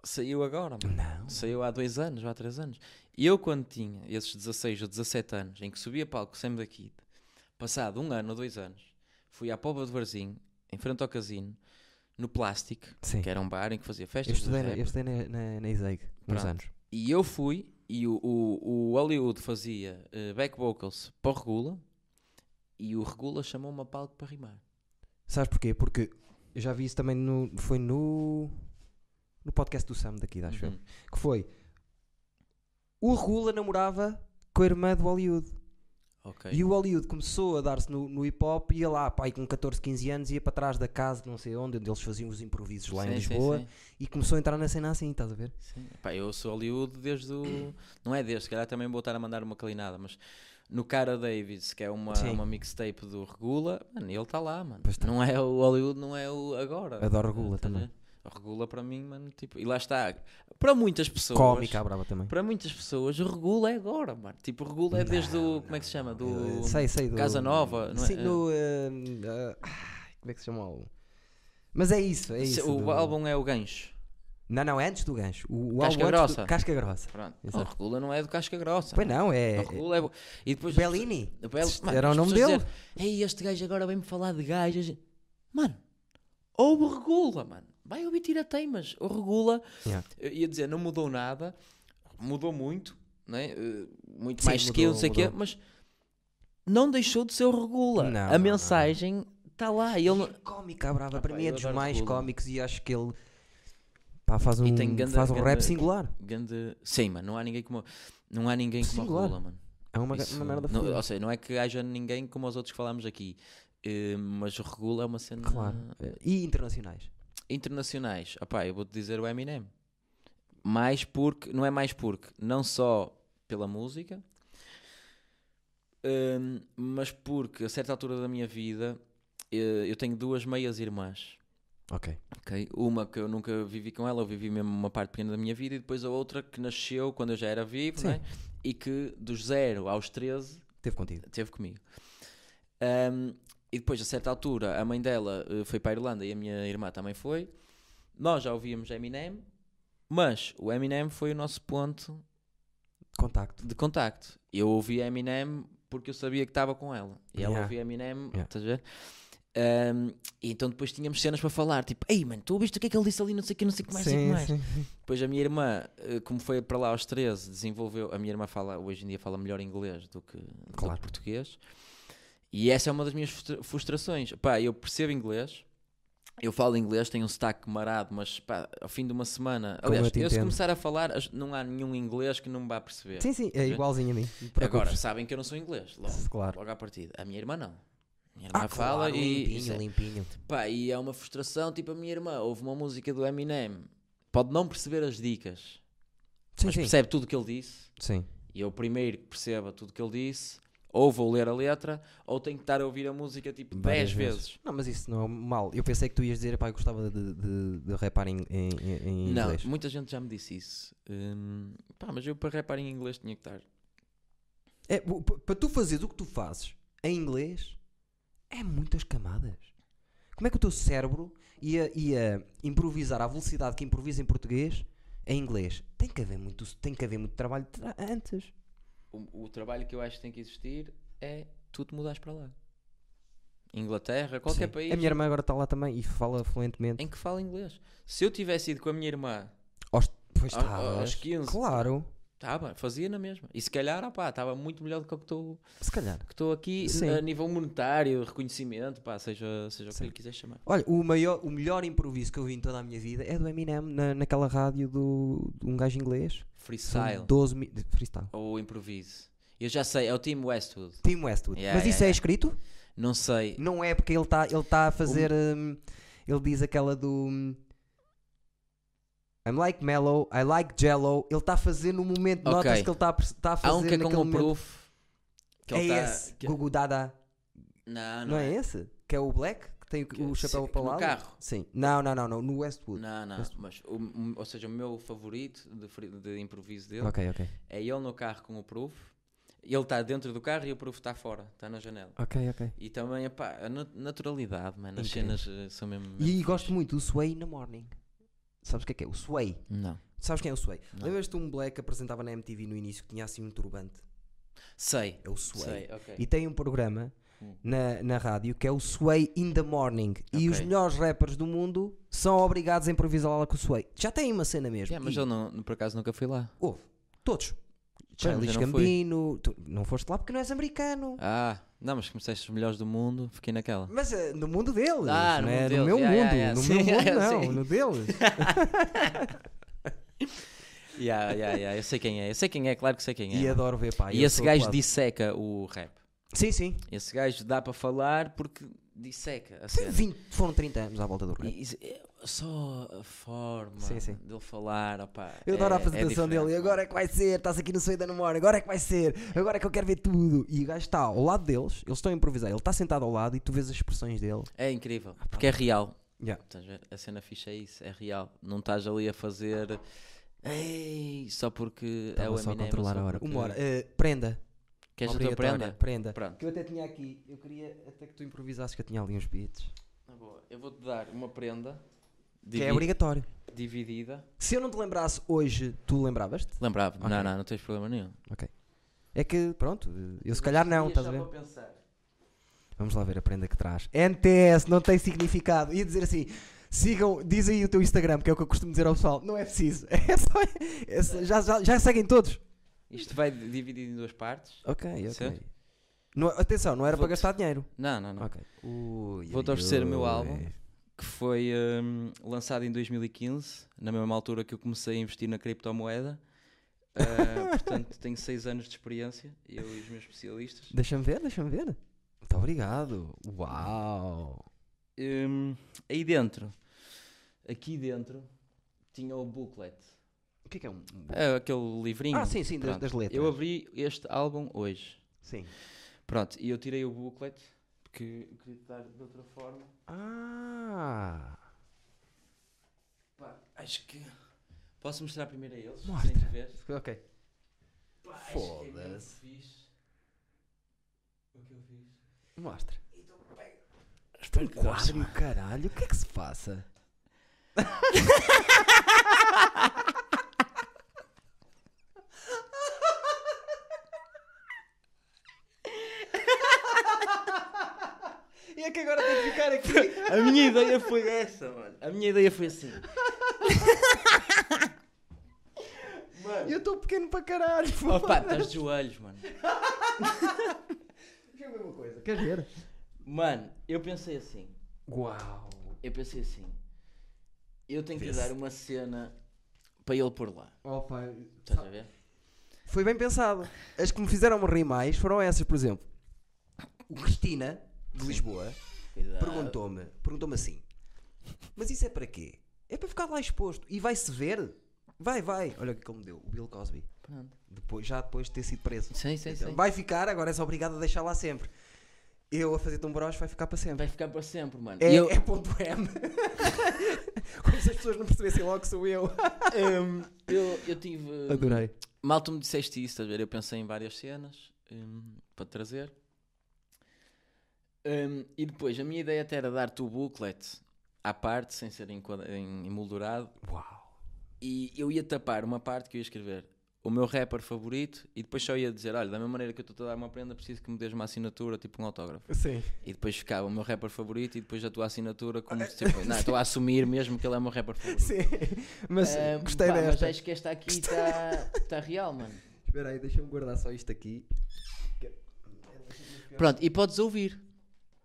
Speaker 2: saiu agora, mano.
Speaker 1: Não.
Speaker 2: Saiu há dois anos, ou há três anos. E eu, quando tinha esses 16 ou 17 anos, em que subia palco sempre da Kid, passado um ano ou dois anos, fui à Póvoa de Varzim, em frente ao casino, no Plástico,
Speaker 1: Sim. é
Speaker 2: que era um bar em que fazia
Speaker 1: Eu
Speaker 2: festas. de
Speaker 1: estudei, na-
Speaker 2: rap.
Speaker 1: eu estudei na, na, na ISEG, uns
Speaker 2: Pronto.
Speaker 1: anos.
Speaker 2: E eu fui, e o, o, o Hollywood fazia eh, back vocals para o Regula, e o Regula chamou-me a palco para rimar.
Speaker 1: Sabes porquê? Porque eu já vi isso também no. Foi no. No podcast do Sam daqui, acho eu.
Speaker 2: Uhum.
Speaker 1: Que foi. O Regula namorava com a irmã do Hollywood.
Speaker 2: Ok.
Speaker 1: E o Hollywood começou a dar-se no, no hip hop e ia lá, pai, com 14, 15 anos, ia para trás da casa, de não sei onde, onde eles faziam os improvisos lá em
Speaker 2: Sim, sim,
Speaker 1: Lisboa
Speaker 2: sim,
Speaker 1: e começou a entrar na cena assim, estás a ver?
Speaker 2: sim. Pá, eu sou Hollywood desde o. Não é desde, se calhar também vou estar a mandar uma calinada, mas no Cara Davis, que é uma,
Speaker 1: Sim.
Speaker 2: uma mixtape do Regula, mano, ele está lá, mano.
Speaker 1: Pois tá.
Speaker 2: Não é o Hollywood, não é o agora.
Speaker 1: Adoro Regula
Speaker 2: Estás a
Speaker 1: também.
Speaker 2: ver? O Regula para mim, mano, tipo. E lá está. Para muitas pessoas.
Speaker 1: Cómica, à brava também.
Speaker 2: Para muitas pessoas, o regula é agora, mano. Tipo, o regula é desde o. Como é que se chama? Do.
Speaker 1: sei, sei, do...
Speaker 2: Casa Nova, não é?
Speaker 1: Sim, do. ah, ah, ai, como é que se chama o álbum? Mas é isso, é
Speaker 2: Se-
Speaker 1: isso.
Speaker 2: o
Speaker 1: do-
Speaker 2: álbum é o Gancho.
Speaker 1: Não, não, é antes do gancho. O, o
Speaker 2: Casca
Speaker 1: álbum antes do-
Speaker 2: Grossa.
Speaker 1: Casca Grossa.
Speaker 2: Pronto. O
Speaker 1: Exato.
Speaker 2: regula não é do Casca Grossa.
Speaker 1: Pois não, é.
Speaker 2: O regula é. bo- E depois.
Speaker 1: Bellini.
Speaker 2: O Bel- mano,
Speaker 1: Era o
Speaker 2: as
Speaker 1: nome
Speaker 2: pessoas
Speaker 1: dele.
Speaker 2: dizem, Ei, este gajo agora vem-me falar de gajas. Mano, ou o regula, mano. Vai ouvir tira teimas. O regula.
Speaker 1: Yeah.
Speaker 2: eu Ia dizer, não mudou nada. Mudou muito. Né? Eh, Muito
Speaker 1: Sim,
Speaker 2: mais skill, não
Speaker 1: mudou,
Speaker 2: sei o quê.
Speaker 1: mudou.
Speaker 2: Mas não deixou de ser o regula.
Speaker 1: Não, não,
Speaker 2: a
Speaker 1: não.
Speaker 2: mensagem Está lá, e ele. não-
Speaker 1: Cómica brava,
Speaker 2: Ah,
Speaker 1: para
Speaker 2: pá,
Speaker 1: mim é
Speaker 2: eu
Speaker 1: dos
Speaker 2: adoro
Speaker 1: mais
Speaker 2: Rulo.
Speaker 1: cómicos e acho que ele pá, faz um,
Speaker 2: E tem ganda-
Speaker 1: faz um rap
Speaker 2: ganda-
Speaker 1: singular.
Speaker 2: Ganda... Sim, mano, não há ninguém como. Não há ninguém como
Speaker 1: Singular.
Speaker 2: a Rula, mano.
Speaker 1: É uma, ga-
Speaker 2: Isso-
Speaker 1: uma merda
Speaker 2: não,
Speaker 1: foda.
Speaker 2: Ou seja, não é que haja ninguém como os outros que falámos aqui. eh, mas o Regula é uma cena.
Speaker 1: Claro. E internacionais.
Speaker 2: Internacionais. Ah, pá, eu vou-te dizer o Eminem. Mais porque. Não é mais porque. Não só pela música. hum, mas porque a certa altura da minha vida eh, eu tenho duas meias irmãs.
Speaker 1: Ok.
Speaker 2: Ok? Uma que eu nunca vivi com ela, eu vivi mesmo uma parte pequena da minha vida, e depois a outra que nasceu quando eu já era vivo,
Speaker 1: Sim.
Speaker 2: não é? e que dos 0 aos 13
Speaker 1: Teve contigo.
Speaker 2: teve comigo. Ahm, e depois, a certa altura, a mãe dela eh, foi para a Irlanda e a minha irmã também foi. Nós já ouvíamos Eminem, mas o Eminem foi o nosso ponto
Speaker 1: Contacto.
Speaker 2: de contacto. Eu ouvia Eminem porque eu sabia que estava com ela. E ela
Speaker 1: Yeah.
Speaker 2: ouvia Eminem,
Speaker 1: Yeah.
Speaker 2: estás a ver? Ahm, e então depois tínhamos cenas para falar, tipo, ei mano, tu ouviste o que é que ele disse ali, não sei o que, não sei o que mais, não sei o que mais. Depois a minha irmã, eh, como foi para lá aos 13, desenvolveu. A minha irmã fala, hoje em dia fala melhor inglês do que, do que
Speaker 1: Claro.
Speaker 2: português. E essa é uma das minhas frustra- frustrações. Pá, eu percebo inglês, eu falo inglês, tenho um sotaque marado, mas pá, ao fim de uma semana.
Speaker 1: Como
Speaker 2: aliás,
Speaker 1: eu te
Speaker 2: se
Speaker 1: entendo.
Speaker 2: começar a falar, as- não há nenhum inglês que não me vá perceber.
Speaker 1: Sim, sim, é igualzinho a mim. Não te
Speaker 2: Agora,
Speaker 1: preocupes.
Speaker 2: sabem que eu não sou inglês, logo,
Speaker 1: Claro.
Speaker 2: logo à partida. A minha irmã não. A minha irmã
Speaker 1: Ah,
Speaker 2: fala
Speaker 1: claro,
Speaker 2: e.
Speaker 1: limpinho,
Speaker 2: isso é-
Speaker 1: limpinho.
Speaker 2: Pá, e é uma frustração, tipo a minha irmã ouve uma música do Eminem, pode não perceber as dicas,
Speaker 1: Sim,
Speaker 2: mas
Speaker 1: sim.
Speaker 2: percebe tudo o que ele disse,
Speaker 1: Sim.
Speaker 2: e eu primeiro que perceba tudo o que ele disse, ou vou ler a letra, ou tenho que estar a ouvir a música tipo
Speaker 1: Várias
Speaker 2: 10 vezes.
Speaker 1: Não, mas isso não é mal. Eu pensei que tu ias dizer, pá, eu gostava de, de, de rapar em, em, em
Speaker 2: não,
Speaker 1: inglês.
Speaker 2: muita gente já me disse isso. Hum, pá, mas eu para rapar em inglês tinha que estar.
Speaker 1: É, o- p- para tu fazeres o que tu fazes em inglês, é muitas camadas. Como é que o teu cérebro ia, ia improvisar à velocidade que improvisa em português em inglês? Tem que haver muito, tem que haver muito trabalho tra- antes.
Speaker 2: O, o trabalho que eu acho que tem que existir é tu te mudares para lá. Inglaterra, qualquer
Speaker 1: Sim.
Speaker 2: país
Speaker 1: A minha irmã agora está lá também e fala fluentemente.
Speaker 2: em que fala inglês. Se eu tivesse ido com a minha irmã
Speaker 1: Aos, pois
Speaker 2: Ao- ao-
Speaker 1: estavas.
Speaker 2: aos 15.
Speaker 1: Claro,
Speaker 2: Estava, tá, fazia na mesma. E se calhar, opá, estava muito melhor do que o que estou
Speaker 1: se calhar.
Speaker 2: que estou aqui
Speaker 1: Sim.
Speaker 2: a nível monetário, reconhecimento, pá, seja, seja o que
Speaker 1: Sim.
Speaker 2: lhe quiser chamar.
Speaker 1: Olha, o, maior, o melhor improviso que eu vi em toda a minha vida é do Eminem na, naquela rádio do, de um gajo inglês. São
Speaker 2: Freestyle
Speaker 1: 12 mi- de- freestyle.
Speaker 2: ou improviso. Eu já sei, é o Team Westwood.
Speaker 1: Tim Westwood.
Speaker 2: Yeah,
Speaker 1: Mas
Speaker 2: yeah,
Speaker 1: isso é
Speaker 2: yeah.
Speaker 1: escrito?
Speaker 2: Não sei.
Speaker 1: Não é porque ele está ele tá a fazer. hum, ele diz aquela do. hum, I'm like mellow, I like jello. Ele está a fazer no momento.
Speaker 2: Ok.
Speaker 1: Notas que ele está a, perce- tá a fazer.
Speaker 2: Há um que é com
Speaker 1: naquele
Speaker 2: um
Speaker 1: momento.
Speaker 2: proof. Que
Speaker 1: é
Speaker 2: ele tá-
Speaker 1: esse.
Speaker 2: que- Ah,
Speaker 1: Gugu Dada.
Speaker 2: Não,
Speaker 1: Não,
Speaker 2: não,
Speaker 1: é esse? Que é o Black? Que tem o-
Speaker 2: Que-
Speaker 1: o chapéu
Speaker 2: sim,
Speaker 1: para
Speaker 2: no
Speaker 1: lá?
Speaker 2: um carro.
Speaker 1: Sim. Não, não, não, não. No Westwood.
Speaker 2: Não, não. Mas, o, o- ou seja, o meu favorito de, fri- de improviso dele
Speaker 1: Ok, ok.
Speaker 2: é ele no carro com o proof. Ele está dentro do carro e o proof está fora, está na janela.
Speaker 1: Ok, ok.
Speaker 2: E também, epá, a nat- naturalidade, mano. As
Speaker 1: Incrível.
Speaker 2: cenas eh, são mesmo. mesmo
Speaker 1: E
Speaker 2: fixe.
Speaker 1: gosto muito do Sway in the Morning. Sabes o que é que é? O Sway.
Speaker 2: Não.
Speaker 1: Sabes quem é o Sway?
Speaker 2: Não.
Speaker 1: Lembras-te de um Black que apresentava na MTV no início que tinha assim um turbante?
Speaker 2: Sei.
Speaker 1: É o Sway.
Speaker 2: Sei, ok.
Speaker 1: E tem um programa
Speaker 2: Hum.
Speaker 1: na, na rádio que é o Sway in the Morning. E os
Speaker 2: Ok.
Speaker 1: melhores rappers do mundo são obrigados a improvisar lá com o Sway. Já tem uma cena mesmo.
Speaker 2: Yeah, mas
Speaker 1: E
Speaker 2: eu não, por acaso nunca fui lá.
Speaker 1: Houve. Todos.
Speaker 2: Já-
Speaker 1: Charlie
Speaker 2: já não fui.
Speaker 1: Gambino. Tu não foste lá porque não és americano.
Speaker 2: Ah, não, mas começaste os melhores do mundo, fiquei naquela.
Speaker 1: Mas eh, no mundo deles.
Speaker 2: Ah, no
Speaker 1: né?
Speaker 2: mundo deles.
Speaker 1: meu
Speaker 2: Yeah,
Speaker 1: mundo.
Speaker 2: yeah, yeah.
Speaker 1: No
Speaker 2: Sim,
Speaker 1: meu mundo
Speaker 2: yeah,
Speaker 1: não.
Speaker 2: sim.
Speaker 1: No deles.
Speaker 2: Ya, ya, ya, eu sei quem é, eu sei quem é, claro que sei quem é.
Speaker 1: E
Speaker 2: mano.
Speaker 1: adoro ver pá.
Speaker 2: E
Speaker 1: eu
Speaker 2: esse
Speaker 1: sou
Speaker 2: gajo
Speaker 1: colado.
Speaker 2: disseca o rap.
Speaker 1: Sim, sim.
Speaker 2: Esse gajo dá para falar porque disseca a
Speaker 1: Tem
Speaker 2: cena.
Speaker 1: 20, foram 30 anos à volta do rap.
Speaker 2: E isso é só a forma
Speaker 1: Sim, sim.
Speaker 2: dele falar, opá,
Speaker 1: Eu adoro
Speaker 2: é-
Speaker 1: a apresentação
Speaker 2: é
Speaker 1: dele. E
Speaker 2: diferente,
Speaker 1: agora é que vai ser. Estás aqui no Sonho da Namora. Agora é que vai ser. Agora é que eu quero ver tudo. E o gajo está ao lado deles. Eles estão a improvisar. Ele está sentado ao lado e tu vês as expressões dele.
Speaker 2: mano. É
Speaker 1: Ah,
Speaker 2: incrível, porque é real.
Speaker 1: Yeah.
Speaker 2: Estás a ver? A cena ficha é isso, é real. Não estás ali a fazer. Ei, só porque é
Speaker 1: Estava
Speaker 2: o Eminem.
Speaker 1: só a controlar
Speaker 2: só
Speaker 1: a hora.
Speaker 2: porque-
Speaker 1: Uma hora. Eh, prenda.
Speaker 2: Queres a tua
Speaker 1: Obrigatória.
Speaker 2: prenda?
Speaker 1: Prenda.
Speaker 2: Pronto.
Speaker 1: Que eu até tinha aqui. Eu queria até que tu improvisasses que eu tinha ali uns beats.
Speaker 2: Na boa, eu vou-te dar uma prenda
Speaker 1: Que é
Speaker 2: divi-
Speaker 1: obrigatório.
Speaker 2: dividida.
Speaker 1: Se eu não te lembrasse hoje, tu lembravas-te?
Speaker 2: Lembrava,
Speaker 1: Ok.
Speaker 2: não, não, não tens problema nenhum.
Speaker 1: É que, pronto, eu se calhar não, estás a ver? Vamos lá ver a prenda que traz. NTS, não tem significado. Ia dizer assim, sigam, diz aí o teu Instagram, que é o que eu costumo dizer ao pessoal. Não é preciso. É só- é só- já, já, já seguem todos.
Speaker 2: Isto vai dividido em duas partes.
Speaker 1: Ok, ok.
Speaker 2: Certo.
Speaker 1: Não- atenção, não era para
Speaker 2: Vou-te-
Speaker 1: gastar dinheiro.
Speaker 2: Não, não, não.
Speaker 1: Ok. Ui,
Speaker 2: Vou-te
Speaker 1: ui,
Speaker 2: oferecer o meu
Speaker 1: ui.
Speaker 2: álbum. Que foi hum, lançado em 2015, na mesma altura que eu comecei a investir na criptomoeda. Ah, portanto, tenho 6 anos de experiência, eu e os meus especialistas.
Speaker 1: Deixa-me ver, deixa-me ver. Muito obrigado. Uau.
Speaker 2: Hum, aí dentro, aqui dentro, tinha o booklet.
Speaker 1: O que é que é um. um-
Speaker 2: É aquele livrinho.
Speaker 1: Ah, sim, sim, das,
Speaker 2: Pronto.
Speaker 1: das letras.
Speaker 2: Eu abri este álbum hoje.
Speaker 1: Sim.
Speaker 2: Pronto, e eu tirei o booklet porque eu queria te dar de outra forma.
Speaker 1: Ah.
Speaker 2: Pá, acho que. Posso mostrar primeiro a eles?
Speaker 1: Mostra.
Speaker 2: Sem te ver?
Speaker 1: Ok.
Speaker 2: Pá, acho que é mesmo
Speaker 1: Foda-se.
Speaker 2: fixe O que eu fiz?
Speaker 1: Mostra.
Speaker 2: Espero que gostes,
Speaker 1: Quadro, caralho. O que é que se passa?
Speaker 2: E é que agora tenho que ficar aqui. A minha ideia foi essa, mano. A minha ideia foi assim. mano.
Speaker 1: Eu estou pequeno para caralho.
Speaker 2: Opa, Oh, estás de joelhos, mano.
Speaker 1: Deixa eu ver uma coisa. Queres ver?
Speaker 2: Mano, eu pensei assim.
Speaker 1: Uau.
Speaker 2: Eu pensei assim. Eu tenho que lhe
Speaker 1: Vê-se.
Speaker 2: dar uma cena para ele pôr lá.
Speaker 1: Opa. Tá.
Speaker 2: Estás a ver?
Speaker 1: Foi bem pensado. As que me fizeram rir mais foram essas, por exemplo. O Cristina, de Lisboa,
Speaker 2: Cuidado.
Speaker 1: perguntou-me perguntou assim: Mas isso é para quê? É para ficar lá exposto. E vai-se ver? Vai, vai. Olha o que ele me deu: o Bill Cosby.
Speaker 2: Pronto.
Speaker 1: Depois, já depois de ter sido preso.
Speaker 2: Sim, sim,
Speaker 1: Então,
Speaker 2: sim.
Speaker 1: Vai ficar, agora és obrigado a deixar lá sempre. Eu a fazer-te um broche vai ficar para sempre.
Speaker 2: Vai ficar para sempre, mano.
Speaker 1: É,
Speaker 2: E eu-
Speaker 1: é ponto M. Como se as pessoas não percebessem logo que sou eu.
Speaker 2: Hum, eu, eu tive.
Speaker 1: Adorei.
Speaker 2: Mal tu me disseste isso, estás a ver? Eu pensei em várias cenas hum, para trazer. Hum, e depois, a minha ideia até era dar-te o booklet à parte, sem ser enquad- em- emoldurado,
Speaker 1: Uau.
Speaker 2: e eu ia tapar uma parte que eu ia escrever o meu rapper favorito, e depois só ia dizer: Olha, da mesma maneira que eu estou a dar uma prenda, preciso que me dês uma assinatura, tipo um autógrafo.
Speaker 1: Sim.
Speaker 2: E depois ficava o meu rapper favorito, e depois a tua assinatura, como se tipo, não, estou a assumir mesmo que ele é o meu rapper favorito.
Speaker 1: Sim. Mas
Speaker 2: Ah,
Speaker 1: gostei
Speaker 2: pá,
Speaker 1: desta.
Speaker 2: Mas acho que esta aqui está tá real, mano.
Speaker 1: Espera aí, deixa-me guardar só isto aqui.
Speaker 2: Pronto, e podes ouvir.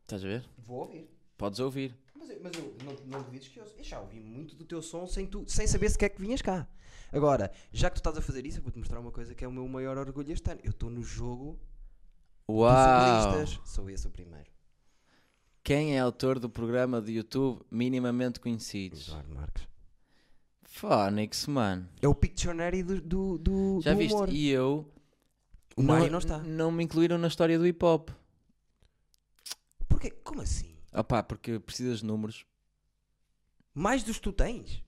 Speaker 2: Estás a ver?
Speaker 1: Vou ouvir.
Speaker 2: Podes ouvir.
Speaker 1: Mas eu, mas eu não, não duvides que eu, eu já ouvi muito do teu som sem, tu, sem saber sequer que vinhas cá. Agora, já que tu estás a fazer isso, eu vou-te mostrar uma coisa que é o meu maior orgulho este ano. Eu estou no jogo
Speaker 2: Uau!
Speaker 1: dos artistas. Sou esse o primeiro.
Speaker 2: Quem é autor do programa de YouTube minimamente conhecidos?
Speaker 1: Eduardo Marques.
Speaker 2: Phonics, mano.
Speaker 1: É o Pictionary do, do, do,
Speaker 2: Já
Speaker 1: do
Speaker 2: viste?
Speaker 1: humor.
Speaker 2: E eu.
Speaker 1: O Mário não está.
Speaker 2: Não me incluíram na história do hip hop.
Speaker 1: Porquê? Como assim?
Speaker 2: Opá, porque precisas de números.
Speaker 1: Mais dos que tu tens?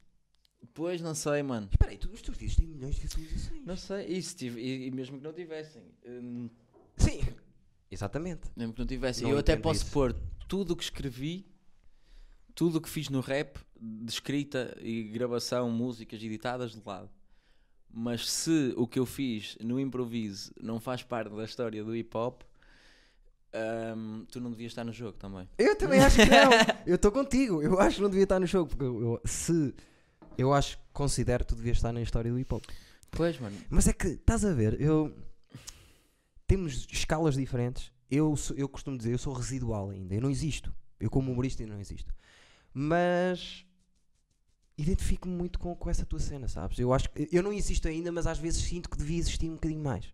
Speaker 2: Pois, não sei, mano.
Speaker 1: Espera aí, tu, os teus vídeos têm milhões de visualizações.
Speaker 2: Não sei. E, se tive- e- e mesmo que não tivessem. hum,
Speaker 1: Sim. Exatamente.
Speaker 2: Mesmo que não tivesse.
Speaker 1: Não
Speaker 2: eu até
Speaker 1: entendo
Speaker 2: posso
Speaker 1: isso.
Speaker 2: pôr tudo o que escrevi, tudo o que fiz no rap, de escrita e gravação, músicas editadas de lado. Mas se o que eu fiz no improviso não faz parte da história do hip hop, ahm, tu não devias estar no jogo também.
Speaker 1: Eu também acho que não. Eu estou contigo. Eu acho que não devia estar no jogo. Porque eu, eu- se. Eu acho, considero que tu devias estar na história do hip hop.
Speaker 2: Pois, mano.
Speaker 1: Mas é que, estás a ver, eu. Temos escalas diferentes. Eu, sou- eu costumo dizer, eu sou residual ainda. Eu não existo. Eu, como humorista, ainda não existo. Mas. Identifico-me muito com, com essa tua cena, sabes? Eu acho que. Eu não existo ainda, mas às vezes sinto que devia existir um bocadinho mais.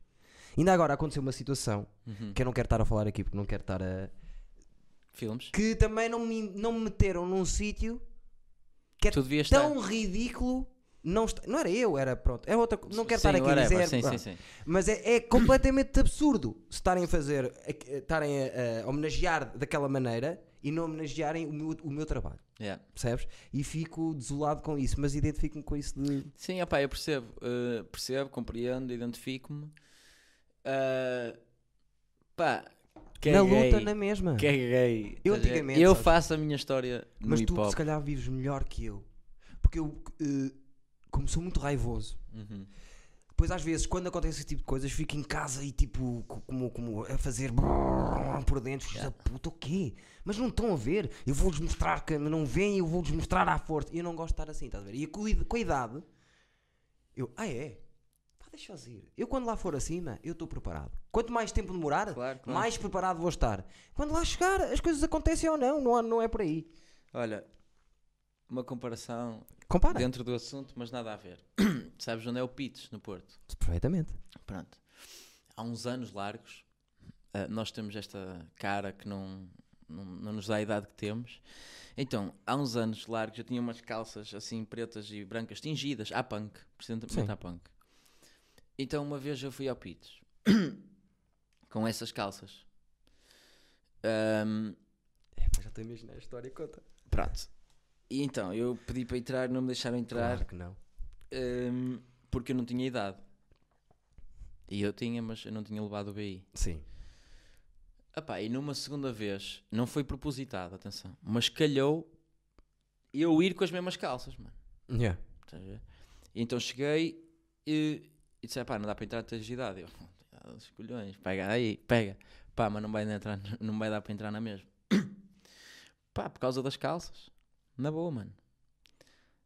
Speaker 1: Ainda agora aconteceu uma situação
Speaker 2: Uhum.
Speaker 1: que eu não quero estar a falar aqui porque não quero estar a.
Speaker 2: Filmes.
Speaker 1: que também não me, não me meteram num sítio É
Speaker 2: Tu devias estar.
Speaker 1: tão ridículo. Não, está- não era eu, era pronto. É outra, co- não quero
Speaker 2: Sim,
Speaker 1: estar aqui a
Speaker 2: whatever,
Speaker 1: dizer.
Speaker 2: Sim,
Speaker 1: pá.
Speaker 2: sim, sim.
Speaker 1: Mas é, é completamente absurdo se estarem a fazer, a- a- estarem a, a homenagear daquela maneira e não homenagearem o meu, o meu trabalho,
Speaker 2: Yeah.
Speaker 1: percebes? E fico desolado com isso, mas identifico-me com isso de.
Speaker 2: Sim, opá, eu percebo, eh, percebo, compreendo, identifico-me. Ah, pá,
Speaker 1: na
Speaker 2: caguei,
Speaker 1: luta, na mesma.
Speaker 2: Caguei.
Speaker 1: Eu
Speaker 2: estás a ver?
Speaker 1: antigamente,
Speaker 2: Eu
Speaker 1: sabes?
Speaker 2: faço a minha história no
Speaker 1: Mas
Speaker 2: hip
Speaker 1: tu,
Speaker 2: hop.
Speaker 1: se calhar, vives melhor que eu. Porque eu, eh, como sou muito raivoso,
Speaker 2: Uhum.
Speaker 1: Depois às vezes quando acontece esse tipo de coisas fico em casa e tipo co- como, como a fazer brrr por dentro filhos da puta o quê? Mas não estão a ver, eu vou-lhes mostrar que não vêm, eu vou-lhes mostrar à força. E eu não gosto de estar assim, estás a ver? E com a id- com a idade eu, ah é? Pá, Deixa-os ir. Eu quando lá for acima, eu estou preparado. Quanto mais tempo demorar,
Speaker 2: Claro, claro.
Speaker 1: mais preparado vou estar. Quando lá chegar, as coisas acontecem ou não, não, há- não é por aí.
Speaker 2: Olha, uma comparação
Speaker 1: Compara.
Speaker 2: dentro do assunto, mas nada a ver. Sabes onde é o Pites, no Porto?
Speaker 1: Perfeitamente.
Speaker 2: Pronto. Há uns anos largos, ah, nós temos esta cara que não, não, não nos dá a idade que temos. Então, há uns anos largos, eu tinha umas calças assim pretas e brancas tingidas, à punk, precisamente
Speaker 1: Sim.
Speaker 2: à punk. Então, uma vez eu fui ao Pites com essas calças. Ahm,
Speaker 1: já estou a imaginar a história conta.
Speaker 2: Pronto. E então, eu pedi para entrar, não me deixaram
Speaker 1: Claro
Speaker 2: entrar
Speaker 1: que não.
Speaker 2: hum, porque eu não tinha idade. E eu tinha, mas eu não tinha levado o BI.
Speaker 1: Sim.
Speaker 2: Epá, e numa segunda vez, não foi propositado, atenção, mas calhou eu ir com as mesmas calças, mano.
Speaker 1: Yeah.
Speaker 2: Estás a ver? E então cheguei e, e disse: pá, não dá para entrar, tens idade. Eu, "Ah, os colhões, pega aí, pega. Pá, mas não vai, entrar, não vai dar para entrar na mesma. pá, por causa das calças. Na boa, mano.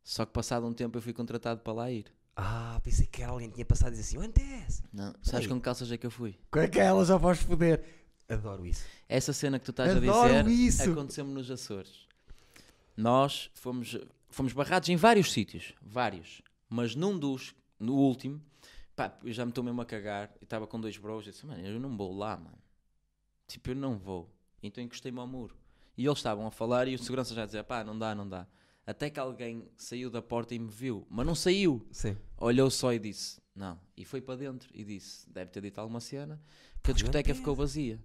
Speaker 2: Só que passado um tempo eu fui contratado para lá ir.
Speaker 1: Ah, pensei que era alguém que tinha passado e disse assim, onde é essa?
Speaker 2: Não, sabes
Speaker 1: Ei.
Speaker 2: com que calças é que eu fui?
Speaker 1: Com aquela já vais foder. Adoro isso.
Speaker 2: Essa cena que tu estás a
Speaker 1: Adoro
Speaker 2: dizer
Speaker 1: isso.
Speaker 2: aconteceu-me nos Açores. Nós fomos, fomos barrados em vários sítios, vários, mas num dos, no último, pá, eu já me estou mesmo a cagar. Eu estava com dois bros e disse: Mano, eu não vou lá, mano. Tipo, eu não vou. Então encostei-me ao muro. E eles estavam a falar e o segurança já dizia: Pá, não dá, não dá. Até que alguém saiu da porta e me viu, mas não saiu
Speaker 1: Sim.
Speaker 2: olhou só e disse não. E foi para dentro e disse: deve ter dito alguma cena, que
Speaker 1: Foi
Speaker 2: a discoteca
Speaker 1: até.
Speaker 2: ficou vazia.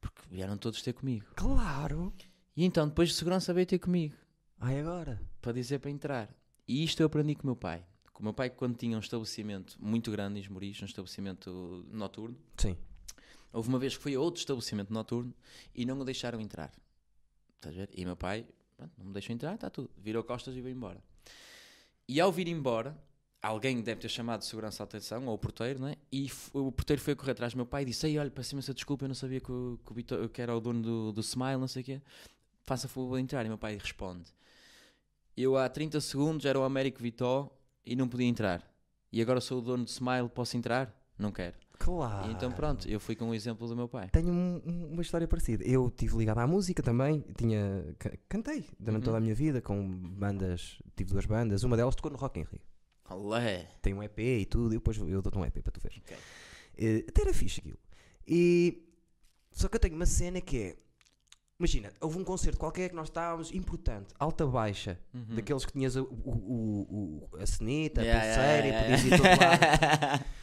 Speaker 2: Porque vieram todos ter comigo.
Speaker 1: Claro.
Speaker 2: E então, depois de segurança veio ter comigo
Speaker 1: Ai, agora.
Speaker 2: para dizer para entrar. E isto eu aprendi com o meu pai. Com o meu pai, quando tinha um estabelecimento muito grande em Esmoriz, um estabelecimento noturno,
Speaker 1: Sim.
Speaker 2: houve uma vez que foi a outro estabelecimento noturno e não o deixaram entrar. Estás a ver? E meu pai, pronto, não me deixou entrar, está tudo. Virou costas e veio embora. E ao vir embora, alguém deve ter chamado de segurança à atenção, ou o porteiro, não é? E f- o porteiro foi correr atrás do meu pai e disse: Ei, olha, peço imensa desculpa, eu não sabia que, o- que, o Vitor- que era o dono do, do Smile, não sei o quê. Faça favor de entrar. E meu pai responde: Eu há 30 segundos era o Américo Vitó e não podia entrar. E agora sou o dono do Smile, posso entrar? Não quero.
Speaker 1: Claro.
Speaker 2: E então pronto, eu fui com o exemplo do meu pai.
Speaker 1: Tenho um- um- uma história parecida. Eu estive ligado à música também. Tinha, ca- cantei durante
Speaker 2: Uhum.
Speaker 1: toda a minha vida com bandas. Tive duas bandas. Uma delas tocou no Rock in Rio.
Speaker 2: Olé!
Speaker 1: Tem um EP e tudo. E depois eu dou-te um EP para tu ver.
Speaker 2: Ok.
Speaker 1: Eh, até era fixe aquilo. E, só que eu tenho uma cena que é. Imagina, houve um concerto qualquer que nós estávamos, importante, alta baixa, daqueles que tinhas o, o- o- o- a cenita,
Speaker 2: Uhum. Yeah,
Speaker 1: a
Speaker 2: yeah,
Speaker 1: pulseira,
Speaker 2: yeah,
Speaker 1: e podias ir todo lado.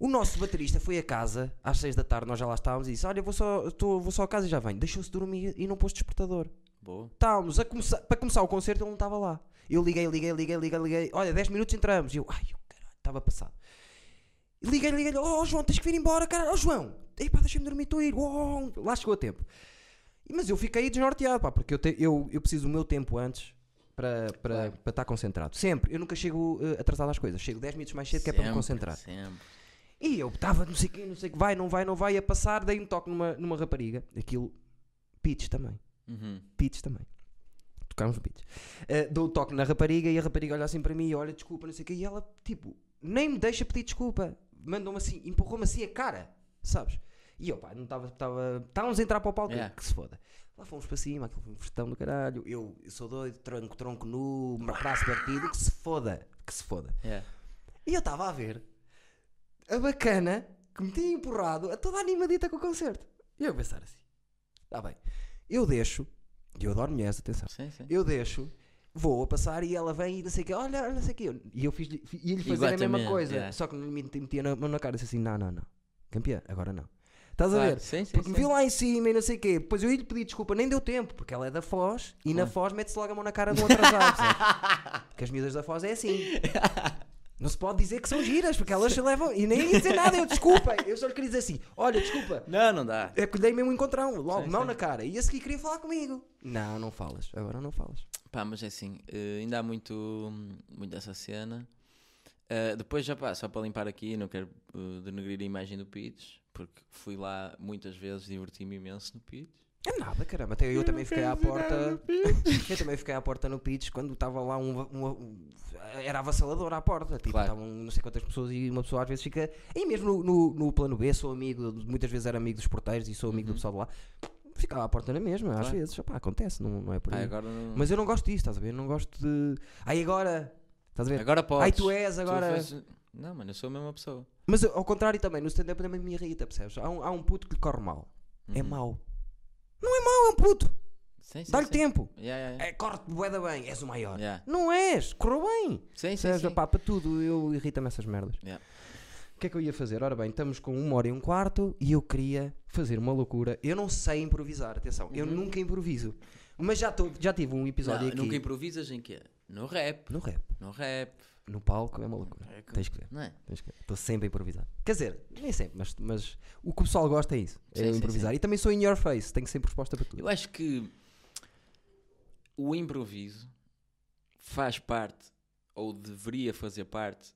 Speaker 1: O nosso baterista foi a casa às 6 da tarde, nós já lá estávamos e disse: Olha, vou só, tô- vou só a casa e já venho. Deixou-se dormir e não pôs despertador.
Speaker 2: Boa.
Speaker 1: Estávamos a começar, para começar o concerto, ele não estava lá. Eu liguei, liguei, liguei, liguei, liguei. Olha, 10 minutos entramos. E eu, ai, o caralho, estava passado. Liguei, liguei, oh João, tens que vir embora, caralho, oh João, epá, deixa-me dormir, estou a ir, oh, lá chegou a tempo. Mas eu fiquei desnorteado, pá, porque eu, te- eu, eu preciso do meu tempo antes para para-
Speaker 2: Claro.
Speaker 1: para estar concentrado. Sempre, eu nunca chego eh, atrasado às coisas, chego 10 minutos mais cedo que é para me concentrar.
Speaker 2: Sempre.
Speaker 1: E eu estava, não sei o quê, não sei o que, vai, não vai, não vai, a passar, dei um toque numa, numa rapariga. Aquilo, pitch também,
Speaker 2: Uhum.
Speaker 1: pitch também. Tocámos no pitch. Eh, dou um toque na rapariga e a rapariga olha assim para mim e olha, desculpa, não sei o quê. E ela, tipo, nem me deixa pedir desculpa. Mandou-me assim, empurrou-me assim a cara, sabes? E eu, pá, não estava, estava, estávamos a entrar para o palco,
Speaker 2: Yeah.
Speaker 1: que se foda. Lá fomos para cima, aquilo foi um festão do caralho. Eu, eu sou doido, tronco, tronco nu, braço partido, que se foda, que se foda.
Speaker 2: Yeah.
Speaker 1: E eu estava a ver a bacana que me tinha empurrado a toda animadita com o concerto. E eu a pensar assim: está bem, eu deixo, e eu adoro mulheres, atenção,
Speaker 2: Sim, sim.
Speaker 1: eu deixo, vou a passar e ela vem e não sei o que, olha, olha, não sei o que. E eu fiz-lhe- fi- ia-lhe fazer a mesma
Speaker 2: Exatamente,
Speaker 1: coisa,
Speaker 2: yeah.
Speaker 1: só que não lhe meti- metia na mão na cara e disse assim: não, não, não, campeã, agora não. Estás a ver?
Speaker 2: Sim, sim,
Speaker 1: Porque me
Speaker 2: sim.
Speaker 1: viu lá em cima e não sei o quê. Depois eu ia-lhe pedir desculpa, nem deu tempo, porque ela é da Foz e na
Speaker 2: Claro.
Speaker 1: Foz mete-se logo a mão na cara do atrasado. percebes? porque as miúdas da Foz é assim. Não se pode dizer que são giras, porque elas se levam e nem ia dizer nada. Eu desculpa, eu só lhe queria dizer assim: olha, desculpa.
Speaker 2: Não, não dá.
Speaker 1: É que lhe dei mesmo um encontrão, logo,
Speaker 2: Sim,
Speaker 1: mão
Speaker 2: sim.
Speaker 1: na cara. E a seguir queria falar comigo. Não, não falas. Agora não falas.
Speaker 2: Pá, mas é assim, eh, ainda há muito, muito dessa cena. Eh, depois já pá, só para limpar aqui, não quero eh, denegrir a imagem do Pitts, porque fui lá muitas vezes, diverti-me imenso no Pitts.
Speaker 1: É nada, caramba. Até eu, também fiquei à porta. Eu também fiquei à porta no pitch quando estava lá um, um- um- Era avassalador à porta. Tipo,
Speaker 2: Claro.
Speaker 1: estavam não sei quantas pessoas e uma pessoa às vezes fica. E mesmo no, no- no plano B, sou amigo, muitas vezes era amigo dos porteiros e sou amigo do pessoal de lá. Ficava à porta na mesma, às
Speaker 2: Uhum. Claro.
Speaker 1: vezes. Opá, acontece, não, não é por
Speaker 2: Ah,
Speaker 1: aí.
Speaker 2: agora não...
Speaker 1: Mas eu não gosto disso, estás a ver? Eu não gosto de. Aí agora. Estás a ver?
Speaker 2: Agora podes.
Speaker 1: eh, Ai, tu és
Speaker 2: Tu
Speaker 1: agora.
Speaker 2: fazes- Não, mano, eu sou a mesma pessoa.
Speaker 1: Mas ao contrário também, no stand-up também me irrita, percebes? Há um, há um puto que lhe corre mal. É
Speaker 2: Uhum.
Speaker 1: mau. Não é mau, é um puto.
Speaker 2: Sim, sim,
Speaker 1: Dá-lhe
Speaker 2: sim.
Speaker 1: tempo.
Speaker 2: Yeah, yeah, yeah.
Speaker 1: É, corre-te boeda bem, és o maior.
Speaker 2: Yeah.
Speaker 1: Não és, correu bem.
Speaker 2: Sim, sim,
Speaker 1: Percebes?
Speaker 2: sim.
Speaker 1: Opá, para tudo, eu irrita-me essas merdas.
Speaker 2: Yeah.
Speaker 1: O que é que eu ia fazer? Ora bem, estamos com uma hora e um quarto e eu queria fazer uma loucura. Eu não sei improvisar, atenção, eu nunca improviso. Mas já, tô- já tive um episódio
Speaker 2: Uhum. Não,
Speaker 1: aqui.
Speaker 2: Nunca improvisas em quê? No rap.
Speaker 1: No rap,
Speaker 2: No rap.
Speaker 1: no palco é uma loucura.
Speaker 2: É que-
Speaker 1: Tens que ver.
Speaker 2: Não é?
Speaker 1: Estou sempre a improvisar. Quer dizer, nem sempre, mas, mas o que o pessoal gosta é isso. É
Speaker 2: Sim,
Speaker 1: eu
Speaker 2: sim,
Speaker 1: improvisar. E também sou in your face, tenho sempre resposta para tudo.
Speaker 2: Eu acho que o improviso faz parte, ou deveria fazer parte.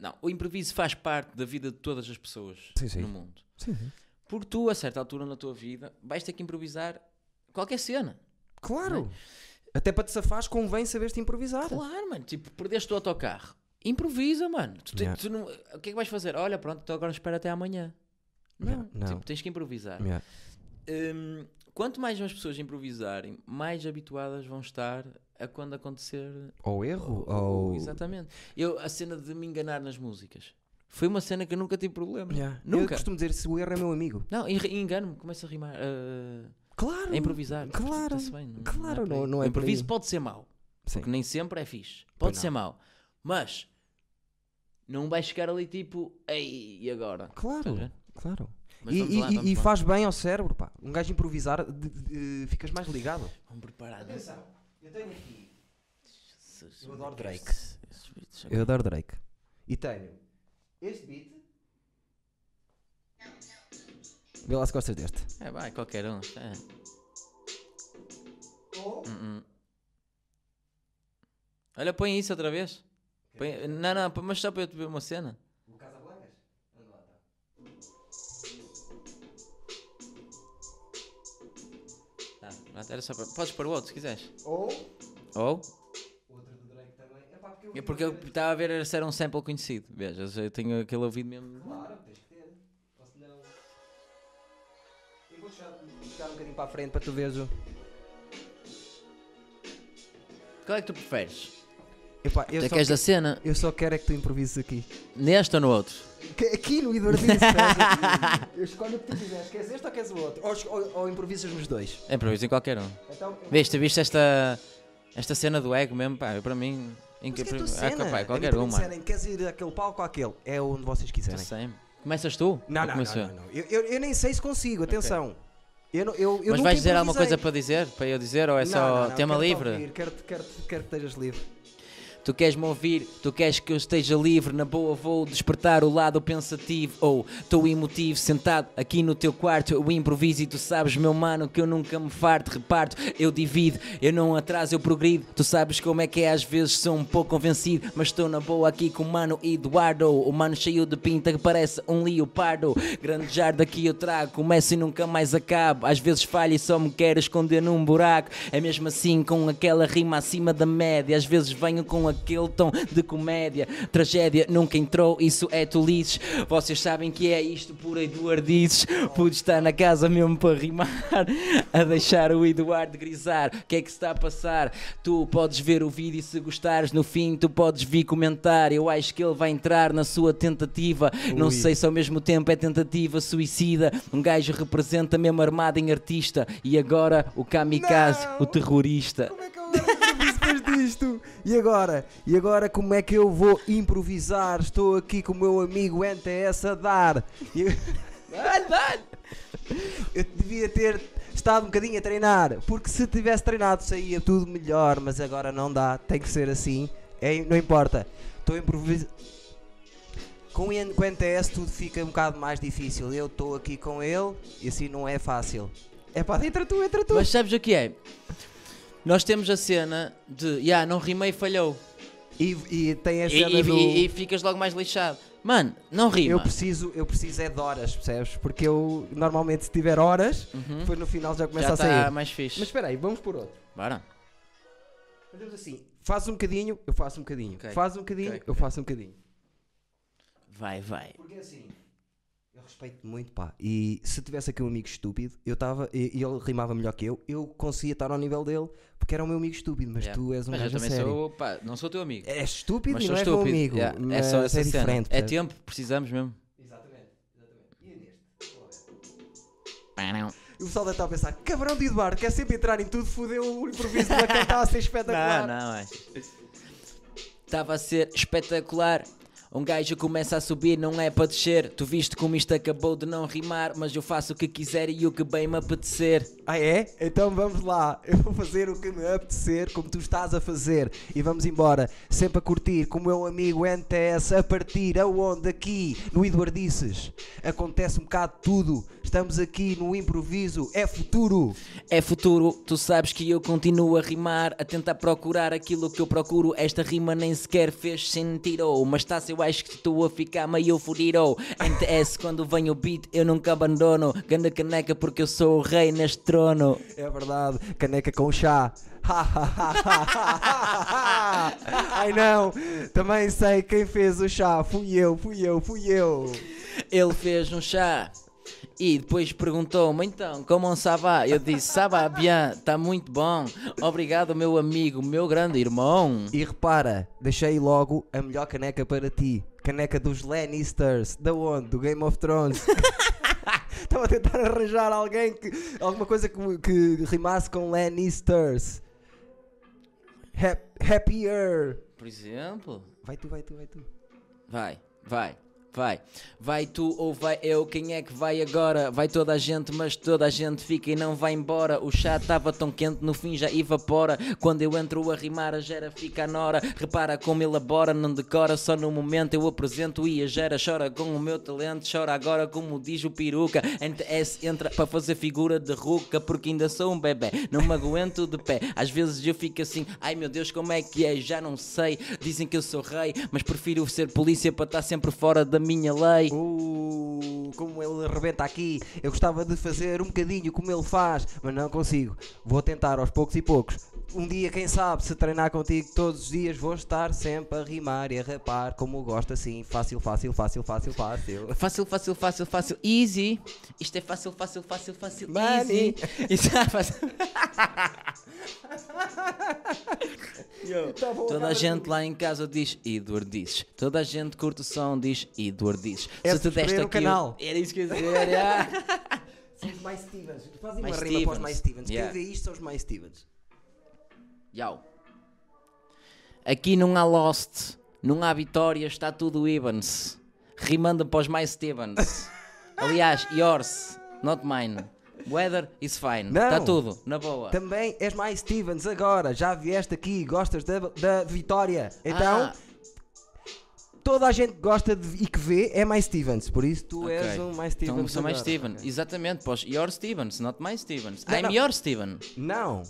Speaker 2: Não, o improviso faz parte da vida de todas as pessoas
Speaker 1: Sim, sim.
Speaker 2: no mundo.
Speaker 1: Sim, sim.
Speaker 2: Porque tu, a certa altura na tua vida, vais ter que improvisar qualquer cena.
Speaker 1: Claro! Até para te safares convém saber-te improvisar.
Speaker 2: Claro, mano. Tipo, perdeste o autocarro. Improvisa, mano. Tu, te-
Speaker 1: Yeah.
Speaker 2: tu não- o que é que vais fazer? Olha, pronto, então agora espera até amanhã. Não,
Speaker 1: Yeah, não.
Speaker 2: Tipo, tens que improvisar.
Speaker 1: Yeah.
Speaker 2: Hum, quanto mais as pessoas improvisarem, mais habituadas vão estar a quando acontecer.
Speaker 1: Ou erro, ou.
Speaker 2: Exatamente. Eu, a cena de me enganar nas músicas foi uma cena que eu nunca tive problema.
Speaker 1: Yeah. Eu
Speaker 2: Nunca.
Speaker 1: costumo dizer se o erro é meu amigo.
Speaker 2: Não, e, e engano-me, começo a rimar, ah,
Speaker 1: Claro!
Speaker 2: a improvisar.
Speaker 1: Claro.
Speaker 2: Está-se bem, não-
Speaker 1: Claro,
Speaker 2: por aí.
Speaker 1: não- não é
Speaker 2: O
Speaker 1: por
Speaker 2: improviso
Speaker 1: aí.
Speaker 2: pode ser mau,
Speaker 1: Sim.
Speaker 2: porque nem sempre é fixe.
Speaker 1: Pois
Speaker 2: Pode ser mau, mas não vais chegar ali tipo, ei, e agora? Estás a
Speaker 1: Claro!
Speaker 2: ver?
Speaker 1: Claro!
Speaker 2: Mas
Speaker 1: E,
Speaker 2: vamos
Speaker 1: e-
Speaker 2: lá,
Speaker 1: e-
Speaker 2: vamos
Speaker 1: e
Speaker 2: lá.
Speaker 1: faz bem ao cérebro, pá. Um gajo improvisar, de- de- ficas mais ligado.
Speaker 2: Vamos preparar.
Speaker 1: eu tenho aqui.
Speaker 2: Jesus,
Speaker 1: Eu adoro
Speaker 2: que
Speaker 1: Drake.
Speaker 2: esses- esses beats
Speaker 1: Eu adoro Drake. E tenho este beat. Vê lá se gostas deste.
Speaker 2: É, vai, qualquer um. É. Hum, hum. Olha, põe isso outra vez. Põe- Não, não, mas só para eu te ver uma cena.
Speaker 1: O Casablancas? Anda lá, tá.
Speaker 2: Tá, pronto, era só para... Podes pôr o outro se quiseres.
Speaker 1: Ou
Speaker 2: Ou?
Speaker 1: outro do Drake também. É pá, porque
Speaker 2: É porque eu estava a ver era se era um sample conhecido. Vejas, eu tenho aquele ouvido mesmo.
Speaker 1: Claro, tens que ter. Ou senão. um- Eu vou puxar, puxar um bocadinho para a frente para tu veres o.
Speaker 2: Qual é que tu preferes?
Speaker 1: Epá, eu,
Speaker 2: Tu é
Speaker 1: só
Speaker 2: que és da cena?
Speaker 1: eu só quero é que tu improvises aqui.
Speaker 2: Neste ou no outro?
Speaker 1: Que- Aqui no Eduardinho Sérgio. Eu escolho o que tu quiseres. Queres este ou queres o outro? Ou, es- ou, ou improvisas nos dois?
Speaker 2: É improviso em qualquer um.
Speaker 1: Então, eu-
Speaker 2: Viste, viste esta, esta cena do ego mesmo? Pá, eu, para mim. Em
Speaker 1: Mas que é a tua
Speaker 2: ah,
Speaker 1: cena.
Speaker 2: pá,
Speaker 1: A mim
Speaker 2: qualquer
Speaker 1: também
Speaker 2: um, mano.
Speaker 1: disserem, queres ir àquele palco ou àquele? É onde vocês
Speaker 2: Eu
Speaker 1: quiserem.
Speaker 2: sei. Começas tu?
Speaker 1: Não,
Speaker 2: Ou
Speaker 1: não,
Speaker 2: começo
Speaker 1: não,
Speaker 2: eu?
Speaker 1: não, não. Eu, eu, eu nem sei se consigo, atenção. Eu, não- eu, eu
Speaker 2: Mas
Speaker 1: nunca
Speaker 2: vais dizer alguma
Speaker 1: improvisei.
Speaker 2: coisa para dizer? Para eu dizer? Ou é
Speaker 1: Não,
Speaker 2: só
Speaker 1: não, não,
Speaker 2: tema
Speaker 1: quero-te
Speaker 2: livre?
Speaker 1: ouvir, Quero-te quero, quero, quero que estejas livre.
Speaker 2: Tu queres-me ouvir, tu queres que eu esteja livre, na boa vou despertar o lado pensativo. Ou estou emotivo, sentado aqui no teu quarto. Eu improviso e tu sabes, meu mano, que eu nunca me farto. Reparto, eu divido, eu não atraso, eu progrido. Tu sabes como é que é, às vezes sou um pouco convencido. Mas estou na boa aqui com o mano Eduardo, o mano cheio de pinta que parece um leopardo. Grande jardim daqui eu trago, começo e nunca mais acabo. Às vezes falho e só me quero esconder num buraco. É mesmo assim com aquela rima acima da média. Às vezes venho com aquele tom de comédia. Tragédia nunca entrou, isso é tolices. Vocês sabem que é isto por Eduardices. Pude estar na casa mesmo para rimar, a deixar o Eduardo grisar. O que é que se está a passar? Tu podes ver o vídeo e se gostares no fim, tu podes vir comentar. Eu acho que ele vai entrar na sua tentativa. Não
Speaker 1: Ui.
Speaker 2: sei sei se ao mesmo tempo é tentativa suicida. Um gajo representa mesmo armado em artista. E agora o kamikaze,
Speaker 1: Não!
Speaker 2: o terrorista.
Speaker 1: Como é que eu agora improviso depois disto? E agora? E agora como é que eu vou improvisar? Estou aqui com o meu amigo NTS a dar. E eu- Eu devia ter estado um bocadinho a treinar, porque se tivesse treinado saía tudo melhor, mas agora não dá, tem que ser assim. É, não importa. Estou a improvisar. Com o N- com o NTS tudo fica um bocado mais difícil. Eu estou aqui com ele e assim não é fácil. É pá, entra tu, entra tu.
Speaker 2: Mas sabes o que é? Nós temos a cena de, já, não rimei, falhou.
Speaker 1: E, e tem a
Speaker 2: E,
Speaker 1: cena
Speaker 2: e-
Speaker 1: do.
Speaker 2: e- e ficas logo mais lixado. Mano, não rima.
Speaker 1: Eu preciso, eu preciso é de horas, percebes? Porque eu normalmente se tiver horas,
Speaker 2: Uhum.
Speaker 1: depois no final já começa
Speaker 2: Já tá-
Speaker 1: a
Speaker 2: está
Speaker 1: sair.
Speaker 2: mais fixe.
Speaker 1: Mas espera aí, vamos por outro.
Speaker 2: Bora.
Speaker 1: Fazemos assim, faz um bocadinho, eu faço um bocadinho.
Speaker 2: Ok.
Speaker 1: Faz um bocadinho,
Speaker 2: Ok,
Speaker 1: eu
Speaker 2: ok.
Speaker 1: faço um bocadinho.
Speaker 2: Vai, vai.
Speaker 1: Porque assim, eu respeito muito, pá. E se tivesse aqui um amigo estúpido, eu estava, e e ele rimava melhor que eu, eu conseguia estar ao nível dele, porque era o meu amigo estúpido, mas
Speaker 2: Yeah.
Speaker 1: tu és um
Speaker 2: Mas eu
Speaker 1: gajo a
Speaker 2: também
Speaker 1: sério.
Speaker 2: sou. Pá, não sou teu amigo.
Speaker 1: É estúpido
Speaker 2: mas
Speaker 1: e
Speaker 2: sou
Speaker 1: não é
Speaker 2: estúpido.
Speaker 1: meu amigo.
Speaker 2: Yeah, É
Speaker 1: mas
Speaker 2: só essa
Speaker 1: é
Speaker 2: cena.
Speaker 1: diferente.
Speaker 2: É
Speaker 1: percebes?
Speaker 2: tempo, precisamos mesmo.
Speaker 1: Exatamente, exatamente. E é neste? E o pessoal deve estar a pensar, cabrão de Eduardo, quer sempre entrar em tudo, fodeu o improviso da cantar a ser espetacular.
Speaker 2: Não, não, é. Estava a ser espetacular. Um gajo começa a subir, não é para descer. Tu viste como isto acabou de não rimar, mas eu faço o que quiser e o que bem me apetecer.
Speaker 1: Ah é? Então vamos lá, eu vou fazer o que me apetecer, como tu estás a fazer, e vamos embora, sempre a curtir, com o meu amigo NTS, a partir aonde aqui, no Eduardices, acontece um bocado de tudo, estamos aqui no improviso, é futuro.
Speaker 2: É futuro, tu sabes que eu continuo a rimar, a tentar procurar aquilo que eu procuro. Esta rima nem sequer fez sentido, mas tá se eu acho que estou a ficar meio furido. NTS, quando vem o beat, eu nunca abandono. Ganda caneca, porque eu sou o rei neste trono.
Speaker 1: É verdade, caneca com chá. Ai não, também sei quem fez o chá. Fui eu, fui eu, fui eu.
Speaker 2: Ele fez um chá e depois perguntou-me então como um sabá. Eu disse: Sabá, bien, tá muito bom. Obrigado, meu amigo, meu grande irmão.
Speaker 1: E repara, deixei logo a melhor caneca para ti. Caneca dos Lannisters. Da onde? Do Game of Thrones. Estava a tentar arranjar alguém que. alguma coisa que, que rimasse com Lannisters. Hap- happier.
Speaker 2: Por exemplo.
Speaker 1: Vai tu, vai tu, vai tu.
Speaker 2: Vai, vai, vai. Vai tu ou vai eu, quem é que vai agora? Vai toda a gente, mas toda a gente fica e não vai embora. O chá estava tão quente, no fim já evapora. Quando eu entro a rimar, a gera fica à nora. Repara como elabora, não decora, só no momento eu apresento e a gera chora com o meu talento. Chora agora, como diz o peruca. NTS entra para fazer figura de ruca, porque ainda sou um bebê, não me aguento de pé. Às vezes eu fico assim, ai meu Deus, como é que é? Já não sei. Dizem que eu sou rei, mas prefiro ser polícia para estar sempre fora da minha lei.
Speaker 1: Uh, como ele arrebenta aqui. Eu gostava de fazer um bocadinho como ele faz, mas não consigo. Vou tentar aos poucos e poucos. Um dia, quem sabe, se treinar contigo todos os dias, vou estar sempre a rimar e a rapar como gosto assim. Fácil, fácil, fácil, fácil, fácil.
Speaker 2: Fácil, fácil, fácil, fácil, easy. Isto é fácil, fácil, fácil, fácil,
Speaker 1: Money.
Speaker 2: easy. Isso é fácil. Toda a gente lá em casa diz Edward dizes. Toda a gente curte o som diz Edward dizes.
Speaker 1: É subscrever o canal.
Speaker 2: Era isso que eu ia dizer. é. yeah.
Speaker 1: Somos mais Stevens. Fazem
Speaker 2: Mais
Speaker 1: uma rima para os
Speaker 2: Stevens.
Speaker 1: mais Stevens.
Speaker 2: Yeah.
Speaker 1: Quem vê isto são os mais Stevens.
Speaker 2: Yau. Aqui não há Lost, não há vitórias, está tudo Evans. Rimando para os mais Stevens. Aliás, yours, not mine. Weather is fine.
Speaker 1: Não.
Speaker 2: Está tudo, na boa.
Speaker 1: Também és mais Stevens agora. Já vieste aqui, gostas da, da vitória. Então,
Speaker 2: Ah,
Speaker 1: toda a gente que gosta de, e que vê é mais Stevens. Por isso, tu
Speaker 2: ok.
Speaker 1: és um mais Stevens.
Speaker 2: Então sou mais
Speaker 1: agora.
Speaker 2: Steven.
Speaker 1: Ok.
Speaker 2: Exatamente, pois. Your Stevens, not my Stevens.
Speaker 1: Não,
Speaker 2: I'm
Speaker 1: não.
Speaker 2: your Steven.
Speaker 1: Não.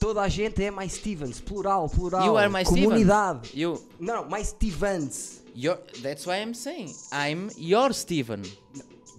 Speaker 1: Toda a gente é mais Stevens, plural, plural.
Speaker 2: You are my Steven.
Speaker 1: Comunidade.
Speaker 2: You.
Speaker 1: Não, mais Stevens.
Speaker 2: Your, that's why I'm saying I'm your Steven.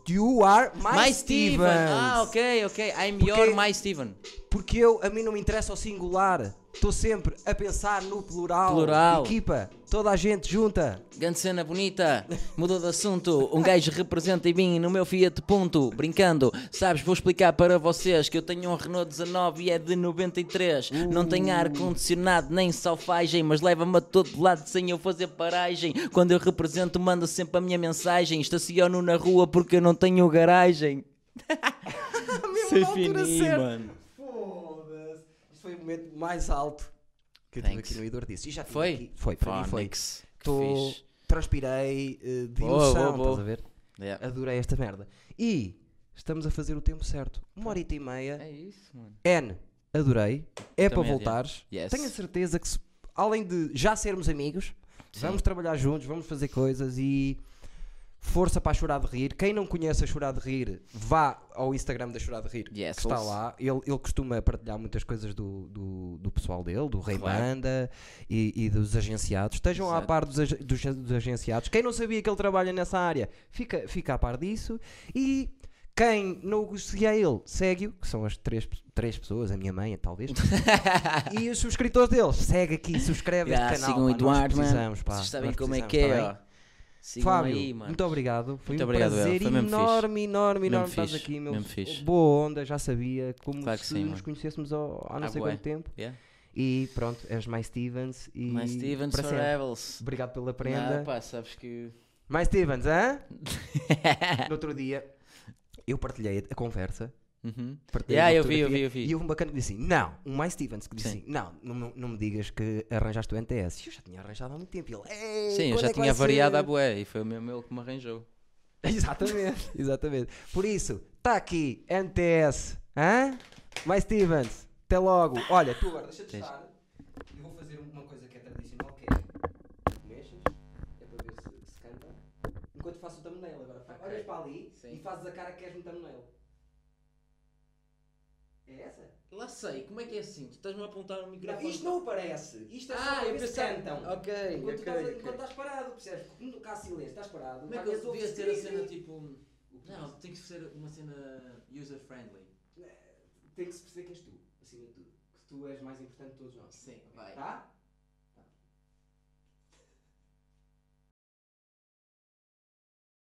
Speaker 1: You are my,
Speaker 2: My, Steven.
Speaker 1: Stevens.
Speaker 2: Ah, ok, ok. I'm
Speaker 1: Porque-
Speaker 2: your my Steven.
Speaker 1: Porque eu, a mim não me interessa o singular. Estou sempre a pensar no plural.
Speaker 2: Plural.
Speaker 1: Equipa, toda a gente junta.
Speaker 2: Grande cena bonita, mudou de assunto. Um gajo representa em mim no meu Fiat Punto. Brincando, sabes, vou explicar para vocês que eu tenho um Renault 19 e é de 93. Não tem ar-condicionado nem salfagem, mas leva-me a todo lado sem eu fazer paragem. Quando eu represento, mando sempre a minha mensagem. Estaciono na rua porque eu não tenho garagem.
Speaker 1: Mesmo na altura certa. Foda-se. Isto foi o momento mais alto que eu tive
Speaker 2: Thanks.
Speaker 1: aqui no Idor disse. E já tive
Speaker 2: Foi?
Speaker 1: aqui- Foi, para mim foi.
Speaker 2: Phonics. Que
Speaker 1: Tô-
Speaker 2: fixe.
Speaker 1: Transpirei eh, de
Speaker 2: Boa,
Speaker 1: emoção,
Speaker 2: boa, boa.
Speaker 1: estás a ver?
Speaker 2: Yeah.
Speaker 1: Adorei esta merda. E estamos a fazer o tempo certo. Uma horita e meia.
Speaker 2: É isso, mano.
Speaker 1: N, adorei. É para
Speaker 2: Também adiante.
Speaker 1: voltares.
Speaker 2: Yes.
Speaker 1: Tenho a certeza que, se- além de já sermos amigos,
Speaker 2: Sim.
Speaker 1: vamos trabalhar juntos, vamos fazer coisas e Força para a Chorar de Rir. Quem não conhece a Chorar de Rir, vá ao Instagram da Chorar de Rir,
Speaker 2: Yes,
Speaker 1: que está
Speaker 2: ouça.
Speaker 1: lá. Ele, ele costuma partilhar muitas coisas do, do, do pessoal dele, do Rei
Speaker 2: Claro.
Speaker 1: Banda e, e dos agenciados. Estejam à
Speaker 2: Exato.
Speaker 1: par dos, ag- dos, dos agenciados. Quem não sabia que ele trabalha nessa área, fica, fica a par disso. E quem não o seguia a ele, segue-o, que são as três, pe- três pessoas, a minha mãe, talvez. e os subscritores deles, segue aqui, subscreve
Speaker 2: Yeah,
Speaker 1: este canal.
Speaker 2: sigam
Speaker 1: pá,
Speaker 2: o
Speaker 1: nós
Speaker 2: Eduardo, mano.
Speaker 1: precisamos, pá,
Speaker 2: Vocês sabem
Speaker 1: nós
Speaker 2: como é que
Speaker 1: precisamos,
Speaker 2: é,
Speaker 1: tá bem?
Speaker 2: ó. Sigam
Speaker 1: Fábio,
Speaker 2: aí, mano.
Speaker 1: muito obrigado. Foi
Speaker 2: Muito
Speaker 1: um
Speaker 2: obrigado,
Speaker 1: prazer
Speaker 2: Elf, foi mesmo fixe.
Speaker 1: enorme, enorme,
Speaker 2: Mesmo
Speaker 1: enorme estás
Speaker 2: fixe,
Speaker 1: aqui, meu.
Speaker 2: mesmo fixe.
Speaker 1: Boa onda, já sabia. Como
Speaker 2: Claro que
Speaker 1: se
Speaker 2: sim,
Speaker 1: nos
Speaker 2: mano.
Speaker 1: conhecêssemos ao- há não
Speaker 2: Ah,
Speaker 1: sei
Speaker 2: bué.
Speaker 1: quanto tempo.
Speaker 2: Yeah.
Speaker 1: E pronto, és mais Stevens. E
Speaker 2: My Stevens
Speaker 1: para
Speaker 2: for
Speaker 1: sempre.
Speaker 2: Rebels.
Speaker 1: Obrigado pela
Speaker 2: Não,
Speaker 1: prenda.
Speaker 2: pá, sabes que.
Speaker 1: mais Stevens, hã? no outro dia, eu partilhei a conversa.
Speaker 2: Uhum.
Speaker 1: Partilhei
Speaker 2: Yeah,
Speaker 1: uma
Speaker 2: eu vi, eu
Speaker 1: fotografia,
Speaker 2: vi, eu vi.
Speaker 1: E houve um bacana que disse assim: Não, um mais Stevens que disse
Speaker 2: Sim.
Speaker 1: assim: Não, não, não- não me digas que arranjaste o NTS. Eu já tinha arranjado há muito tempo. E ele, "Ei,
Speaker 2: Sim, eu
Speaker 1: quando
Speaker 2: já
Speaker 1: é que
Speaker 2: tinha
Speaker 1: vai
Speaker 2: variado
Speaker 1: ser?"
Speaker 2: a bué e foi o mesmo ele que me arranjou.
Speaker 1: Exatamente, exatamente. Por isso, está aqui, NTS, hã? Mais Stevens, até logo. Olha, tu agora deixa-te
Speaker 2: Tens.
Speaker 1: estar. Eu vou fazer uma coisa que é tradicional, que é... Mexes, é para ver se, se canta. Enquanto faço o thumbnail agora. fa-
Speaker 2: Ok.
Speaker 1: Olhas para ali
Speaker 2: Sim.
Speaker 1: e fazes a cara que queres no thumbnail. É essa?
Speaker 2: Lá sei, como é que é assim? Tu estás-me a apontar o
Speaker 1: Não, isto não aparece. Isto é só para ver se
Speaker 2: então.
Speaker 1: cantam.
Speaker 2: Ah, Ok,
Speaker 1: Enquanto, estás, enquanto estás parado, percebes? Porque Quando cá silêncio, estás parado. tá
Speaker 2: Como é que
Speaker 1: talvez
Speaker 2: eu devia
Speaker 1: ouves-
Speaker 2: ser a cena tipo. Não, tem que ser uma cena user-friendly.
Speaker 1: Tem que se perceber que és tu, acima de tudo. Que tu és mais importante de todos nós.
Speaker 2: Sim, vai.
Speaker 1: Tá?